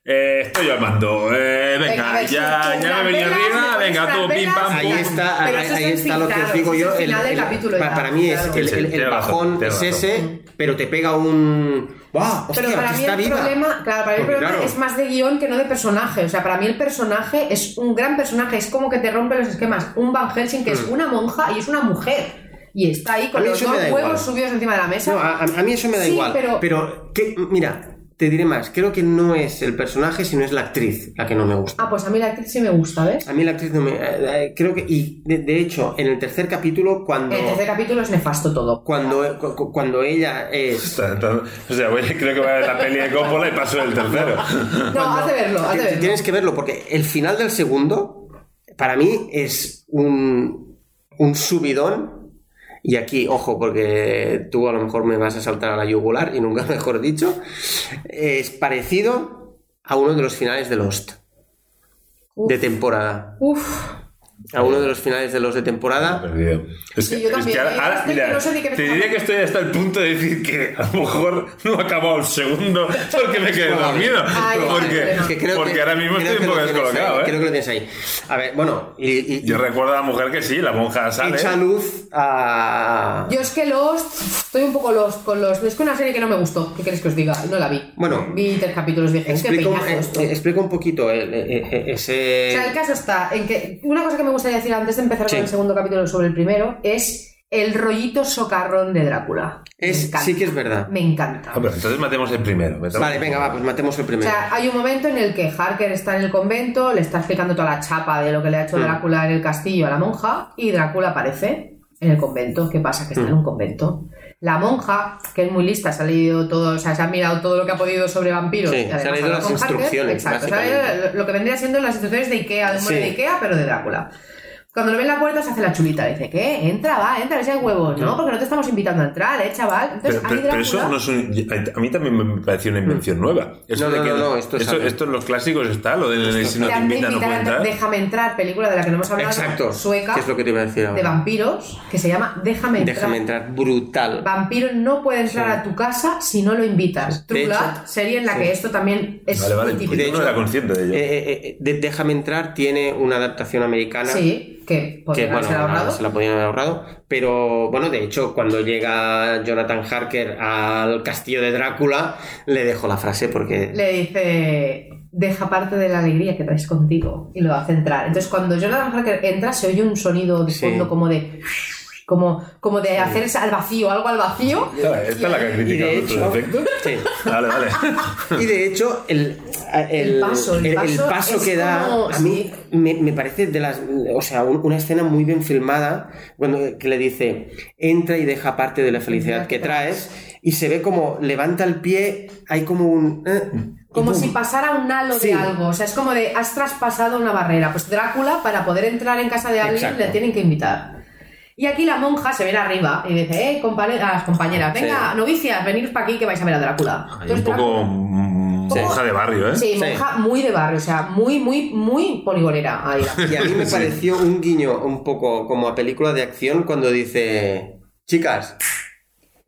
eh, estoy al mando. eh, venga, Venga, a ver, ya, tú, ya me he unas venido velas, arriba. me Venga, pones tú, unas pim, pam, pum. velas. Ahí está, ahí, Pero eso ahí está está lo que os filtrado, digo eso yo. es el final del pa- capítulo ya, para, mí es claro. el, Sí, el- el tienes razón, bajón tienes es razón. ese, pero te pega un. ¡Buah! ¡Hostia, Pero para que mí está el viva! problema, claro, para mí el Porque, problema claro. es más de guión que no de personaje. O sea, para mí el personaje es un gran personaje, es como que te rompe los esquemas. Un Van Helsing que es una monja y es una mujer. Y está ahí A con mí los Mm. eso dos me da huevos igual. subidos encima de la mesa. No, ah. a, a- a mí eso me da Sí, igual. pero- Pero, que, mira, te diré más. Creo que no es el personaje, sino es la actriz la que no me gusta. Ah, pues a mí la actriz sí me gusta, ¿ves? A mí la actriz no me. eh, eh, creo que. Y de, de hecho, en el tercer capítulo, cuando. El tercer capítulo es nefasto todo. Cuando, cu- cu- cuando ella es. Está- está- o sea, voy- creo que va a ver la peli de Coppola y paso del tercero. No, has de verlo, has de Tien- verlo. Tienes que verlo porque el final del segundo para mí es un, un subidón. Y aquí, ojo, porque tú a lo mejor me vas a saltar a la yugular y nunca mejor dicho, es parecido a uno de los finales de Lost Uf. de temporada. Uf. A uno de los finales de Lost de temporada. Perdido. Es Sí, yo también, ahora- ¿eh? Yo ahora, estoy que mira, no sé ni qué me te está diría que estoy hasta el punto de decir que a lo mejor no ha acabado el segundo porque me quedé probable. dormido. Ay, no, porque es que creo porque que- ahora mismo creo estoy un que lo poco tienes descolocado. ahí, ¿eh? Creo que lo tienes ahí. A ver, bueno, y, y- Yo ¿eh? recuerdo a la mujer que sí, la monja y sale. echa luz ah, a... Yo es que Lost, estoy un poco Lost con Lost. Es que una serie que no me gustó, ¿qué queréis que os diga? No la vi. Bueno. vi tres capítulos y dije, es que Explica, un- peñazo esto. eh, explica un poquito el- eh, eh, ese... O sea, el caso está en que una cosa que me gustaría decir antes de empezar Sí. con el segundo capítulo sobre el primero es el rollito socarrón de Drácula. Es- Me encanta. sí que es verdad. Me encanta. Ah, pero entonces matemos el primero. matemos Vale, el venga, va, pues matemos el O primero. sea, hay un momento en el que Harker está en el convento, le está explicando toda la chapa de lo que le ha Mm. hecho Drácula en el castillo a la monja, y Drácula aparece en el convento. ¿Qué pasa? Que está Mm. en un convento. La monja, que es muy lista, se ha leído todo, o sea, se ha mirado todo lo que ha podido sobre vampiros. Sí, y se además ha leído habla las con Harker. instrucciones, Exacto, se ha leído básicamente. lo que vendría siendo las instrucciones de Ikea, de un mueble Sí. de Ikea, pero de Drácula. Cuando lo ve en la puerta se hace la chulita, le dice, ¿qué? Entra, va, entra, ese huevo, Mm. ¿no? Porque no te estamos invitando a entrar, ¿eh, chaval? Entonces, Pero, ahí pero- pero Drácula- eso no es un- a mí también me pareció una invención nueva. Eso No, de no, que- no, no, esto es esto, algo. esto en los clásicos está, lo del si no Te te han de invitan no puedes invitar a entrar, entrar. Déjame entrar, película de la que no hemos hablado, Exacto. sueca, Que es lo que te iba a decir de ahora. vampiros, que se llama Déjame entrar. Déjame entrar. Brutal. Vampiro no puede entrar Sí. a tu casa si no lo invitas. True De hecho, Blood, serie en la que esto también es Vale, vale, muy pues típico. de yo no hecho- era consciente de ello. Eh, eh, eh, de- Déjame entrar tiene una adaptación americana. Sí, que que podrían bueno, ser ahorrado. se la podían haber ahorrado, pero bueno, de hecho, cuando llega Jonathan Harker al castillo de Drácula, le dejo la frase porque le dice deja parte de la alegría que traes contigo y lo hace entrar. Entonces cuando Jonathan Harker entra se oye un sonido de Sí. fondo como de como, como de hacerse al vacío, algo al vacío. Esta, esta es la que ha y criticado de nuestros hecho, efectos. Sí. Vale, vale. Y de hecho, el, el, El paso, el el- el paso paso es que da como- a mí me, me parece de las. O sea, un- una escena muy bien filmada cuando que le dice: entra y deja parte de la felicidad que traes. Y se ve como levanta el pie, hay como un. eh, y Como pum. si pasara un halo Sí. de algo, o sea, es como de has traspasado una barrera. Pues Drácula, para poder entrar en casa de alguien, Exacto. le tienen que invitar. Y aquí la monja se viene arriba y dice, eh, compare- a las compañeras, venga, Sí. novicias, venir para aquí que vais a ver a Drácula. Hay un Entonces, Drácula- poco mm, Sí. monja de barrio, ¿eh? Sí, Sí. monja muy de barrio, o sea, muy, muy, muy poligonera. Ahí la- Y a mí me pareció un guiño un poco como a película de acción cuando dice, chicas,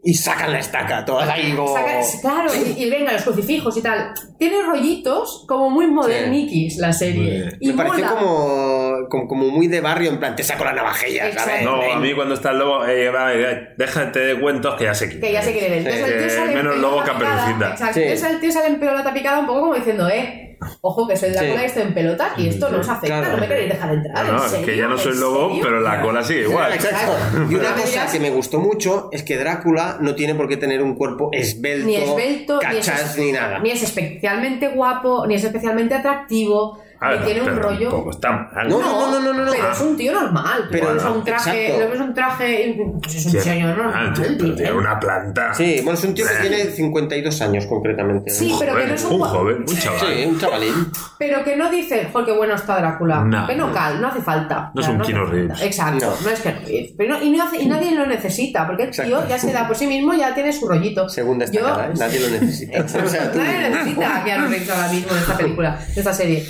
y sacan la estaca, todas ahí como... Saca- claro, y, y venga, los crucifijos y tal. Tiene rollitos como muy moderniquis la serie. Sí. Y me pareció mola. como, como, como muy de barrio, en plan, te saco la navajilla, ¿sabes? Exacto. No, Ven. a mí cuando está el lobo, eh, va, eh, déjate de cuentos que ya sé quién Que ya se quiere ver. Sí. Entonces el tío Eh, sale en menos pelota lobo que a picada. Pelucita. Exacto. Sí. Entonces el tío sale en pelota picada un poco como diciendo, eh, ojo que soy de la Sí. cola y estoy en pelota y esto no os afecta, Claro. no me queréis dejar entrar. No, no, ¿en es que serio? ya no soy ¿En lobo, serio? pero la cola sigue igual. Exacto. Y una Pero cosa dirás- que me gustó mucho es que Drácula no tiene por qué tener un cuerpo esbelto, ni esbelto, ni es- cachas, ni, nada. Ni es especialmente guapo, ni es especialmente atractivo, A ver, ni tiene un pero rollo. tampoco está mal. No, no, no, no, no, no. Pero es un tío normal. Pero Pero es no, un traje. exacto. Lo ves un traje. Pues es un Sí, señor ah, normal. sí, pero tiene tío. ¿eh? una planta. ¿eh? Sí, bueno, es un tío que tiene 52 años concretamente. ¿no? Sí, pero que no es un, un gua- joven, un chaval. Sí, un chavalín. Pero que no dice, jo, qué bueno está Drácula. No. que no cal, no hace falta. No es un hace Keanu falta. Reeves. Exacto, no, No. es Keanu Reeves. Pero no- y, no hace- y nadie lo necesita, porque el tío Exacto. ya se da por sí mismo, ya tiene su rollito. Segunda Yo- estacada, ¿eh? nadie lo necesita. O sea, tú- Nadie necesita a Keanu Reeves ahora mismo en esta película, en esta serie.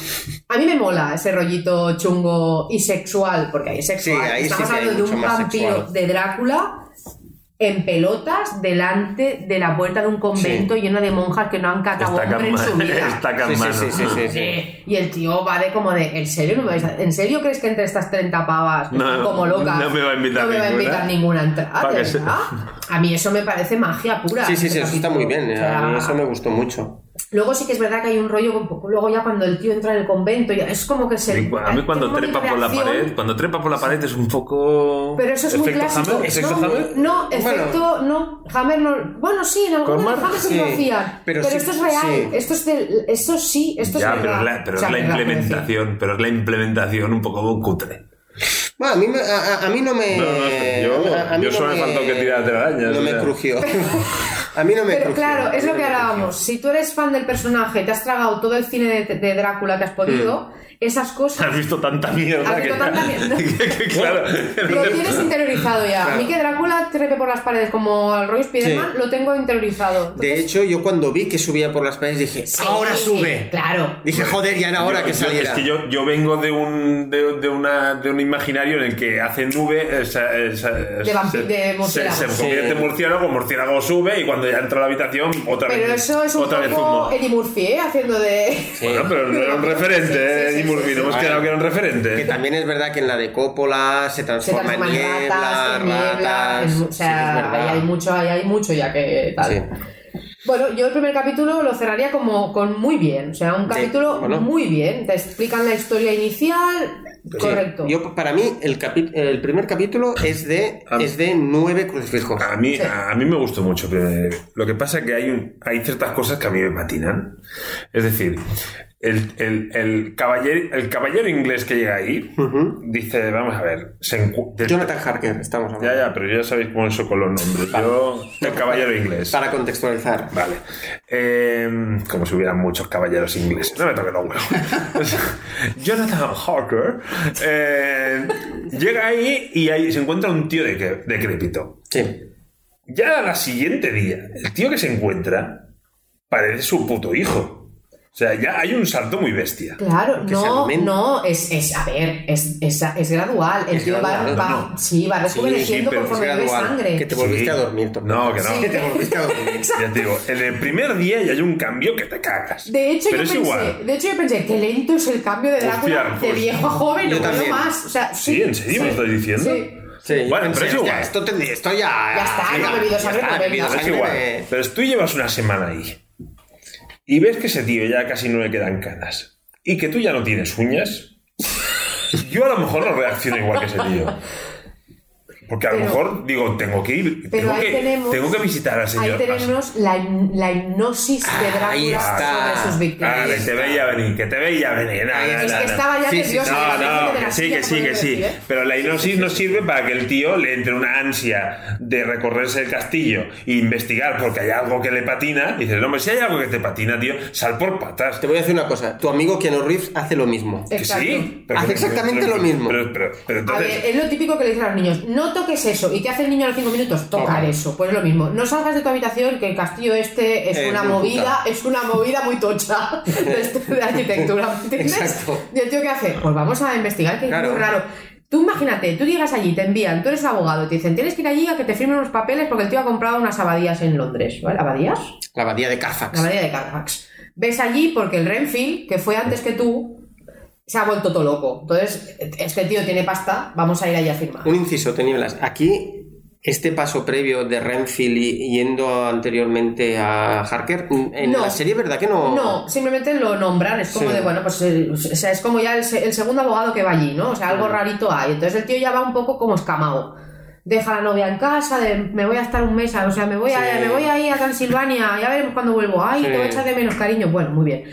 A mí me mola ese rollito chungo y sexual, porque ahí es sexual. Sí, ahí Estamos sí que hay hablando de mucho un más vampiro sexual. de Drácula en pelotas delante de la puerta de un convento lleno de monjas que no han catado Está hombre en su calmado. vida. Está Sí, sí, calmado. sí, sí, sí, sí. Eh, Y el tío va de como de, ¿en serio, no me vais a- ¿en serio crees que entre estas 30 pavas que No, están como locas no me va a invitar no me va a ninguna? invitar ninguna a entrar? Pa' de que se- verdad? A mí eso me parece magia pura. Sí, sí, este sí, eso está capítulo. muy bien. O eh, sea, A mí eso me gustó mucho. Luego sí que es verdad que hay un rollo un poco. Luego ya cuando el tío entra en el convento, ya es como que se. Y cu- A mí cuando tiene un trepa por la momento de pared, reacción, cuando trepa por la pared es un poco. Pero eso es muy ¿Efecto clásico. Hammer? ¿Efecto no, Hammer? no, efecto, no. Hammer no. Bueno, sí, en algún Corman, Hammer sí, que lo sí, hacían. Pero, pero sí- esto es real. sí. Esto es del. Esto sí, esto ya, es pero es verdad. la, pero O sea, es la verdad, quiero decir. implementación, pero es la implementación un poco cutre. Bueno, a mí, me- a, a- a mí no me. No, no, yo- a- a mí yo solo me faltó que tirara telarañas, No o me sea. crujió. A mí no me Pero crujió. claro, es lo que hablábamos. Si tú eres fan del personaje, te has tragado todo el cine de, de Drácula que has podido, Mm. esas Has cosas. visto tanta mierda Has visto que- tanta mierda. que claro. Lo tienes interiorizado ya. A mí Claro. que Drácula trepe por las paredes como al rollo Spiderman, Sí. lo tengo interiorizado. De hecho, yo cuando vi que subía por las paredes dije, Sí, ahora sube. Claro. Dije, joder, ya era hora Yo- que yo- saliera. es que yo, yo vengo de un, de, de una, de un imaginario en el que hace nube, eh, se- eh, se- vampi- se- de se- murciélago. Se, convierte en murciélago, murciélago sube y cuando ya entra a la habitación, otra Pero vez. eso es un otra vez poco humo. Eddie Murphy, ¿eh? Haciendo de. Bueno, pero no era un referente, Sí, sí, eh, sí, Eddie sí, Murphy, sí, no hemos sí. quedado que era un Que referente. también es verdad que en la de Coppola se Se transforma, transforma en ratas, en niebla, niebla. ratas. en- O Sí, es sea, verdad. ahí hay mucho, ahí hay mucho ya que tal. Sí. Bueno, yo el primer capítulo lo cerraría como con muy bien, o sea, un capítulo bueno. muy bien. Te explican la historia inicial, Sí. correcto. Yo, para mí, el, capi- el primer capítulo es de, Ah. es de nueve crucifijos. A mí, Sí. a, a mí me gustó mucho. Pero eh, lo que pasa es que hay, un- hay ciertas cosas que a mí me patinan. Es decir, el, el, el, caballero, el caballero inglés que llega ahí Ujú. dice: Vamos a ver, se encu- del- Jonathan Harker, estamos hablando. Ya, ya, pero ya sabéis cómo eso con los nombres. Yo, el caballero inglés. Para contextualizar. Vale. Eh, como si hubieran muchos caballeros ingleses. No me toquen los huevos. Jonathan Harker Eh, llega ahí y ahí se encuentra un tío de, que- decrépito. Sí. Ya al siguiente día, el tío que se encuentra parece su puto hijo. O sea, ya hay un salto muy bestia. Claro, se no, aumenta. no, es, es, a ver, es, es, es gradual. El Es tío gradual, va, ¿no? va- sí, va rejuveneciendo pero es conforme bebe sangre. Que te volviste Sí. a dormir. Tom. No, que no. Que te volviste a dormir. Ya te digo, en el primer día ya hay un cambio que te cagas. De hecho, pero es yo pensé, igual. de hecho, yo pensé, qué lento es el cambio de Drácula Hostia, de pues, viejo a joven, yo no puedo también. más. O sea, Sí, ¿en serio me estás diciendo? Sí. Sí, yo Bueno, pensé, pero es igual. "Hostia, Esto, tendría- esto ya. Ya está, sí, ya ha bebido sangre, está, Ah, no ha venga. bebido Pero es sangre igual. de- Pero tú llevas una semana ahí. Y ves que ese tío ya casi no le quedan canas. Y que tú ya no tienes uñas. Yo a lo mejor no reacciono igual que ese tío. Porque a lo Pero- mejor digo, tengo que ir. Pero Tengo ahí que, tenemos. tengo que visitar al señor. Ahí tenemos la, la hipnosis de Drácula Ahí está. sobre sus víctimas. Ah, que te veía venir, que te veía venir. Nah, Ahí nah, está. es nah, que nah. estaba ya Sí, sí, nerviosa. Ah, No, de la no, gente de que la sí, silla, que sí, como que yo sí. decía, ¿eh? Pero la hipnosis no sirve para que el tío le entre una ansia de recorrerse el castillo e investigar porque hay algo que le patina. Dices, no, hombre, si hay algo que te patina, tío, sal por patas. Te voy a decir una cosa. Tu amigo Keanu Reeves hace lo mismo. Que Exacto. sí. Hace exactamente lo mismo. Pero, pero, pero A entonces... ver, eh, es lo típico que le dicen a los niños, no toques eso. ¿Y qué hace el niño a los 5 minutos? Tocar Toca. eso. Pues es lo mismo. No salgas de tu habitación, que el castillo este es Eh, una muy movida, puta. es una movida muy tocha de, esto de arquitectura. ¿me ¿Entiendes? Exacto. ¿Y el tío qué hace? Pues vamos a investigar, que Claro. es muy raro. Tú imagínate, tú llegas allí, te envían, tú eres abogado, te dicen, tienes que ir allí a que te firmen unos papeles porque el tío ha comprado unas abadías en Londres. ¿Vale? ¿Abadías? La abadía de La Carfax. abadía de Carfax. Ves allí porque el Renfield, que fue antes que tú, se ha vuelto todo loco. Entonces, es que el tío tiene pasta, vamos a ir allí a firmar. Un inciso, Tenieblas. Aquí, este paso previo de Renfield y- yendo anteriormente a Harker, en No. la serie, ¿verdad que no? No, simplemente lo nombran, es como Sí. de, bueno, pues el- o sea, es como ya el, se- el segundo abogado que va allí, ¿no? O sea, algo rarito hay. Entonces el tío ya va un poco como escamado. Deja a la novia en casa, de, me voy a estar un mes, o sea, me voy, a, Sí. me voy a ir a Transilvania, ya veremos cuando vuelvo. Ay, Sí. te voy a echar de menos cariño. Bueno, muy bien.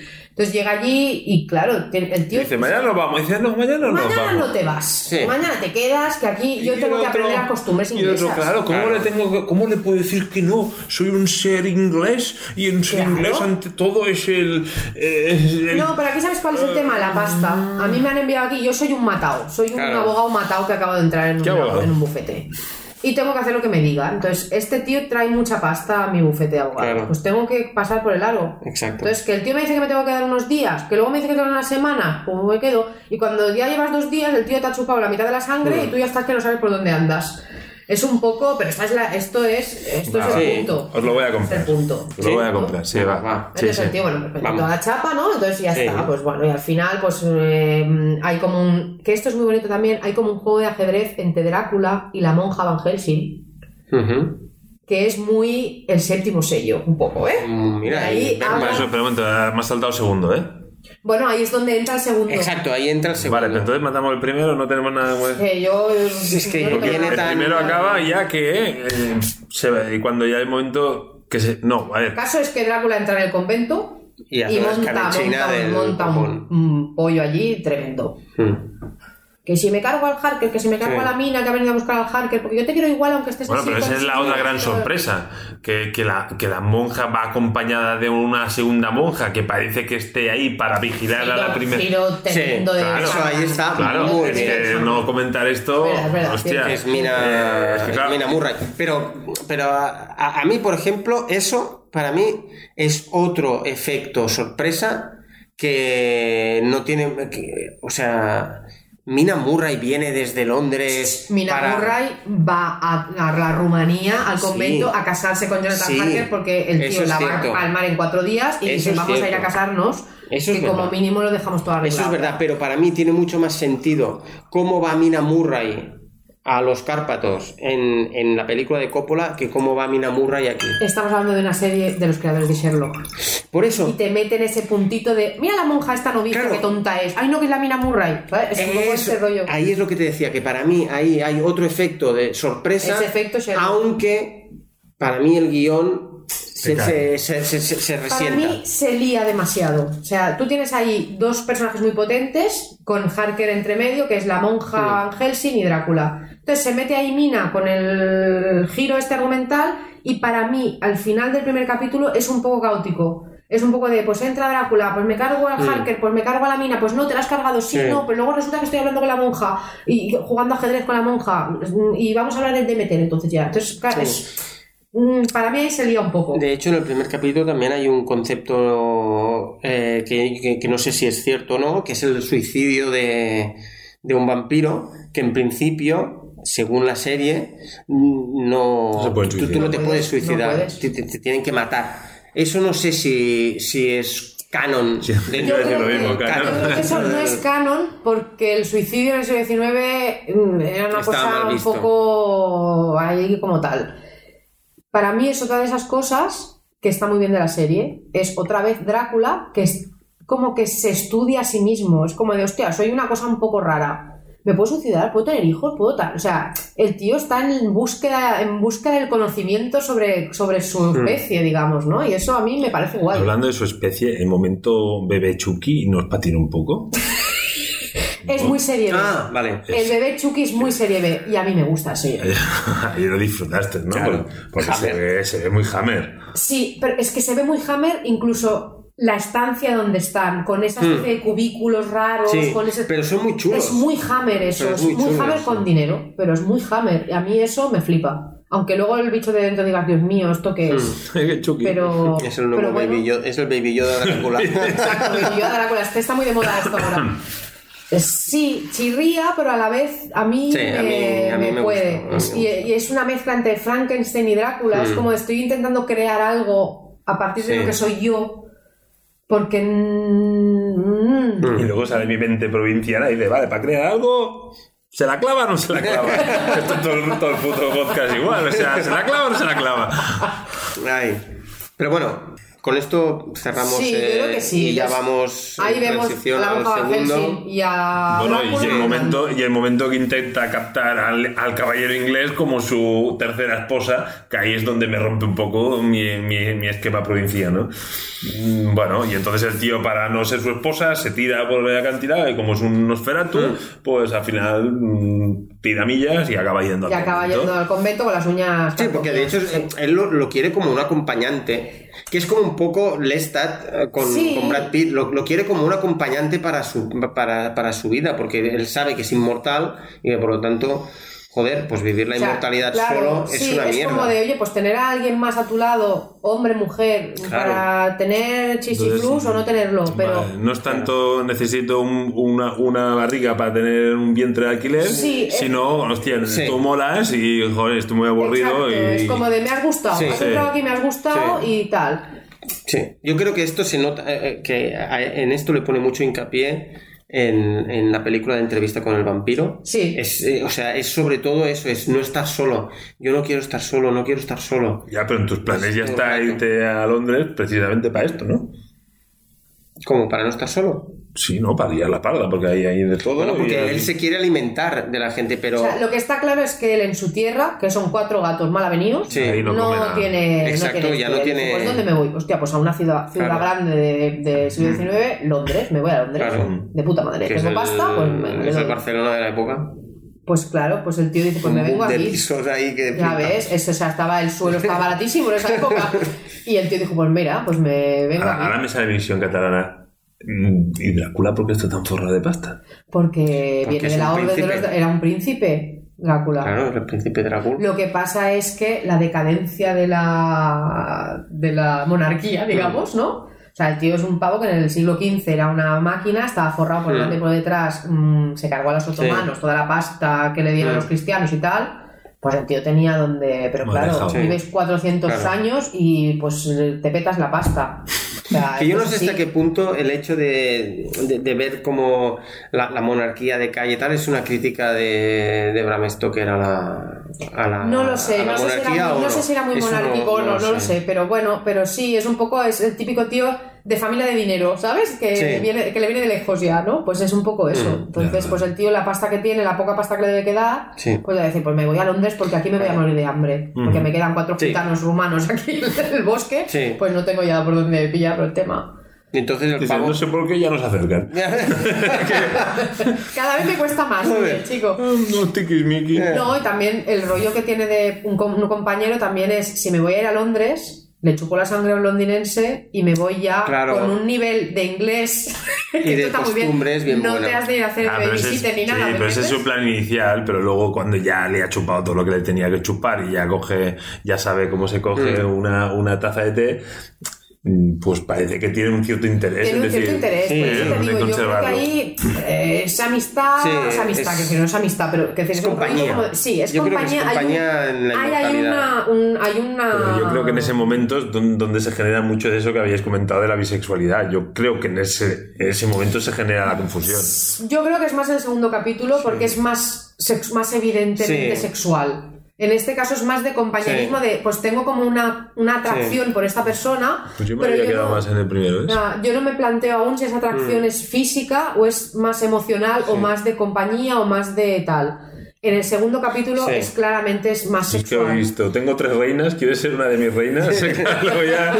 Entonces llega allí y claro, tiene- el tío... Dice, mañana nos vamos. Dice, no, mañana no nos Mañana vamos. no te vas, Sí. mañana te quedas, que aquí yo Y tengo el que otro- aprender las costumbres y el inglesas. otro, claro, ¿cómo, Claro. Le tengo que- ¿cómo le puedo decir que no? Soy un ser inglés y en ser Claro. inglés ante todo es el... eh, es el- No, pero aquí sabes cuál es el tema, la pasta. A mí me han enviado aquí, yo soy un matado, soy un Claro. abogado matado que acaba de entrar en, ¿Qué una- abogado? en un bufete. Y tengo que hacer lo que me diga. Entonces, este tío trae mucha pasta a mi bufete de abogado. Claro. Pues tengo que pasar por el aro. Exacto. Entonces, que el tío me dice que me tengo que dar unos días, que luego me dice que tengo una semana, pues me quedo. Y cuando ya llevas dos días, el tío te ha chupado la mitad de la sangre y tú ya estás que no sabes por dónde andas. Es un poco, pero esta es la- esto es, esto es el Vale. punto. Os lo voy a comprar. Es el punto. Os lo voy a comprar, sí, va. Va. Sí, Entonces sí. el tío, bueno, pues, Vamos. toda la chapa, ¿no? Entonces ya Sí. está, pues bueno, y al final, pues eh, hay como un. Que esto es muy bonito también, hay como un juego de ajedrez entre Drácula y la monja Van Helsing, Ujú. que es muy el séptimo sello, un poco, ¿eh? Mm, Mira, Ahí ahí, habla- Eso, espera un momento, ah, me has saltado segundo, ¿eh? Bueno, ahí es donde entra el segundo. Exacto, ahí entra el segundo. Vale, pero entonces matamos el primero, no tenemos nada más. Que yo. es que yo no viene tengo El nada. tan- primero acaba ya que eh, se va, y cuando ya hay el momento que se. No, a ver. El caso es que Drácula entra en el convento Y y, hace una monta, escabechina monta, del monta un, copón. un pollo allí tremendo. Mm. Que si me cargo al Harker, que si me cargo Sí. a la mina que ha venido a buscar al Harker, porque yo te quiero igual aunque estés Bueno, así pero esa con- es la otra gran sorpresa, que, que la, que la monja va acompañada de una segunda monja que parece que esté ahí para vigilar a la Giro- primera. giro tremendo de- claro, eso ahí está Claro, muy es bien. que no comentar esto, Es verdad, es verdad, hostia. tienes- Es Mina, Eh, es que claro, es Mina Murray. Pero, pero a, a- a mí, por ejemplo, eso para mí es otro efecto sorpresa que no tiene. que- o sea, Mina Murray viene desde Londres. Mina para- Murray va a, a la Rumanía, al Sí. convento, a casarse con Jonathan Sí. Harker porque el Eso tío es la va cierto. a palmar en cuatro días y Eso dice es vamos a ir a cierto. casarnos Eso es que como verdad. mínimo lo dejamos todo arreglado. Eso es verdad, pero para mí tiene mucho más sentido cómo va Mina Murray a los Cárpatos en, en la película de Coppola que cómo va Mina Murray aquí. Estamos hablando de una serie de los creadores de Sherlock Por y eso, te meten ese puntito de mira la monja esta novicia Claro. que tonta es. Ay no que es la Mina Murray, ¿sabes? Es un poco Eso, ese rollo. Ahí es lo que te decía, que para mí ahí hay otro efecto de sorpresa. Ese efecto Sherlock. Aunque para mí el guión se, Te cae. se, se- se- se- se Para resienta. mí se lía demasiado. O sea, tú tienes ahí dos personajes muy potentes, con Harker entre medio, que es la monja Van Helsing y Drácula. Entonces se mete ahí Mina con el giro este argumental y para mí, al final del primer capítulo, es un poco caótico. Es un poco de, pues entra Drácula, pues me cargo al hacker, pues me cargo a la mina, pues no, te la has cargado, sí, Sí. no, pero luego resulta que estoy hablando con la monja y jugando ajedrez con la monja y vamos a hablar del Demeter entonces ya. Entonces, claro, Sí. es- mm, para mí ahí se lía un poco. De hecho, en el primer capítulo también hay un concepto eh, que, que- que no sé si es cierto o no, que es el suicidio de, de un vampiro, que en principio, según la serie, no, No se pueden tú- tú, suicidar. no te No puedes puedes, no suicidar, puedes. te, te- te tienen que matar. Eso no sé si, si es canon. Yo dentro creo de- que- canon. Yo creo que eso no es canon porque el suicidio en el siglo XIX mm, era una Estaba cosa mal un visto. poco ahí como tal. Para mí es otra de esas cosas que está muy bien de la serie. Es otra vez Drácula que es como que se estudia a sí mismo. Es como de, hostia, soy una cosa un poco rara. ¿Me puedo suicidar? ¿Puedo tener hijos? ¿Puedo tal? O sea, el tío está en búsqueda, en búsqueda del conocimiento sobre, sobre Hmm. su especie, digamos, ¿no? Y eso a mí me parece guay. Hablando de su especie, el momento bebé Chucky nos patina un poco. Es muy serio. Ah, vale. El bebé Chucky es muy serie B y a mí me gusta sí. Ahí lo disfrutaste, ¿no? Claro. Porque- Porque se ve, se ve muy Hammer. Sí, pero es que se ve muy Hammer incluso la estancia donde están, con esa especie de cubículos raros, Hmm. Sí, con ese... pero son muy chulos. Es muy Hammer eso, Pero es es muy, muy chulo Hammer eso. con dinero, pero es muy Hammer y a mí eso me flipa. Aunque luego el bicho de dentro diga, Dios mío, ¿esto qué es? Chucky. Pero... Hmm. Es el nuevo pero bueno, Baby Yoda, es el Baby Yoda Drácula. Exacto, Baby Yoda, Drácula, este está muy de moda esto ahora. Es- Sí, chirría, pero a la vez a mí, eh, Sí, a mí- me- a mí me puede. gusta, a mí me Es- y, gusta. y es una mezcla entre Frankenstein y Drácula. Es como estoy intentando crear algo a partir de Sí. lo que soy yo, porque... mm, Y luego sale mi mente provinciana y dice, vale, para crear algo, ¿se la clava o no se la clava? Esto es todo, el- todo el puto podcast igual, o sea, ¿se la clava o no se la clava? Ay. Pero bueno, con esto cerramos Sí, yo creo eh, que sí. y ya Es- vamos en Ahí vemos transición a la al monja Van segundo. Helsing y a Bueno, y Drácula. el momento, y el momento que intenta captar al, al caballero inglés como su tercera esposa, que ahí es donde me rompe un poco mi, mi, mi esquema provinciano. Mm, Bueno, y entonces el tío, para no ser su esposa, se tira por la cantidad y como es un Nosferatu, Mm. pues al final mm, tira millas y acaba yendo al Y acaba convento. yendo al convento con las uñas. Sí, porque de hecho sí. él lo, lo quiere como un acompañante, que es como un poco Lestat eh, con, Sí. con Brad Pitt, lo, lo quiere como un acompañante para su, para, para su vida, porque él sabe que es inmortal y que por lo tanto, joder, pues vivir la O sea, inmortalidad claro, solo es sí, una mierda. como de, oye, pues tener a alguien más a tu lado, hombre, mujer, Claro. para tener Entonces, chisiflus o no tenerlo, pero... Vale, no es tanto necesito un- una, una barriga para tener un vientre de alquiler, Sí, eh. sino, hostia, Sí. tú molas y joder, estoy muy aburrido Exacto, y Es como de me has gustado, Sí, has sí. entrado aquí, me has gustado Sí. y tal. Sí, yo creo que esto se nota, eh, eh, que a- en esto le pone mucho hincapié en, en la película de entrevista con el vampiro. Sí. Es, eh, o sea, es sobre todo eso, es no estar solo. Yo no quiero estar solo, no quiero estar solo. ya, pero en tus planes ya Sí, está exacto. irte a Londres precisamente para esto, ¿no? Como para no estar solo. Sí, no, para ir a la parda, porque ahí hay de todo. Bueno, y porque hay- él se quiere alimentar de la gente, pero... O sea, lo que está claro es que él en su tierra, que son cuatro gatos mal avenidos, Sí. ahí no, come nada. tiene. no Exacto, tiene ya no historia. tiene- Dice, Pues ¿dónde me voy? Hostia, pues a una ciudad, ciudad Claro. grande del de del siglo XIX, Londres, me voy a Londres. Claro. De puta madre. que Tengo pasta, pues me- me es lo el doy. Barcelona de la época. Pues claro, pues el tío dice, pues me Un vengo boom de aquí. pisos ahí que... Ya flipa. ves, eso, o sea, estaba, el suelo estaba baratísimo en esa época. Y el tío dijo, pues mira, pues me vengo Ahora, ahora aquí. me sale mi visión catalana. Mm, ¿Y Drácula por qué está tan forra de pasta? Porque, Porque viene es de la un orden de los... príncipe. Era un príncipe, Drácula. Claro, el príncipe Dracul. Lo que pasa es que la decadencia de la, de la monarquía, digamos, ¿no? O sea, el tío es un pavo que en el siglo XV era una máquina, estaba forrado por Mm. delante y por detrás, mm, se cargó a los otomanos toda la pasta que le dieron Mm. los cristianos y tal. Pues el tío tenía donde. Pero Bueno, claro, dejado. vives 400 Claro. años y pues te petas la pasta. O sea, Que yo no esto sé es hasta así. qué punto el hecho de, de- de ver como la, la monarquía de calle y tal es una crítica de, de Bram Stoker a la, a la- No lo sé, a la no sé, si era monarquía muy, o no sé si era muy Eso monárquico o no, no, lo sé, pero bueno, pero sí, es un poco, es el típico tío de familia de dinero, ¿sabes? Que, Sí. Mm, viene, que le viene de lejos ya, ¿no? Pues es un poco eso. Entonces, pues el tío, la pasta que tiene, la poca pasta que le debe quedar, Sí. pues va a decir, pues me voy a Londres porque aquí me voy a morir de hambre, porque me quedan cuatro Sí. gitanos rumanos aquí en el bosque, Sí. pues no tengo ya por dónde pillar el tema. Y entonces el Dice, pavo... no sé por qué ya nos acercan. Cada vez me cuesta más, Joder. chico. Ah, No, Eh. tiquismiquis. No, y también el rollo que tiene de un, com- un compañero también es, si me voy a ir a Londres, le chupo la sangre a un londinense y me voy ya Claro. con un nivel de inglés que de esto está muy costumbres bien no bueno. te has de ir a hacer Ah, pero ese, es, babysitter ni nada. sí, ¿me pero ese es su entiendes? plan inicial, pero luego cuando ya le ha chupado todo lo que le tenía que chupar y ya coge, ya sabe cómo se coge Mm. una, una taza de té, mm, pues parece que tiene un cierto interés. Tiene un es cierto decir, interés, sí, por eso de te digo, yo creo que conservarlo. ahí eh, es amistad, Sí, es amistad, es- que si no es amistad, pero que es compañía. como de- sí, es Yo creo que compañía. es hay un- compañía en la hay, hay una, inmortalidad. un- hay una- Pero yo creo que en Ah. ese momento es don- donde se genera mucho de eso que habíais comentado de la bisexualidad. Yo creo que en ese, en ese momento se genera la confusión. Yo creo que es más el segundo capítulo porque es más, sex- más evidentemente Sí. sexual. En este caso es más de compañerismo, Sí. de pues tengo como una, una atracción por esta persona. Pues yo me pero había quedado no- más en el primero. ¿eh? Ah, yo no me planteo aún si esa Mm. atracción es física o es más emocional o más de compañía o más de tal. En el segundo capítulo Sí. es claramente es más Es que lo he sexual. visto. Tengo tres reinas, ¿quieres ser una de mis reinas? Claro, ya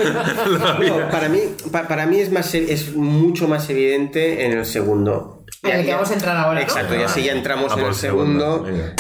lo había- No, para mí, pa- para mí es, más, e- es mucho más evidente en el segundo. En el que vamos a entrar ahora. ¿no? Exacto, ya si ya entramos Ah, en por el segundo. venga.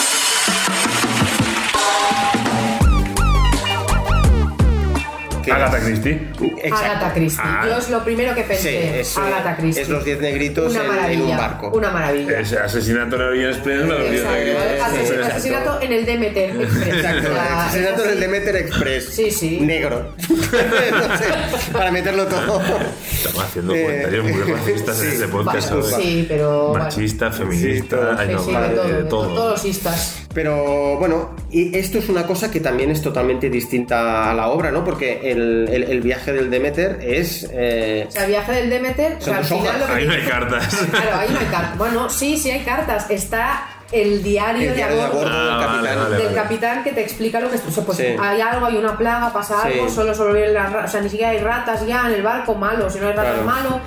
que Agatha Christie. Exacto. Agatha Christie. Ah. Yo es lo primero que Sí, pensé. es, eh, Agatha Christie. es los diez negritos una en, en maravilla. un barco. Una maravilla. Es asesinato en Orient Express. no lo olvides Exacto, aquí. ¿vale? Asesinato, asesinato en el DMT. Exacto. El asesinato del Demeter Express. Sí, sí. Negro. No sé, para meterlo todo. Estamos haciendo Eh, comentarios muy racistas en sí. este podcast. Vale, ¿sabes? Sí, pero. bueno. Machista, feminista, todo. ay, Sí, no, sí, vale, de todo, de de todo, todo. todos los istas. Pero bueno, y esto es una cosa que también es totalmente distinta a la obra, ¿no? Porque el, el- el viaje del Demeter es. eh, O sea, el viaje del Demeter, o sea, Son al tus hojas. final lo que Ahí no hay cartas. Claro, ahí no hay cartas. Bueno, sí, sí hay cartas. Está el diario, el diario de a bordo Ah, del vale, capitán. vale. del capitán que te explica lo que es. o sea, pues Sí. hay algo, hay una plaga, pasa Sí. algo, solo sobreviven las ratas. O sea, ni siquiera hay ratas ya en el barco, malo. Si no hay ratas, Claro. malo.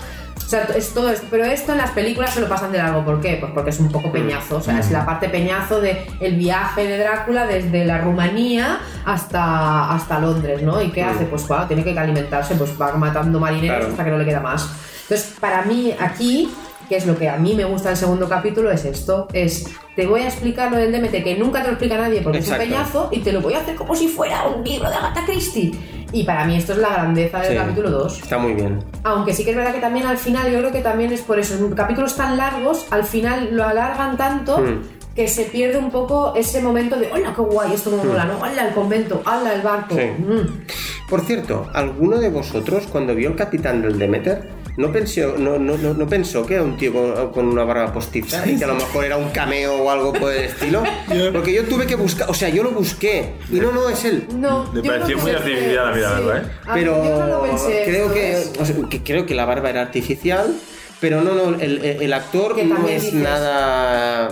O sea, es todo esto. Pero esto en las películas se lo pasan de largo. ¿Por qué? Pues porque es un poco peñazo. O sea, Mm. es la parte peñazo de el viaje de Drácula desde la Rumanía hasta, hasta Londres, ¿no? ¿Y qué hace? Pues claro, tiene que alimentarse, pues va matando marineros Mm. Claro. hasta que no le queda más. Entonces, para mí aquí, que es lo que a mí me gusta del segundo capítulo, es esto. Es, te voy a explicar lo del DMT, que nunca te lo explica nadie porque Exacto. es un peñazo, y te lo voy a hacer como si fuera un libro de Agatha Christie. Y para mí esto es la grandeza del Sí. capítulo 2. Está muy bien. Aunque sí que es verdad que también al final, yo creo que también es por eso, en capítulos tan largos, al final lo alargan tanto Mm. que se pierde un poco ese momento de, hola, qué guay, esto me mola, ¿no? Hola, el convento, hola, el barco. Hmm. Sí. Mm. Por cierto, ¿alguno de vosotros cuando vio el capitán del Demeter no pensó, no, no, no, no pensó que era un tío con, con una barba postiza y que a lo mejor era un cameo o algo por el estilo? Porque yo tuve que buscar, o sea, yo lo busqué y no, no, es él. No, Me yo creo pareció que muy se- artificial a mí, la verdad, ¿eh? A mí, Pero yo no lo pensé, ¿eh? creo que, entonces, o sea, que- creo que la barba era artificial, pero no, no, el, el- el actor Que no también es dices- nada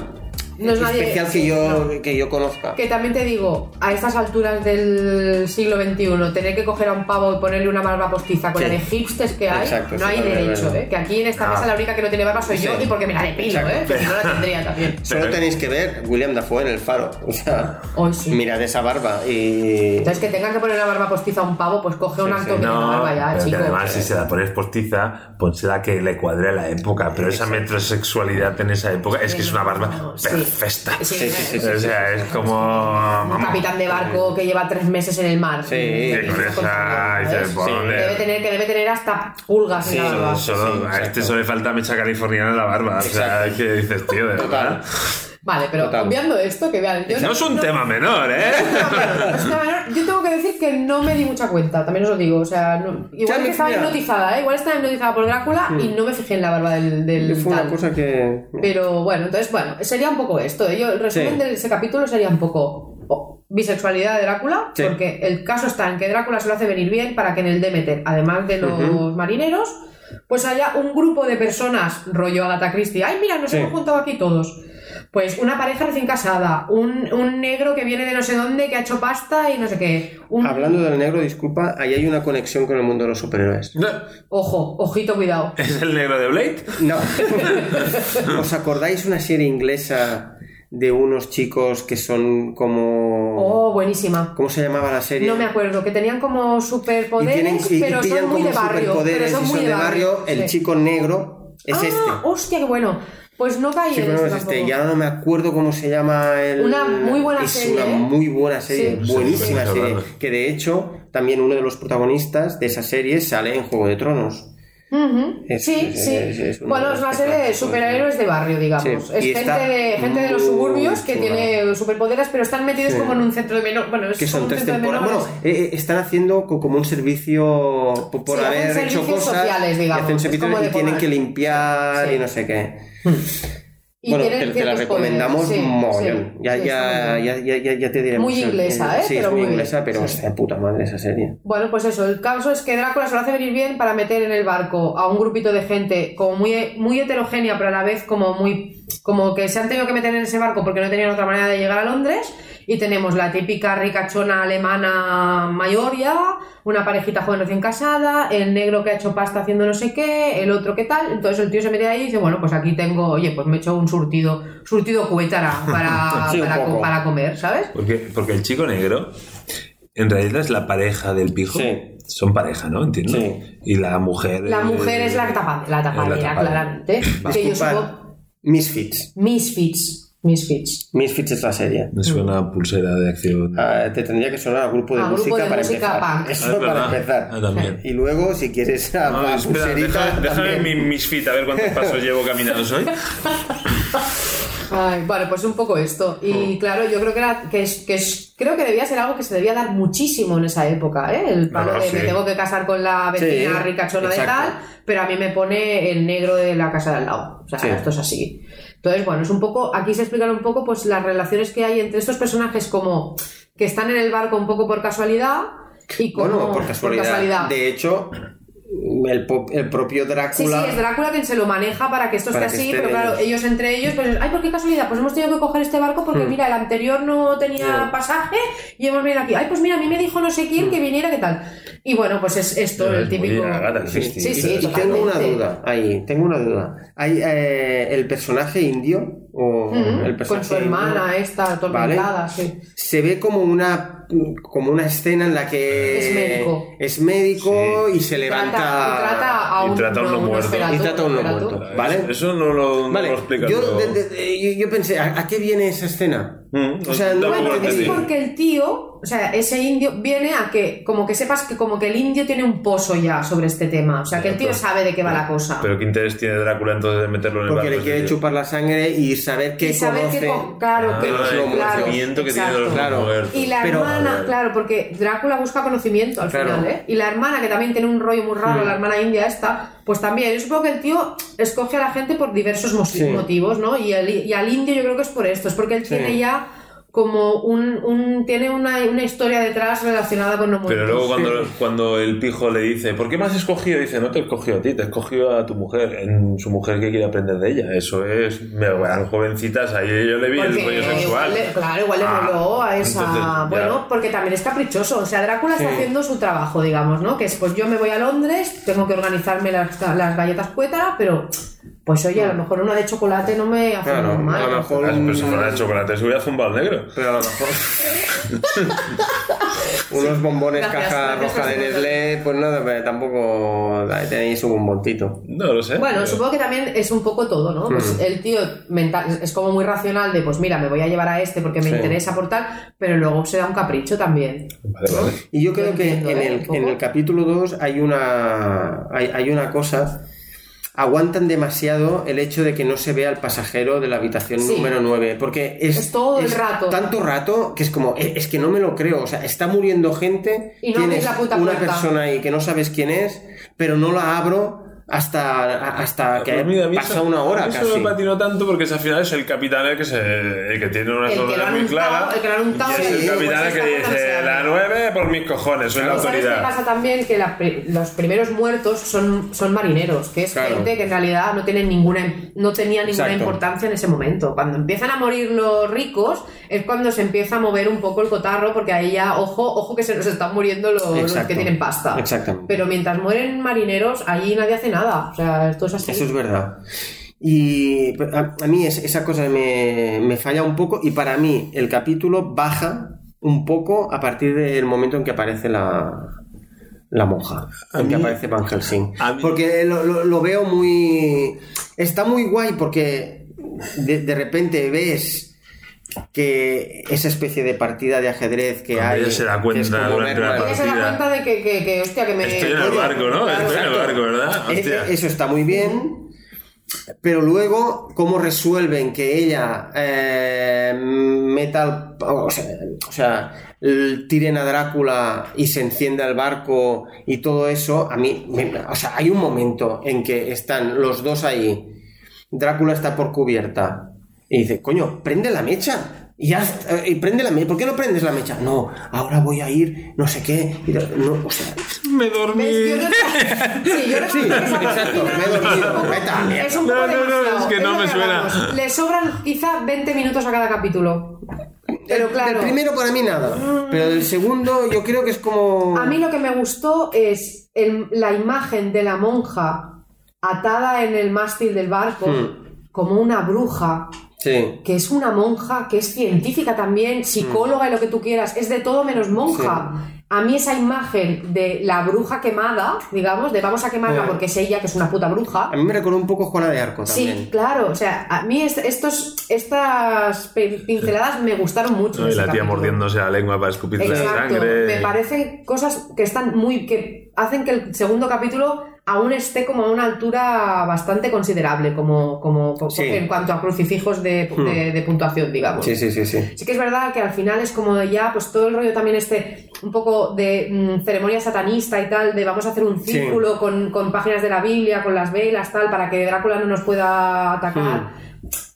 No es nadie- especial que, sí, yo, no. que yo conozca. Que también te digo, a estas alturas del siglo XXI, tener que coger a un pavo y ponerle una barba postiza con Sí. Ah. la de hipsters que hay, Exacto, no hay sí, también, derecho, verdad. ¿eh? Que aquí en esta mesa la única que no tiene barba soy yo Sí. y porque me la depilo, Exacto. ¿eh? Pero no la tendría también. Solo tenéis que ver William Dafoe en El Faro. O sea, Hoy Ah, sí. mirad esa barba y... Entonces, que tengan que poner la barba postiza a un pavo, pues coge un Sí, acto sí. que tiene No, barba ya, pero que chico. además si se la pones postiza, ponsela que le cuadre a la época. Pero esa metrosexualidad en esa época es que es una barba Sí. perfecta. Sí, Sí, sí, sí, O sea, es como... Un capitán de barco que lleva tres meses en el mar. Sí, Que con esa... ¿Sabes? dices, ¿por Sí. dónde? Debe tener, que debe tener hasta pulgas en la Solo- barba. solo- sí, a exacto. este solo le falta mecha californiana en la barba. O Exacto. sea, es que dices, tío, de Total. verdad. Vale, pero Total. obviando esto, que vean. yo No es un tema menor, ¿eh? Es que, a ver, Yo tengo que decir que no me di mucha cuenta, también os lo digo. O sea, no- Ya igual me que estaba fijé. hipnotizada, ¿eh? igual estaba hipnotizada por Drácula y no me fijé en la barba del. del Fue una tal. cosa que... Pero bueno, entonces, bueno, sería un poco esto. ¿eh? Yo, el resumen Sí. de ese capítulo sería un poco oh, bisexualidad de Drácula, Sí. porque el caso está en que Drácula se lo hace venir bien para que en el Demeter, además de los marineros, pues haya un grupo de personas, rollo Agatha Christie. ¡Ay, mira, nos Sí. hemos juntado aquí todos! Pues una pareja recién casada, un, un negro que viene de no sé dónde, que ha hecho pasta y no sé qué. Un, Hablando del negro, disculpa, ahí hay una conexión con el mundo de los superhéroes. Ojo, ojito, cuidado. Eh. ¿Es el negro de Blade? No. ¿Os acordáis una serie inglesa de unos chicos que son como... Oh, buenísima. ¿Cómo se llamaba la serie? No me acuerdo, que tenían como superpoderes, y, tienen- y- y pero pillan son muy como de barrio. Pero superpoderes son y muy son de barrio. El sí. chico negro es ah, este. hostia, qué bueno. Pues no caí Chico en negro este es este. tampoco. Y ahora no me acuerdo cómo se llama el. Una muy buena es serie, una ¿eh? muy buena serie, Sí. buenísima Sí, sí, sí, serie. sí, sí. Que de hecho también uno de los protagonistas de esa serie sale en Juego de Tronos. Ujú. Es- sí, es- sí. es- es uno bueno, de es los una serie de espectáculos, superhéroes de barrio, digamos. Sí, Es y está gente de, gente de los muy suburbios que chula. tiene superpoderes, pero están metidos Sí. como en un centro de menores. Bueno, es que como son un tres centro de temporadas. Bueno, menores. eh, eh, están haciendo co- como un servicio po- por Sí, hacen haber hecho servicios cosas sociales, digamos. y hacen Es servicios como de y tienen poder. que limpiar Sí. y no sé qué. Y bueno, tienen te, te la ciertos recomendamos poderes, sí, un montón. sí, ya, sí, está muy ya, bien. ya, ya, ya, ya te diremos. Muy el- inglesa, el- ¿eh? Sí, Pero es muy muy- inglesa, pero sí. hostia puta madre esa serie. Bueno, pues eso, el caso es que Drácula se lo hace venir bien para meter en el barco a un grupito de gente como muy, muy heterogénea, pero a la vez como muy como que se han tenido que meter en ese barco porque no tenían otra manera de llegar a Londres y tenemos la típica ricachona alemana mayoria, una parejita joven recién casada, el negro que ha hecho pasta haciendo no sé qué, el otro que tal, entonces el tío se mete ahí y dice, bueno, pues aquí tengo, oye, pues me echo un surtido, surtido cuétara para, Sí, un para, poco. para comer, ¿sabes? Porque, porque el chico negro en realidad es la pareja del pijo. Sí. Son pareja, ¿no? Entiendo. Sí. Y la mujer. La mujer es la, tapa- la tapadera, Eh, tapadera. claramente. Que yo Disculpad, supongo- Misfits. Misfits. Misfits. Misfits es la serie. Me suena a pulsera de acción. Ah, te tendría que sonar a grupo de A grupo música de para música empezar. Ah, punk. Eso es para verdad. empezar. Ah, también. Y luego, si quieres, a, Ah, a espera, pulserita deja- déjame mi también. misfit a ver cuántos pasos llevo caminados hoy. Ay, vale, pues un poco esto. Y claro, yo creo que, era, que, es, que es- creo que debía ser algo que se debía dar muchísimo en esa época, ¿eh? El palo No, de sí. me tengo que casar con la vecina Sí, ricachona exacto. de tal, pero a mí me pone el negro de la casa de al lado. O sea, Sí. esto es así. Entonces, bueno, es un poco, aquí se explican un poco pues las relaciones que hay entre estos personajes como que están en el barco un poco por casualidad y como Bueno, por casualidad. De hecho, el, po- el propio Sí, Drácula. sí, es Drácula quien se lo maneja para que esto esté Para que así, esté pero claro, ellos. ellos entre ellos, pues, ay, ¿por qué casualidad? Pues hemos tenido que coger este barco porque, mira, el anterior no tenía pasaje y hemos venido aquí. Ay, pues mira, a mí me dijo no sé quién que viniera, ¿qué tal? Y bueno, pues es esto, Es el muy típico... gana, sí, sí, sí, Y- sí, y tengo una totalmente. duda ahí, tengo una duda. Hay eh, el personaje indio o Ujú, el personaje Con su indio, hermana eh. esta atormentada, sí. se ve como una como una escena en la que Es médico. es médico y se levanta Trata, y trata a Y un, trata a uno muerto. esperato, Y trata a uno esperato. muerto. ¿Vale? Eso no lo, no Vale, lo explica. yo, pero- de- de- yo- yo pensé, ¿a, a qué viene esa escena? Mm, o sea, tampoco no lo Bueno, es entendí. porque el tío, o sea, ese indio viene a que, como que sepas que como que el indio tiene un pozo ya sobre este tema, o sea, que el tío Pero- sabe de qué va la cosa. Pero qué interés tiene Drácula entonces de meterlo en el porque barco le ese quiere tío? chupar la sangre y saber qué y saber conoce. que, co- claro, Ah, que los el lomos, claro, conocimiento que tiene de los exacto. Claro. muertos. Y la Pero- hermana, claro, porque Drácula busca conocimiento al Claro. Mm. final, ¿eh? Y la hermana, que también tiene un rollo muy raro, la hermana india esta, pues también, yo supongo que el tío escoge a la gente por diversos mo- Sí. motivos, ¿no? Y, el- y al indio yo creo que es por esto, es porque él tiene ya como un, un- tiene una, una historia detrás relacionada con los Pero muertos. luego cuando, cuando el pijo le dice, ¿por qué me has escogido? Dice, no te he escogido a ti, te he escogido a tu mujer, en su mujer que quiere aprender de ella. Eso es, me eran jovencitas, ahí yo le vi Porque el rollo sexual. igual le- claro, igual le Ah, moló a esa. entonces, ya. bueno, porque también es caprichoso. O sea, Drácula está haciendo su trabajo, digamos, ¿no? Que es, pues yo me voy a Londres, tengo que organizarme las, las galletas cuétara, pero pues oye, a lo mejor una de chocolate no me hace Claro, normal. a lo mejor Ah, pero un- si fuera de chocolate se hubiera zumbado el negro. pero a lo mejor unos bombones Gracias, caja gracias, roja de gracias. Nestlé, pues nada, pero tampoco tenéis un bombontito. No lo sé. Bueno, pero- Mm. supongo que también es un poco todo, ¿no? Pues el tío mental, es como muy racional de, pues mira, me voy a llevar a este porque me Sí. interesa por tal, pero luego se da un capricho también. Vale, vale. Y yo creo Yo que en entiendo, ¿eh? el, Un poco. en el capítulo 2 hay una, hay, hay una cosa. Aguantan demasiado el hecho de que no se vea al pasajero de la habitación Sí. número 9, porque es, Es todo el rato. Tanto rato que es como, "Eh, es, es que no me lo creo. O sea, está muriendo gente. Y no abres tienes la puta una puerta. persona ahí que no sabes quién es, pero no la abro hasta, hasta que Pues mira, a mí pasa eso- una hora a mí Eso casi. me patinó tanto porque es, al final es el capitán el que, se, el que tiene una El que lo órdenes ha muy untado- clara. el que lo ha untado y es y el dice, capitán pues el que esta puta no se dice, abre. la 9 por mis cojones, soy la ¿Sabes qué autoridad. pasa también? Que la pri- los primeros muertos son, son marineros, que es Claro. gente que en realidad no, tienen ninguna, no tenía ninguna Exacto. importancia en ese momento. Cuando empiezan a morir los ricos es cuando se empieza a mover un poco el cotarro, porque ahí ya, ojo, ojo que se nos están muriendo los, los Exacto. que tienen pasta. Exactamente. Pero mientras mueren marineros, allí nadie hace nada. O sea, esto es así. Eso es verdad. Y a, a mí es- esa cosa me, me falla un poco y para mí el capítulo baja un poco a partir del momento en que aparece la, la monja, en que aparece Van Helsing. a mí- Porque lo, lo- lo veo muy... Está muy guay porque de, de repente ves que esa especie de partida de ajedrez que Cuando hay. ella se da que cuenta es como durante la verla- Ella se da Hostia. cuenta de que, que, que, hostia, que me. Estoy en el barco, ¿no? Claro, Estoy en el exacto. barco, ¿verdad? E- Hostia. e- Eso está muy bien. Pero luego, ¿cómo resuelven que ella eh, meta al- O sea, o sea, el- tiren a Drácula y se encienda el barco y todo eso? A mí, me- o sea, hay un momento en que están los dos ahí. Drácula está por cubierta. Y dice, coño, prende la mecha. Y, haz- eh, y prende la mecha. ¿Por qué no prendes la mecha? No, ahora voy a ir, no sé qué. Y no- no, o sea, Me dormí. ¿Ves? Yo no- Sí, yo no Sí, exacto, me he dormido, vete a la mierda. Es un No, poco no, no, demasiado, es que lo no me hablamos. suena. Le sobran quizá 20 minutos a cada capítulo. Pero El claro, primero para mí nada, pero el segundo yo creo que es como... a mí lo que me gustó es el- la imagen de la monja atada en el mástil del barco Hmm. como una bruja, Sí, que es una monja, que es científica también, psicóloga y lo que tú quieras, es de todo menos monja. A mí esa imagen de la bruja quemada, digamos, de vamos a quemarla Eh. porque es ella, que es una puta bruja, a mí me recordó un poco Juana de Arco también. Sí, claro, o sea, a mí est- estos, estas pe- pinceladas me gustaron mucho. No, en y ese la tía capítulo. mordiéndose la lengua para escupirle la Exacto, sangre. me parecen cosas que están muy. que hacen que el segundo capítulo aún esté como a una altura bastante considerable, como, como, como- Sí. en cuanto a crucifijos de, Hmm. de- de puntuación, digamos. Sí, sí, sí, sí. Sí que es verdad que al final es como de ya, pues todo el rollo también este, un poco de mm, ceremonia satanista y tal, de vamos a hacer un Sí. círculo con, con páginas de la Biblia, con las velas, tal, para que Drácula no nos pueda atacar.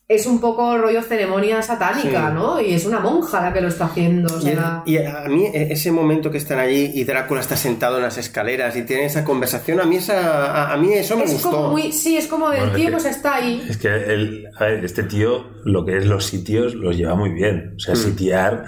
Es un poco rollo ceremonia satánica, Hmm. Sí. ¿no? Y es una monja la que lo está haciendo. o Y, sea, y a mí e- ese momento que están allí y Drácula está sentado en las escaleras y tienen esa conversación, a mí, esa, a, a mí eso me es gustó. como muy. Sí, es como del Bueno, es tío, que- pues está ahí. Es que el- a ver, este tío, lo que es los sitios, los lleva muy bien. O sea, sitiar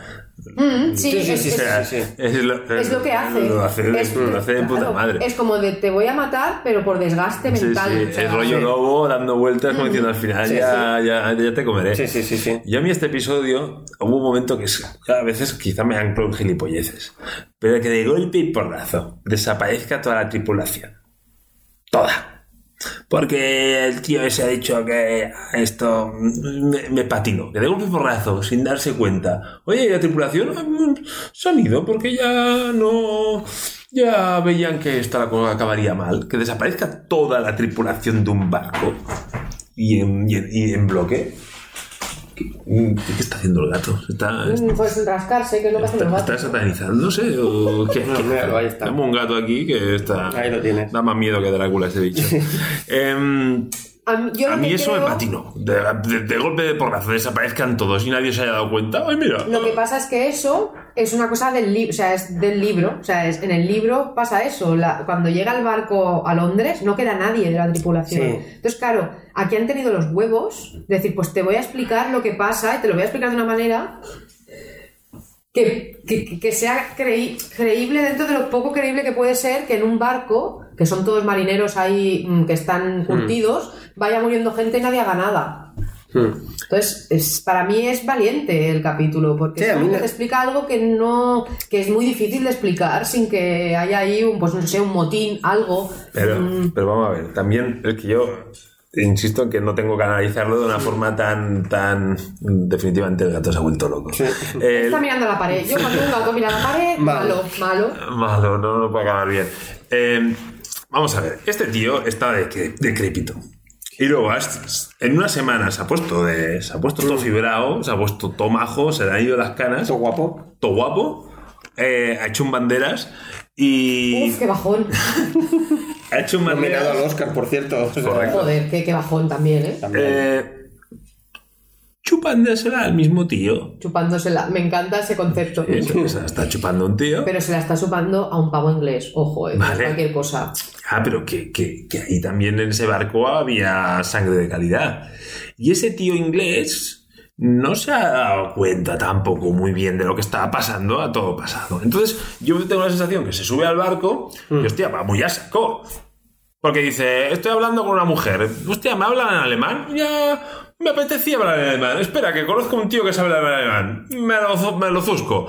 Mm, sí, Sí, sí, es- sí, es- Hmm. sí. es lo, Es lo que hace. Lo hace, de- es, lo hace de claro, puta madre. Es como de te voy a matar, pero por desgaste Sí, mental. sí, o sea, el rollo lobo dando vueltas como diciendo al final Sí, ya, Ya, ya te comeré. Sí, sí, sí, sí. Yo a mí este episodio hubo un momento que es- a veces quizá me han con gilipolleces, pero que de golpe y porrazo desaparezca toda la tripulación. Toda. Porque el tío ese ha dicho que esto mm, me, me patino, que de golpe y porrazo, sin darse cuenta. Oye, ¿y la tripulación Mm, se han ido porque ya no. Ya veían que esto la cosa acabaría mal. Que desaparezca toda la tripulación de un barco y en- y en- y en bloque. Mm, ¿Qué está haciendo el gato? ¿Está, está, mm, Pues rascarse, que es lo que hacen los está gatos. satanizándose? ¿O qué? No, míralo, ahí está. Tengo un gato aquí que está. Ahí lo tienes. Da más miedo que Drácula ese bicho. Em, A mí, yo a lo mí que eso me creo- patinó. De, de- de golpe de porrazo desaparezcan todos y nadie se haya dado cuenta. ¡Ay, mira! Lo que pasa es que eso es una cosa del libro, o sea, es del libro, o sea, es- en el libro pasa eso, la- cuando llega el barco a Londres no queda nadie de la tripulación. Sí. Entonces, claro, aquí han tenido los huevos, de decir, pues te voy a explicar lo que pasa y te lo voy a explicar de una manera que, que- que sea creí- creíble dentro de lo poco creíble que puede ser que en un barco, que son todos marineros ahí mm, que están curtidos, vaya muriendo gente y nadie haga nada. Mm. Entonces, es, para mí es valiente el capítulo, porque Sí, a mí solamente me- te explica algo que no que es muy difícil de explicar sin que haya ahí un, pues no sé, un motín, algo. Pero, Mm, pero vamos a ver, también es que yo insisto en que no tengo que analizarlo de una forma tan, tan definitivamente el gato se ha vuelto loco. El- Está mirando a la pared. Yo cuando un gato mira la pared, malo, Malo. malo. Malo, no, no puede acabar bien. Eh, vamos a ver, este tío está de, de- decrépito. Y luego, has- en una semana se ha puesto, de, se ha puesto todo fibrado, se ha puesto todo majo, se le han ido las canas, Eso guapo. todo guapo, eh, ha hecho un banderas y. Uf, qué bajón. Ha hecho un Nominado al banderas. Oscar, por cierto. O sea, Correcto. Joder, qué, qué bajón también, ¿eh? también. Eh, chupándosela al mismo tío. Chupándosela. Me encanta ese concepto. Eh, se la está chupando un tío. Pero se la está chupando a un pavo inglés. Ojo, eh. no es Vale. Cualquier cosa. Ah, pero que, que- que ahí también en ese barco había sangre de calidad. Y ese tío inglés no se ha dado cuenta tampoco muy bien de lo que estaba pasando a todo pasado. Entonces, yo tengo la sensación que se sube al barco y, hostia, va muy a saco. Porque dice, estoy hablando con una mujer. Hostia, ¿me hablan en alemán? Ya me apetecía hablar en alemán. Espera, que conozco a un tío que sabe hablar en alemán. Me lo, zu- me lo zusco.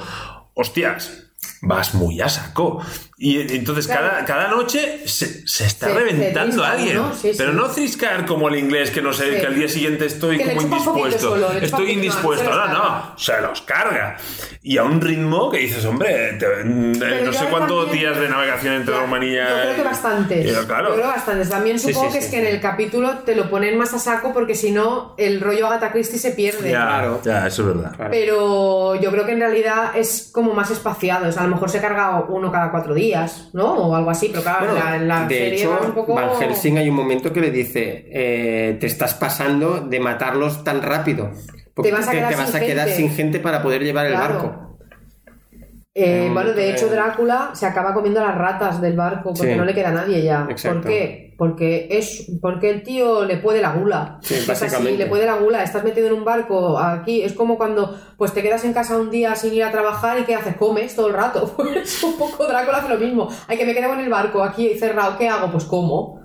Hostias. vas muy a saco. Y eh, entonces Claro. cada, cada noche se, se está Se- se reventando trisca, a alguien. ¿no? Sí, pero sí. no triscar como el inglés, que no sé, Sí. que al día siguiente estoy Que le como chupa un poquito indispuesto. solo, le chupa estoy un poquito, indispuesto, se los ahora carga. no, se los carga. Y a un ritmo que dices, hombre, te- no yo sé ahora cuántos también- días de navegación entre Ya, Rumanía. Yo creo que y- bastantes. y- claro. Yo creo bastantes. También Sí, supongo sí, que sí, es que en el capítulo te lo ponen más a saco porque si no, el rollo Agatha Christie se pierde. Ya, claro. ya, eso es verdad. Pero yo creo que en realidad es como más espaciado. O sea, a lo mejor se carga uno cada cuatro días, ¿no? O algo así, pero claro, Bueno, la, la de serie va hecho, un poco. Van Helsing hay un momento que le dice, eh, te estás pasando de matarlos tan rápido. Porque Te vas a quedar vas sin a quedar gente". sin gente para poder llevar Claro. el barco. Eh, bueno, de Eh, hecho, Drácula se acaba comiendo las ratas del barco porque Sí. no le queda nadie ya. Exacto. ¿Por qué? Porque, es, porque el tío le puede la gula. Sí, Es así, básicamente. le puede la gula. Estás metido en un barco aquí. Es como cuando pues te quedas en casa un día sin ir a trabajar y ¿qué haces? Comes todo el rato. Pues un poco Drácula hace lo mismo. Hay que me quedo en el barco aquí cerrado. ¿Qué hago? Pues como.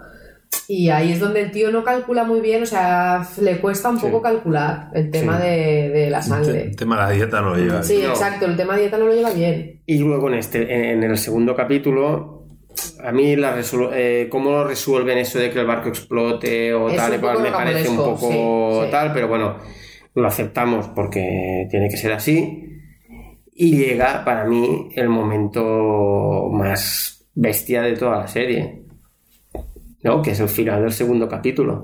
Y ahí es donde el tío no calcula muy bien. O sea, le cuesta un poco calcular el tema Sí. de, de la Te- sangre. El tema de la dieta no lo lleva. Sí, No. exacto. El tema dieta no lo lleva bien. Y luego en, este, en, en el segundo capítulo, a mí la resolu- eh, cómo resuelven eso de que el barco explote o Es tal, un y cual, poco me parece un rocambolesco, poco sí, sí. tal, pero bueno, lo aceptamos porque tiene que ser así. Y llega para mí el momento más bestia de toda la serie. ¿No? Que es el final del segundo capítulo.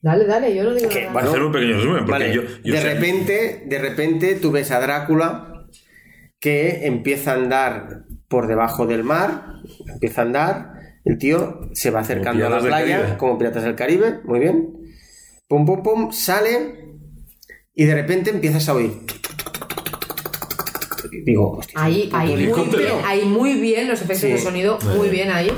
Dale, dale, yo no digo Que, nada. bueno, Hacer un pequeño resumen, porque Vale, yo, yo de sé- repente, de repente tú ves a Drácula que empieza a andar por debajo del mar, empieza a andar, el tío se va acercando a la Piratas del playa Caribe. como Piratas del Caribe, muy bien. Pum pum pum, sale y de repente empiezas a oír. Y Digo, hostia, Ahí, ahí, muy helicóptero. bien, ahí muy bien los efectos Sí. de sonido, muy bien ahí.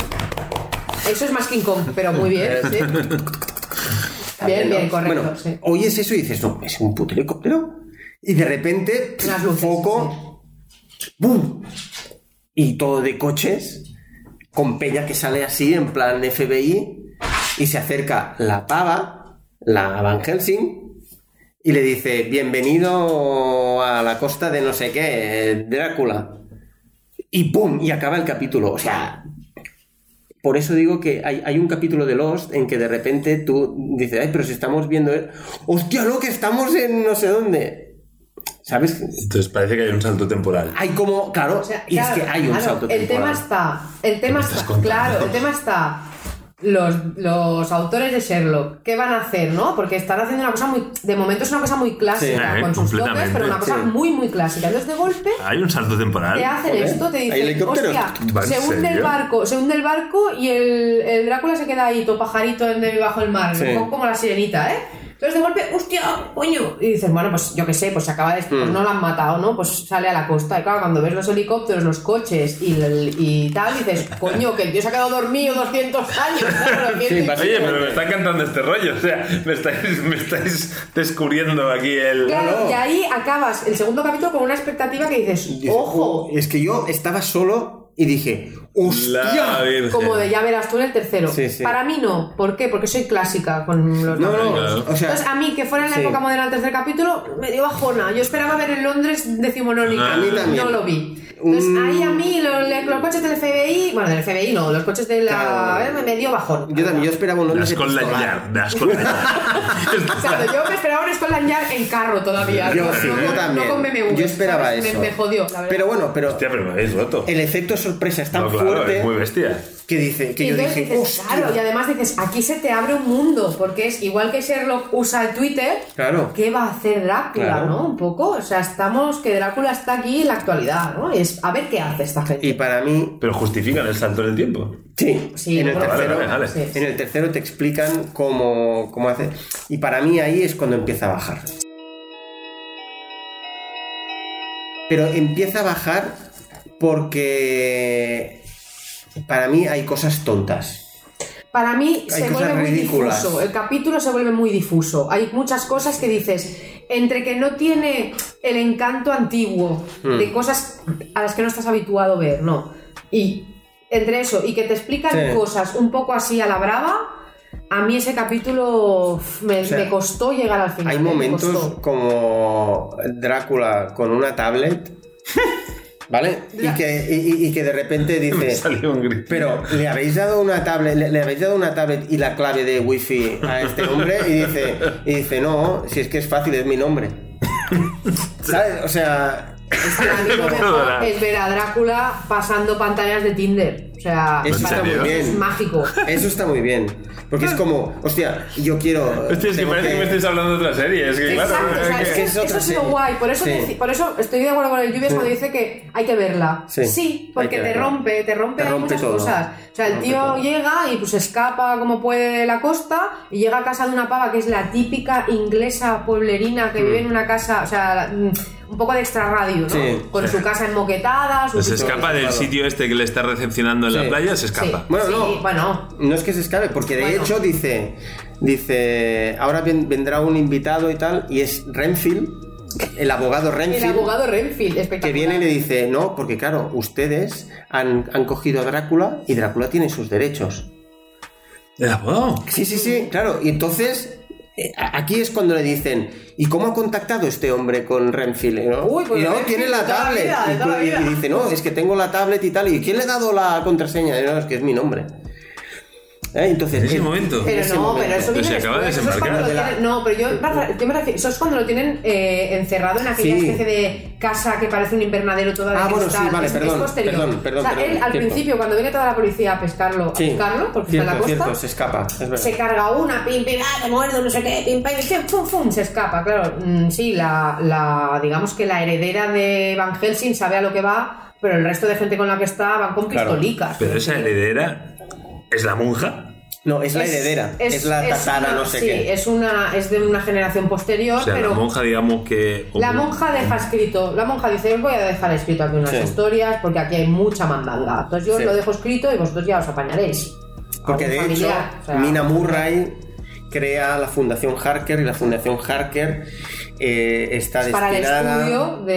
Eso es más King Kong, pero muy bien, sí. está Bien, ¿no? bien, correcto, Bueno, sí. oyes eso y dices, no, es un puto helicóptero. Y de repente, pues, Las un luces, poco. ¡Bum! Y todo de coches, con Peña que sale así, en plan FBI, y se acerca la pava, la Van Helsing, y le dice, bienvenido a la costa de no sé qué, eh, Drácula. Y ¡pum! Y acaba el capítulo. O sea, por eso digo que hay, hay un capítulo de Lost en que de repente tú dices, ay, pero si estamos viendo... el- ¡Hostia, lo que estamos en no sé dónde! ¿Sabes? Entonces parece que hay un salto temporal. Hay como, claro, O sea, y claro, es que hay un claro, salto El tema temporal. está, el tema estás está, contando? claro, el tema está. Los, los autores de Sherlock, ¿qué van a hacer, no? Porque están haciendo una cosa muy. De momento es una cosa muy clásica, Sí, con sus toques, completamente, pero una cosa sí. muy, muy clásica. Entonces, de golpe, Hay un salto temporal. te hacen Joder, esto, te ¿hay dicen, helicópteros? hostia, ¿Va en se hunde el serio? barco, se hunde el barco y el, el Drácula se queda ahí, tu pajarito en debajo del mar, Sí. un poco como la sirenita, ¿eh? Entonces de golpe, hostia, coño. Y dices, bueno, pues yo qué sé, pues se acaba de. Pues no la han matado, ¿no? Pues sale a la costa. Y claro, cuando ves los helicópteros, los coches y, el- y tal, dices, coño, que el tío se ha quedado dormido 200 años. claro, 200 y Oye, pero me está encantando este rollo, o sea, me estáis, me estáis descubriendo aquí el... Claro, y ahí acabas el segundo capítulo con una expectativa que dices, Dices, ojo, "Oh, Es que yo estaba solo y dije, La ¡hostia! Virgen. Como de ya verás tú en el tercero. Sí, sí. Para mí no. ¿Por qué? Porque soy clásica con los No, no, nombres. o sea- Entonces, a mí que fuera en la Sí. época moderna el tercer capítulo, me dio bajona. Yo esperaba ver en Londres decimonónica. A mí Ah, también. No lo vi. Entonces, Mm. ahí a mí lo- le- los, coches del FBI, bueno, del FBI no, los coches de la. Claro. eh, me- me dio bajón. Yo también, yo esperaba un hombre Das con la pistola. yard, das con la O sea, yo me esperaba un Scotland Yard en carro todavía. Yo no, sí, no, yo no también. con BMW, yo esperaba ¿sabes? Me- eso. Me, jodió, la verdad. Pero bueno, pero Hostia, pero me habéis roto. el efecto sorpresa es tan No, claro, fuerte es muy bestia. que dice que Y yo entonces dije, dices, "Hostia". claro, y además dices, aquí se te abre un mundo, porque es igual que Sherlock usa el Twitter, Claro. ¿qué va a hacer Drácula, Claro. no? Un poco, o sea, estamos, que Drácula está aquí en la actualidad, ¿no? Es, a ver qué hace esta gente. Y para mí, Pero justifican el salto en el tiempo. sí, Sí, en el bueno, tercero. vale, vale. sí, sí. En el tercero te explican cómo, cómo hace. Y para mí ahí es cuando empieza a bajar. Pero empieza a bajar porque para mí hay cosas tontas. Para mí Hay cosas se vuelve muy ridículas. difuso. El capítulo se vuelve muy difuso. Hay muchas cosas que dices, entre que no tiene el encanto antiguo Mm. de cosas a las que no estás habituado a ver, ¿no? Y entre eso y que te explican Sí. cosas un poco así a la brava, a mí ese capítulo uf, me, sea, me costó llegar al final. Hay me momentos costó. como Drácula con una tablet ¿vale? Y que, y- y- y que de repente Me dice... salió un grito. Pero le habéis dado una tablet, le, le habéis dado una tablet y la clave de wifi a este hombre y dice, y dice, no, si es que es fácil, es mi nombre. ¿Sabes? O sea, A mí lo mejor es ver a Drácula pasando pantallas de Tinder. O sea, Eso está para muy mí bien. es mágico. eso está muy bien. Porque es como, hostia, yo quiero. Hostia, es que tengo parece que me estáis hablando de otra serie. Es que, claro, Exacto, o sea, es es que- que eso otra eso es lo serie. guay. Por eso, Sí. deci- por eso estoy de acuerdo con el Lluvias Sí. cuando dice que hay que verla. Sí. Sí, Hay porque que te verla. rompe, te Te rompe, hay rompe muchas todo. cosas. O Te sea, el rompe tío todo. llega y pues escapa como puede de la costa y llega a casa de una pava que es la típica inglesa pueblerina Mm. que vive en una casa, o sea, mm, un poco de extrarradio, ¿no? Sí. Con su casa enmoquetada, su se escapa del sitio este que le está recepcionando en Sí. la playa, se Sí, escapa. Bueno, sí, no. bueno, No es que se escape, porque de Bueno. hecho dice, dice, ahora ven- vendrá un invitado y tal, y es Renfield, el abogado El Renfield. abogado Renfield, Que espectacular. viene y le dice, no, porque claro, ustedes han, han cogido a Drácula y Drácula tiene sus derechos. El abogado. Sí, sí, sí, claro. Y entonces, eh, a- aquí es cuando le dicen, ¿y cómo ha contactado este hombre con Renfield? Y no, Uy, pues y no, Renfield tiene la de toda la tablet. vida, de Y- toda la y, vida. y dice, no, es que tengo la tablet y tal. ¿Y quién le ha dado la contraseña? Y no, es que es mi nombre. Eh, Entonces, En ese eh, momento. Pero ese no, momento. pero eso Pero viene se acaba de después, eso es cuando lo desembarcar. tienen- no, pero yo, Rafa, yo me refiero, eso es cuando lo tienen eh, encerrado en aquella Sí. especie de casa que parece un invernadero toda de Ah, bueno, sí, cristal, vale, es, es perdón, posterior. perdón, perdón, o sea, perdón, él al cierto. principio cuando viene toda la policía a pescarlo, a Sí. pescarlo porque Cierto, está en la costa, cierto, se escapa. es verdad. se carga una, pim, pim, ah, te muerdo, no sé qué, pim, pim, pim, pum, pum, se escapa, claro. Mm, sí, la, la, digamos que la heredera de Van Helsing sabe a lo que va, pero el resto de gente con la que está van con Claro. pistolicas. Pero esa heredera es la monja. No, es la heredera, es, la tatara, una- no sé sí, qué. es, una, es de una generación posterior, O sea, pero la monja, digamos que. la monja deja escrito, la monja dice, voy a dejar escrito aquí unas Sí. historias porque aquí hay mucha mandanga. Entonces yo Sí. lo dejo escrito y vosotros ya os apañaréis. Porque de Algún hecho, familiar, o sea, Mina Murray crea la Fundación Harker y la Fundación Harker eh, está es para el destinada... estudio de,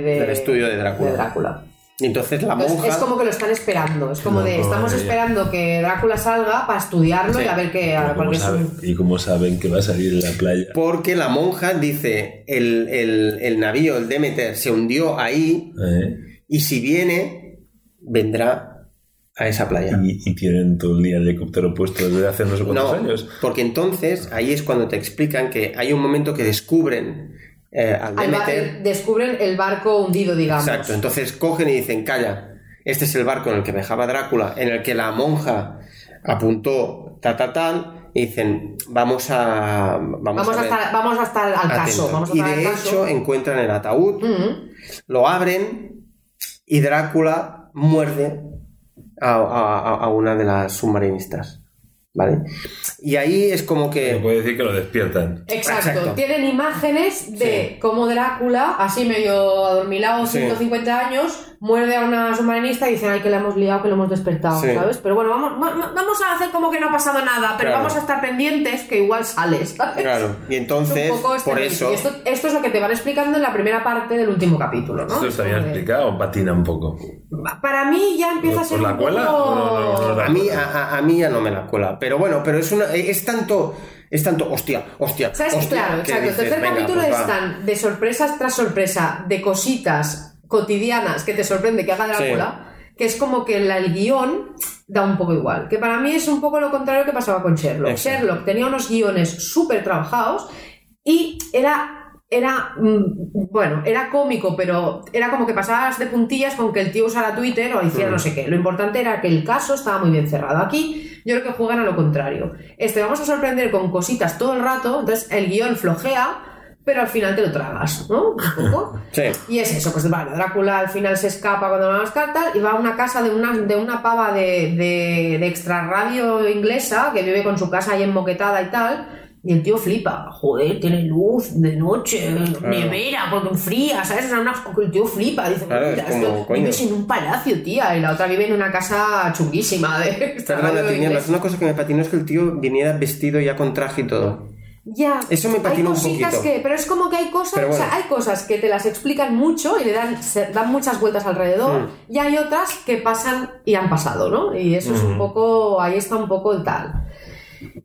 de- del estudio de Drácula. Y entonces la Entonces, monja... es como que lo están esperando, es como de Loco, eh, estamos ella. esperando que Drácula salga para estudiarlo Sí. y a ver qué ¿Y cómo, porque es saben, un- y cómo saben que va a salir en la playa? Porque la monja dice, el, el- el navío, el Demeter, se hundió ahí ¿Eh? y si viene, vendrá a esa playa. Y, y tienen todo el día el helicóptero puesto desde hace no sé cuántos No, años. porque entonces ahí es cuando te explican que hay un momento que descubren eh, al al ba- Demeter. descubren el barco hundido, digamos. Exacto, entonces cogen y dicen, calla, este es el barco en el que viajaba Drácula, en el que la monja apuntó ta ta tal, y dicen, vamos a... Vamos, Vamos, a a ver". estar, vamos a estar al caso. Atento. Vamos a y estar al de caso. hecho encuentran el ataúd, Mm. lo abren y Drácula muerde a, a- a una de las submarinistas. ¿Vale? Y ahí es como Se que... puede decir que lo despiertan. Exacto. Exacto. tienen imágenes de Sí. cómo Drácula, así medio adormilado, Sí. 150 años, muerde a una submarinista y dicen, ay, que la hemos liado, que lo hemos despertado, Sí. ¿sabes? Pero bueno, vamos, va- va- vamos a hacer como que no ha pasado nada, pero Claro. vamos a estar pendientes que igual sales, ¿sabes? Claro, y entonces, Es un poco este por rollo. eso... Y Esto, esto es lo que te van explicando en la primera parte del último capítulo, ¿no? ¿Esto Es está bien como de- explicado o patina un poco? Para mí ya empieza a ¿Por ser la un cuela poco- o no, no, no, no? A mí, a, a- a mí ya no me la cuela. Pero bueno, pero es una. Es tanto. Es tanto. Hostia, hostia. ¿Sabes? hostia, claro, que exacto. El dices, tercer "Venga, capítulo pues va". están de sorpresas tras sorpresa, de cositas cotidianas que te sorprende que haga Drácula, que es como que la- el guión da un poco igual. Que para mí es un poco lo contrario que pasaba con Sherlock. Exacto. Sherlock tenía unos guiones súper trabajados y era. Era, mm, bueno, era cómico, pero era como que pasabas de puntillas con que el tío usara Twitter o hiciera no sé qué. Lo importante era que el caso estaba muy bien cerrado. Aquí yo creo que juegan a lo contrario. Este, vamos a sorprender con cositas todo el rato, entonces el guión flojea, pero al final te lo tragas, ¿no? Un poco. Sí. Y es eso, pues bueno, Drácula al final se escapa cuando va a buscar tal y va a una casa de una, de una pava de, de, de extrarradio inglesa que vive con su casa ahí enmoquetada y tal. Y el tío flipa, joder, tiene luz de noche, nevera, porque enfría, ¿sabes? O sea, unas co- que el tío flipa, dice, Claro, es "Mira, como, esto- coño". vives en un palacio, tía, y la otra vive en una casa chunguísima de Perdona, extrarradio Tinieblas, inglés. Una cosa que me patinó es que el tío viniera vestido ya con traje y todo. Ya. Eso me patina hay un cositas poquito. que, pero es como que hay cosas, Pero bueno. o sea, hay cosas que te las explican mucho y le dan, se- dan muchas vueltas Hmm. alrededor, y hay Hmm. otras que pasan y han pasado, ¿no? Y eso es un poco, ahí está un poco el tal.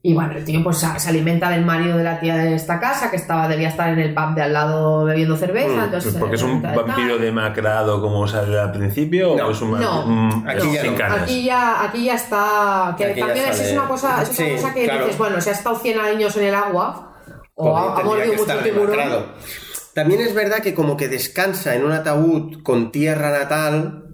Y bueno, el tío pues se se alimenta del marido de la tía de esta casa, que estaba, debía estar en el pub de al lado bebiendo Hmm. cerveza. entonces, Pues eh, porque es un tal, tal. vampiro demacrado como sale al principio No, o es un no, mm, aquí ya sin no. canas. Aquí ya, aquí ya está. Que Aquí ya también es, sale. es una cosa, es una Sí, cosa que claro. dices, bueno, si ha estado 100 años en el agua, o Porque ha, ha tendría mordido que mucho estar tiburón. demacrado. También es verdad que como que descansa en un ataúd con tierra natal,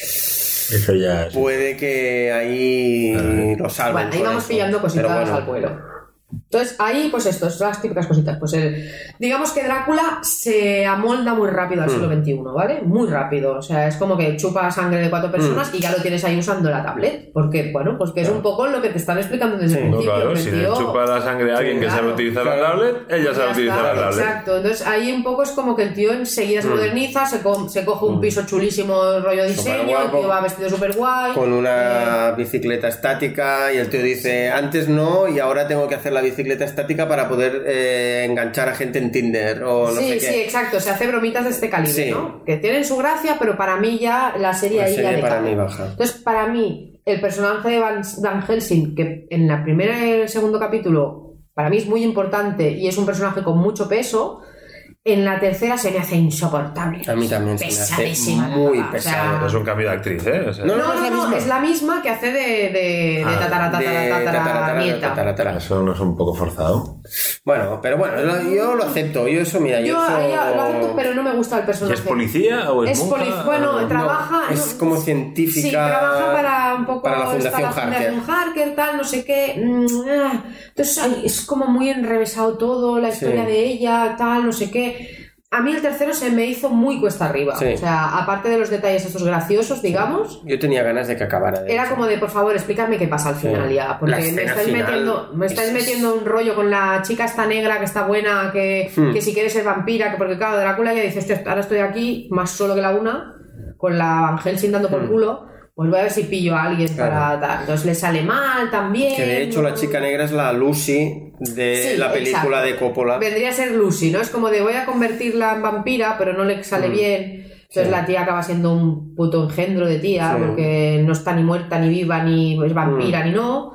Eso ya es. puede que ahí lo salven. Bueno, ahí con vamos eso. pillando cositas Pero bueno, al vuelo. Entonces, ahí, pues esto, son las típicas cositas. Pues el, digamos que Drácula se amolda muy rápido al siglo XXI, ¿vale? Muy rápido. O sea, es como que chupa sangre de cuatro personas y ya lo tienes ahí usando la tablet. Porque, bueno, pues que es un poco lo que te están explicando desde el No, principio. claro, que el si le tío- chupa la sangre a alguien que claro, Pues sabe utilizar la tablet, ella Ya sabe utilizar está, la tablet. Exacto, entonces ahí un poco es como que el tío enseguida se moderniza, se, co- se coge un piso chulísimo rollo diseño, el Superguapo. tío va vestido súper guay. Con Eh. una bicicleta estática y el tío dice, antes no y ahora tengo que hacer la bicicleta estática para poder eh, enganchar a gente en Tinder o no sé sí, qué. sí, exacto, se hace bromitas de este calibre, Sí. ¿no? Que tienen su gracia, pero para mí ya la serie La ahí serie ya Pues para decae. mí baja. Entonces, para mí, el personaje de Van, Van Helsing, que en la primera y el segundo capítulo, para mí es muy importante y es un personaje con mucho peso, en la tercera se me hace insoportable. A mí también se me hace Pesadísima, la muy verdad, o sea, pesado. Es un cambio de actriz, ¿eh? O sea, No, No, no, no, es la misma, que hace de, de, de Ah, tatara, tatara, De tatara, tatara, nieta. tatara, tatara. Eso no es un poco forzado. Bueno, pero bueno, lo- yo lo acepto. Yo eso, mira, yo, Yo eso- ahí lo acepto, pero no me gusta el ¿Y personaje. ¿Es policía o es, Es monja? poli- bueno, No. trabaja... es no, como científica. Sí, trabaja para un poco... para la está Fundación Harker. Fundación Harker, tal, no sé qué. mm, ah. Entonces ay, es como muy enrevesado todo, la historia Sí. de ella, tal, no sé qué. A mí el tercero se me hizo muy cuesta arriba. Sí. O sea, aparte de los detalles estos graciosos, digamos... Yo tenía ganas de que acabara. de Era hecho. como de, por favor, explícame qué pasa al final Sí. ya, La porque me escena estáis, final metiendo, me estáis es- metiendo un rollo con la chica esta negra que está buena, que, Hmm. que si quiere ser vampira, que porque claro, Drácula ya dice, "Hostia, ahora estoy aquí más solo que la una, con la Van Helsing dando por culo, pues voy a ver si pillo a alguien Hmm. Claro. para tal". Entonces le sale mal también. Que de hecho la chica negra es la Lucy de Sí, la película exacto. de Coppola. Vendría a ser Lucy, ¿no? Es como de voy a convertirla en vampira, pero no le sale bien. Entonces Mm. Sí. la tía acaba siendo un puto engendro de tía, Sí. Mm. porque no está ni muerta, ni viva, ni es vampira, ni no.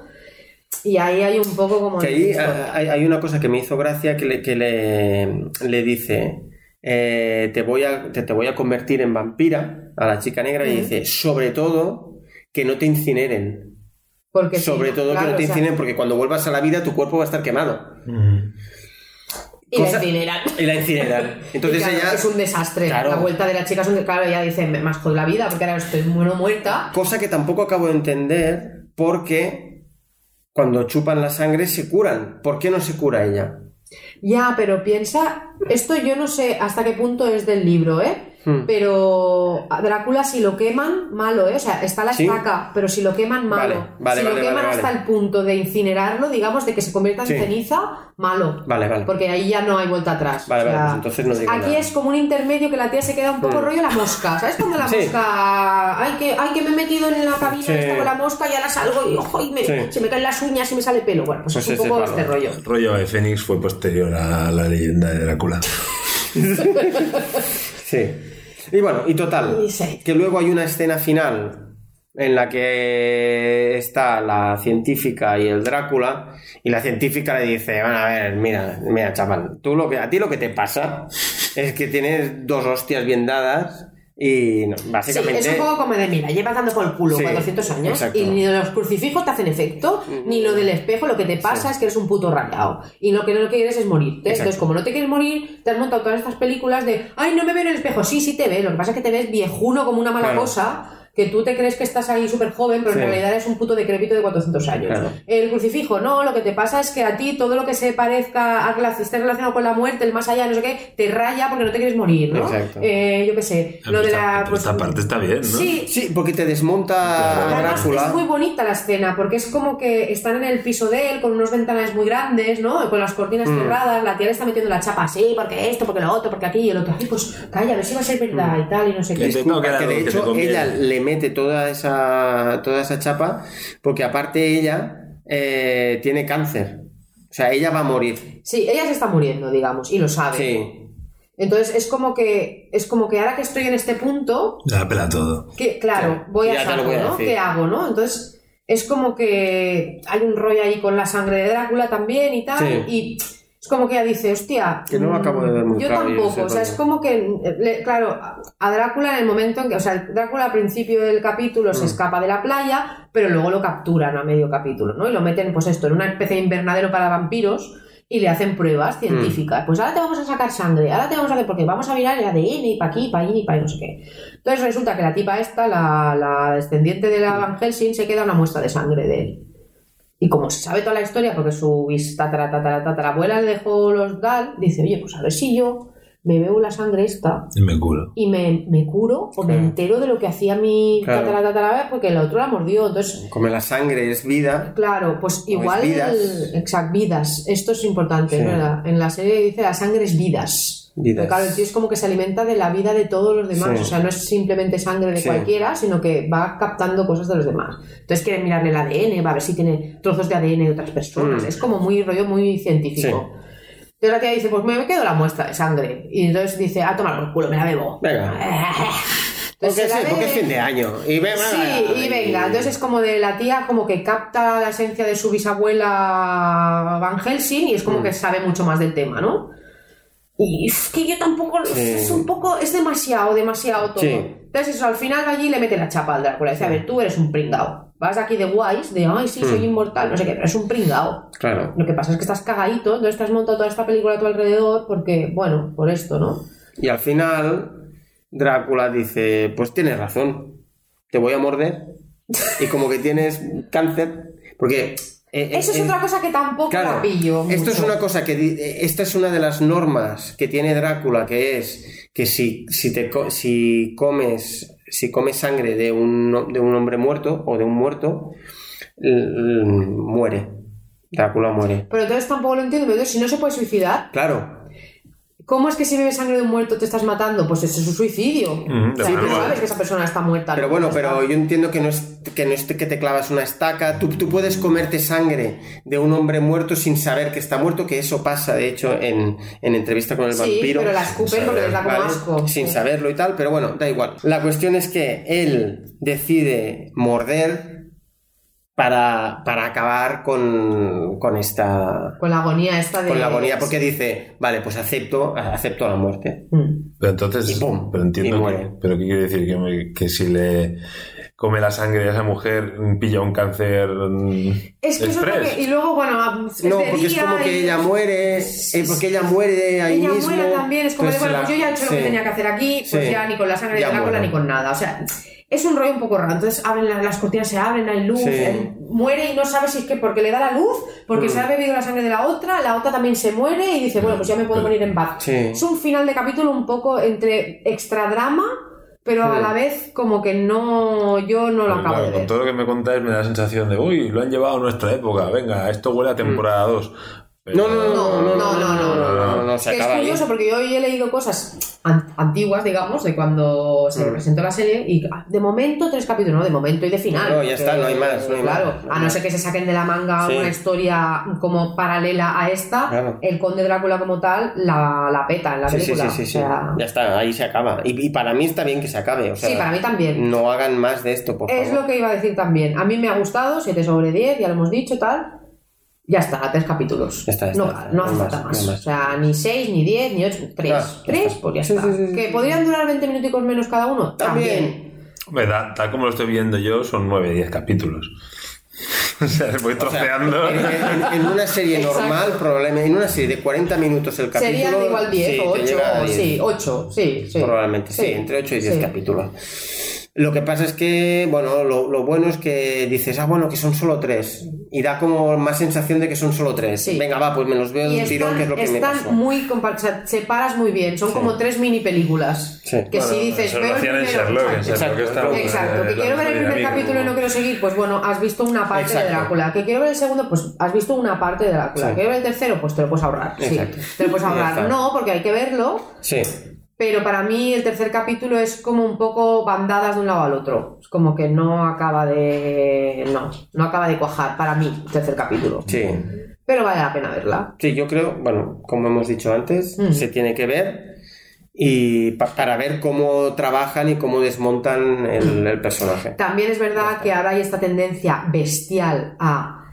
Y ahí hay un poco como... Que de ahí eh, historia. a- hay, hay una cosa que me hizo gracia que le, que le, le dice, eh, te, voy a, te, te voy a convertir en vampira a la chica negra y Mm. dice, sobre todo, que no te incineren. Porque sí, sobre todo claro, que no te o sea, incineren porque cuando vuelvas a la vida tu cuerpo va a estar quemado. Mm. y la cosas- incineran. Y la incineran. Entonces Y claro, ella... Es un desastre. Claro. La vuelta de la chica es un... Claro, ya dicen, me jodido la vida, porque ahora estoy bueno muerta. Cosa que tampoco acabo de entender porque cuando chupan la sangre se curan. ¿Por qué no se cura ella? Ya, pero piensa, esto yo no sé hasta qué punto es del libro, ¿eh? Hmm. Pero a Drácula si lo queman, malo, ¿eh? O sea, está la ¿Sí? estaca, pero si lo queman, malo. Vale, vale, si lo vale, queman vale, hasta vale. el punto de incinerarlo, digamos, de que se convierta en Sí. ceniza, malo. Vale, vale. Porque ahí ya no hay vuelta atrás. Vale, vale, pues entonces no digo Aquí nada. es como un intermedio que la tía se queda un poco Hmm. rollo la mosca. ¿Sabes cuando la Sí. mosca... Ay que, ay, que me he metido en la cabina Sí. esta con la mosca y ahora salgo y, ojo, y me- Sí. se me caen las uñas y me sale pelo. Bueno, pues, Pues es un ese poco palo. este rollo. El rollo de Fénix fue posterior a la leyenda de Drácula. Sí. Y bueno, y total. Y sí. Que luego hay una escena final en la que está la científica y el Drácula y la científica le dice, van a ver, mira, mira, chaval, tú lo que, a ti lo que te pasa es que tienes dos hostias bien dadas y no, Sí, básicamente... es un poco como de, mira, llevas dando por el culo Sí, 400 años exacto. y ni los crucifijos te hacen efecto, ni lo del espejo, lo que te pasa es que eres un puto rayado y lo que no quieres es morirte. Exacto. Entonces, como no te quieres morir, te has montado todas estas películas de, ay, no me veo en el espejo, sí, sí te ves, lo que pasa es que te ves viejuno como una mala Claro. cosa. Que tú te crees que estás ahí súper joven, pero Sí. en realidad es un puto decrépito de 400 años. Claro. El crucifijo, no, lo que te pasa es que a ti todo lo que se parezca a que la- esté relacionado con la muerte, el más allá, no sé qué, te raya porque no te quieres morir, ¿no? Exacto. Eh, yo qué sé. Lo de la. Pero esta parte está bien, ¿no? Sí, Sí, porque te desmonta a Además, Drácula. es muy bonita la escena, porque es como que están en el piso de él con unos ventanas muy grandes, ¿no? Con las cortinas cerradas, la tía le está metiendo la chapa así, porque esto, porque lo otro, porque aquí y el otro. Ay, pues calla, a ver si va a ser verdad y tal, y no sé Que qué. te- Disculpa, no, que era que de algo que te hecho conviene. ella le mete toda esa, toda esa chapa porque aparte ella eh, tiene cáncer. O sea, ella va a morir. Sí, ella se está muriendo, digamos, y lo sabe. Sí. Entonces es como que es como que ahora que estoy en este punto, La pela todo. que claro, voy Ya a te lo saco, voy a ¿no? decir. ¿Qué hago, no? Entonces es como que hay un rollo ahí con la sangre de Drácula también y tal, Sí. y es como que ella dice, hostia. mm, Que no lo acabo de ver muy Yo claro, yo tampoco, sé, o sea, rollo. es como que, eh, le- claro, a Drácula en el momento en que, o sea, Drácula al principio del capítulo Mm. se escapa de la playa, pero luego lo capturan a medio capítulo, ¿no? Y lo meten, pues esto, en una especie de invernadero para vampiros y le hacen pruebas científicas. Pues ahora te vamos a sacar sangre, ahora te vamos a hacer, porque vamos a mirar el ADN y para aquí, para allí, y para no sé qué. Entonces resulta que la tipa esta, la, la descendiente de la Van Helsing, se queda una muestra de sangre de él. Y como se sabe toda la historia, porque su bis- tatara, tatara, tatara, abuela le dejó los dal, dice, oye, pues a ver si yo me bebo la sangre esta Me culo. y me, me curo o me Claro. entero de lo que hacía mi Claro. tatara, tatara, porque el otro la mordió. Entonces, Como la sangre es vida, claro, pues igual... vidas. Exacto, vidas. Esto es importante, Sí. es ¿verdad? En la serie dice, la sangre es vidas. Vidas. Pero Claro, el tío es como que se alimenta de la vida de todos los demás. Sí. O sea, no es simplemente sangre de Sí. cualquiera, sino que va captando cosas de los demás. Entonces quiere mirarle el ADN, va a ver si tiene trozos de ADN de otras personas. Mm. Es como muy rollo, muy científico. Entonces la tía dice, pues me quedo la muestra de sangre. Y entonces dice, a tomar por culo, me la bebo. Venga. Entonces porque, se la sí, porque es bebe. fin de año. Y venga, Sí, y venga, entonces es como de la tía como que capta la esencia de su bisabuela Van Helsing y es Mm. como que sabe mucho más del tema, ¿no? Y es que yo tampoco, Sí. es un poco, es demasiado, demasiado todo. Sí. Entonces eso, al final va allí y le mete la chapa al Drácula, dice, a ver, tú eres un pringao. Vas aquí de guays, de, ay, sí, Mm. soy inmortal, no sé qué, pero es un pringao. Claro. Lo que pasa es que estás cagadito, entonces te has montado toda esta película a tu alrededor porque, bueno, por esto, ¿no? Y al final, Drácula dice: Pues tienes razón, te voy a morder. Y como que tienes cáncer, porque. eh, Eso es eh, otra cosa que tampoco la pillo. Esto mucho. es una cosa que di- eh, esta es una de las normas que tiene Drácula, que es que si, si te co- si comes si comes sangre de un, ho- de un hombre muerto o de un muerto l- l- muere. Drácula muere. Pero entonces tampoco lo entiendo, pero entonces, si no se puede suicidar, Claro. ¿Cómo es que si bebes sangre de un muerto te estás matando? Pues eso es un suicidio. Mm, de O sea, tú acuerdo. sabes que esa persona está muerta. Pero ¿no? bueno, Ya pero pues está. yo entiendo que no es que no es que te clavas una estaca, tú, tú puedes comerte sangre de un hombre muerto sin saber que está muerto, que eso pasa de hecho en, en entrevista con el Sí, vampiro. pero la escupes porque les da como ¿vale? asco. Sin Sí. saberlo y tal, pero bueno, da igual. La cuestión es que él decide morder para, para acabar con, con esta Con la agonía esta de. con la agonía porque dice, vale, pues acepto, acepto la muerte. Mm. Pero entonces. Y pum, pero entiendo. y que- muere. pero ¿qué quiere decir? Que, me- que si le come la sangre a esa mujer, pilla un cáncer. mm, Es que eso es lo express. que. Y luego, bueno, es No, de porque es día como y- que ella muere, eh, porque ella muere ahí Ella mismo. muera también, es como de, Entonces bueno, pues yo ya he la- hecho lo que sí. tenía que hacer aquí, pues Sí. ya ni con la sangre Ya de la cola muero. ni con nada. O sea, es un rollo un poco raro. Entonces abren la- las cortinas, se abren, hay luz, Sí. él muere y no sabe si es que porque le da la luz, porque Mm. se ha bebido la sangre de la otra, la otra también se muere y dice, bueno, pues ya me puedo morir en paz. Mm. Sí. Es un final de capítulo un poco entre extra drama, pero a Mm. la vez como que no, yo no lo Pero acabo claro, de con ver. todo lo que me contáis me da la sensación de, uy, lo han llevado a nuestra época, venga, esto Mm. huele a temporada 2. No, no, no, no, no, no, no, no, no, no, no, se Que es acaba ahí. curioso porque yo hoy he leído cosas an- antiguas, digamos, de cuando Mm. se presentó la serie y ah, de momento tres capítulos, no, de momento y de final. No, ya está, no hay más, no hay claro, más, no hay a no más. ser que se saquen de la manga Sí. una historia como paralela a esta, Claro. el conde Drácula como tal la, la peta en la Sí, sí, película. sí, sí, sí. O sea, Ya está, ahí se acaba. Y, y para mí está bien que se acabe. O sea, sí, para mí también. No hagan más de esto, por Es favor. lo que iba a decir también. A mí me ha gustado, 7 sobre 10, ya lo hemos dicho, tal. Ya está, tres capítulos. Ya está, ya está, no, ya está. no hace No falta más, más. no más. O sea, ni 6, ni 10, ni 8, 3. Ah, ya 3, está. pues ya Sí, está. sí, sí, sí. que podrían durar 20 minuticos menos cada uno. También. También. Verdad, tal como lo estoy viendo yo, son 9, 10 capítulos. o sea, voy O sea, troceando. en, eh, en- en una serie Exacto. normal, probablemente. En una serie de 40 minutos el capítulo. Serían igual 10 sí, o te 8. llega a 10. Sí, 8, sí, sí. Probablemente, sí, Sí, entre 8 y 10 sí. capítulos. Lo que pasa es que, bueno, lo, lo bueno es que dices, ah, bueno, que son solo 3. Y da como más sensación de que son solo 3. Sí. Venga, va, pues me los veo Y de un tirón, que es están, lo que me están pasó. muy compa- o sea, separas muy bien, son como tres mini películas. Sí. Que Bueno, si dices, eso lo veo el hacían en primero- Sherlock, en Exacto. Sherlock estaba- Exacto, que era quiero ver el primer dinámico. capítulo y no quiero seguir, pues bueno, has visto una parte Exacto. de Drácula. Que quiero ver el segundo, pues has visto una parte de Drácula. Sí. Quiero ver el tercero, pues te lo puedes ahorrar. sí. Exacto. te lo puedes Ya ahorrar. está. No, porque hay que verlo, Sí, pero para mí el tercer capítulo es como un poco bandadas de un lado al otro. Es como que no acaba de. No, no acaba de cuajar para mí el tercer capítulo. sí. Pero vale la pena verla. Sí, yo creo, bueno, como hemos dicho antes, Mm. se tiene que ver. y pa- para ver cómo trabajan y cómo desmontan el, el personaje. También es verdad que ahora hay esta tendencia bestial a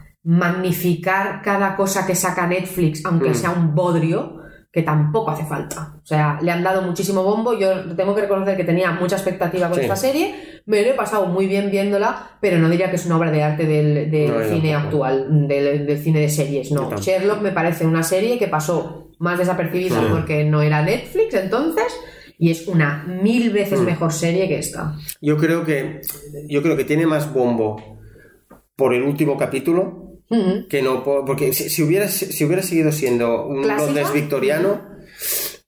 magnificar cada cosa que saca Netflix, aunque Mm. sea un bodrio, que tampoco hace falta. O sea, le han dado muchísimo bombo. Yo tengo que reconocer que tenía mucha expectativa con Sí. esta serie. Me lo he pasado muy bien viéndola, pero no diría que es una obra de arte del, del No, yo cine tampoco. actual, del, del cine de series. Yo No, tampoco. Sherlock me parece una serie que pasó más desapercibida porque no era Netflix entonces. Y es una mil Mm. veces mejor serie que esta. Yo creo que yo creo que tiene más bombo por el último capítulo Mm. que no por- porque si, si hubiera si hubiera seguido siendo un ¿Clásica? Londres victoriano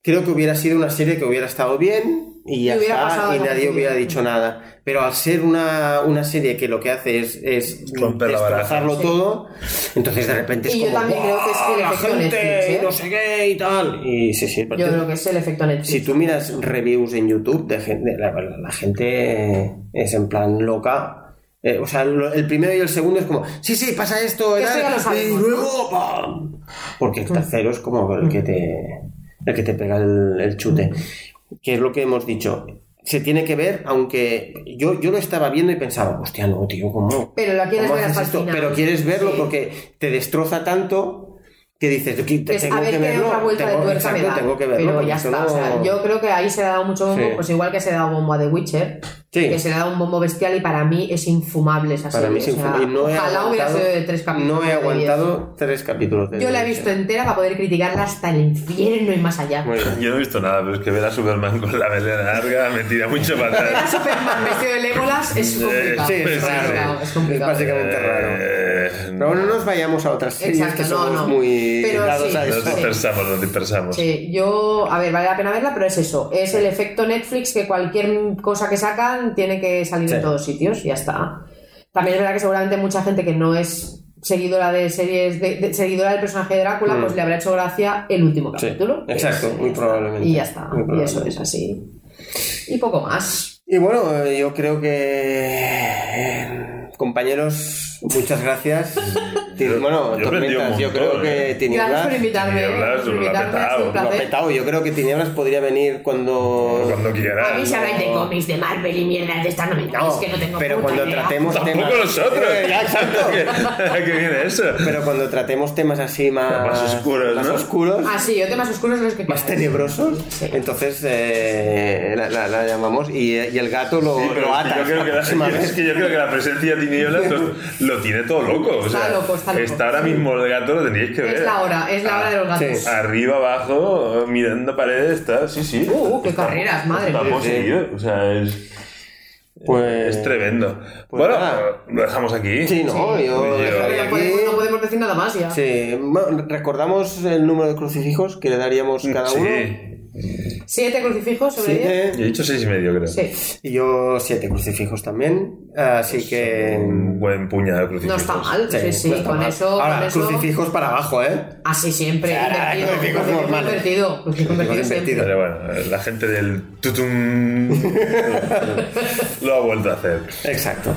creo que hubiera sido una serie que hubiera estado bien y ya Y hubiera está pasado y algo nadie parecido. hubiera dicho nada pero al ser una, una serie que lo que hace es, es Romper la baraja. destrozarlo Sí. todo entonces de repente es Y yo como también creo que es que "Buah, el la efecto gente Netflix, ¿eh?". y no sé qué y tal y sí sí Yo pero creo que es el efecto Netflix. si tú miras reviews en YouTube de gente, la, la- la gente es en plan loca. Eh, o sea, lo- el primero y el segundo es como, sí, sí, pasa esto, Esto tal, ya lo sabemos, y ¿no? luego ¡pam! Porque el tercero es como el que te, el que te pega el, el chute. Que es lo que hemos dicho. Se tiene que ver, aunque yo, yo lo estaba viendo y pensaba, hostia, no, tío, ¿cómo? Pero la quieres cómo ver haces hasta el esto?". final. Pero quieres verlo Sí. porque te destroza tanto que dices, "Yo que- Es, tengo a ver que qué verlo. otra vuelta tengo- de tuerca exacto, me da. tengo que verlo. pero porque ya si está. no- O sea, yo creo que ahí se le ha dado mucho bombo, Sí. pues igual que se le ha dado bombo a The Witcher, Sí. que se le ha dado un bombo bestial y para mí es infumable esa Para mí serie. es o sea, infumable. No he ojalá aguantado- hubiera sido de tres capítulos. No he de aguantado tres capítulos. de diez. Yo la he Derecho. visto entera para poder criticarla hasta el infierno y más allá. Muy bien. Yo no he visto nada, pero es que ver a Superman con la melena larga me tira mucho para Ver a atrás. Superman vestido de Legolas es complicado. Sí, es es raro. complicado. Es complicado. básicamente raro. Eh, Pero bueno, no nos vayamos a otras series Exacto, que no, somos no. muy Pero dados sí, a Nos eso. sí. dispersamos, nos dispersamos. Sí, yo, a ver, vale la pena verla, pero es eso, es el efecto Netflix que cualquier cosa que sacan tiene que salir Sí. en todos sitios, y ya está. También es verdad que seguramente mucha gente que no es seguidora de series, de, de- seguidora del personaje de Drácula, Mm. pues le habrá hecho gracia el último Sí, capítulo. que exacto, es- muy ya está. probablemente. Y ya está, Muy y eso probablemente. es así. Y poco más. Y bueno, eh, yo creo que. eh, Compañeros, muchas gracias. Ti- bueno, yo he aprendido tormentas, un yo creo montón, que eh. Gracias por Tinieblas. invitarme. Tinieblas, gracias por lo ha invitarme, ha sido un petado. Lo ha placer. petado, yo creo que Tinieblas podría venir cuando. Cuando A mí quieras. se habláis de cómics, de Marvel y mierdas de estas, no me engañéis, que no tengo pero puta cuando idea. tratemos Tampoco temas. nosotros. Eh, ya, exacto. ¿Qué qué viene eso? Pero cuando tratemos temas así más, Más oscuros, más ¿no? oscuros, Ah, sí, yo temas oscuros de los que más queráis. tenebrosos, entonces eh, la, la- la llamamos y, eh, y el gato lo, Sí, pero lo es que atas yo creo la que próxima la- Es vez. que yo creo que la presencia de tinieblas lo, lo tiene todo loco. o Está sea, loco, está loco. ahora mismo el gato, lo tenéis que ver. Ah, Es la hora, es la hora de los gatos. Sí. Arriba, abajo, mirando paredes, está. Sí, sí. Uh, uh, qué carreras, madre Está mía. poseído, O sea, es, Pues, Oh. es tremendo. pues bueno, nada. lo dejamos aquí. Sí, no, yo Yo- dejaría Pero no aquí. podemos, no podemos decir nada más ya. Sí, bueno, recordamos el número de crucifijos que le daríamos cada Sí. uno. ¿Siete crucifijos sobre diez? Siete, Yo he dicho seis y medio, creo. Sí, y yo siete crucifijos también. Así que. Un buen puñado de no crucifijos. está mal. Sí, sí, no está con mal. eso. Ahora, con eso- crucifijos para abajo, ¿eh? Así siempre. Ahora, invertido, crucifijos crucifijo normales. invertido, crucifijo invertido Crucifijo siempre. Pero bueno, la gente del tutum lo ha vuelto a hacer. Exacto.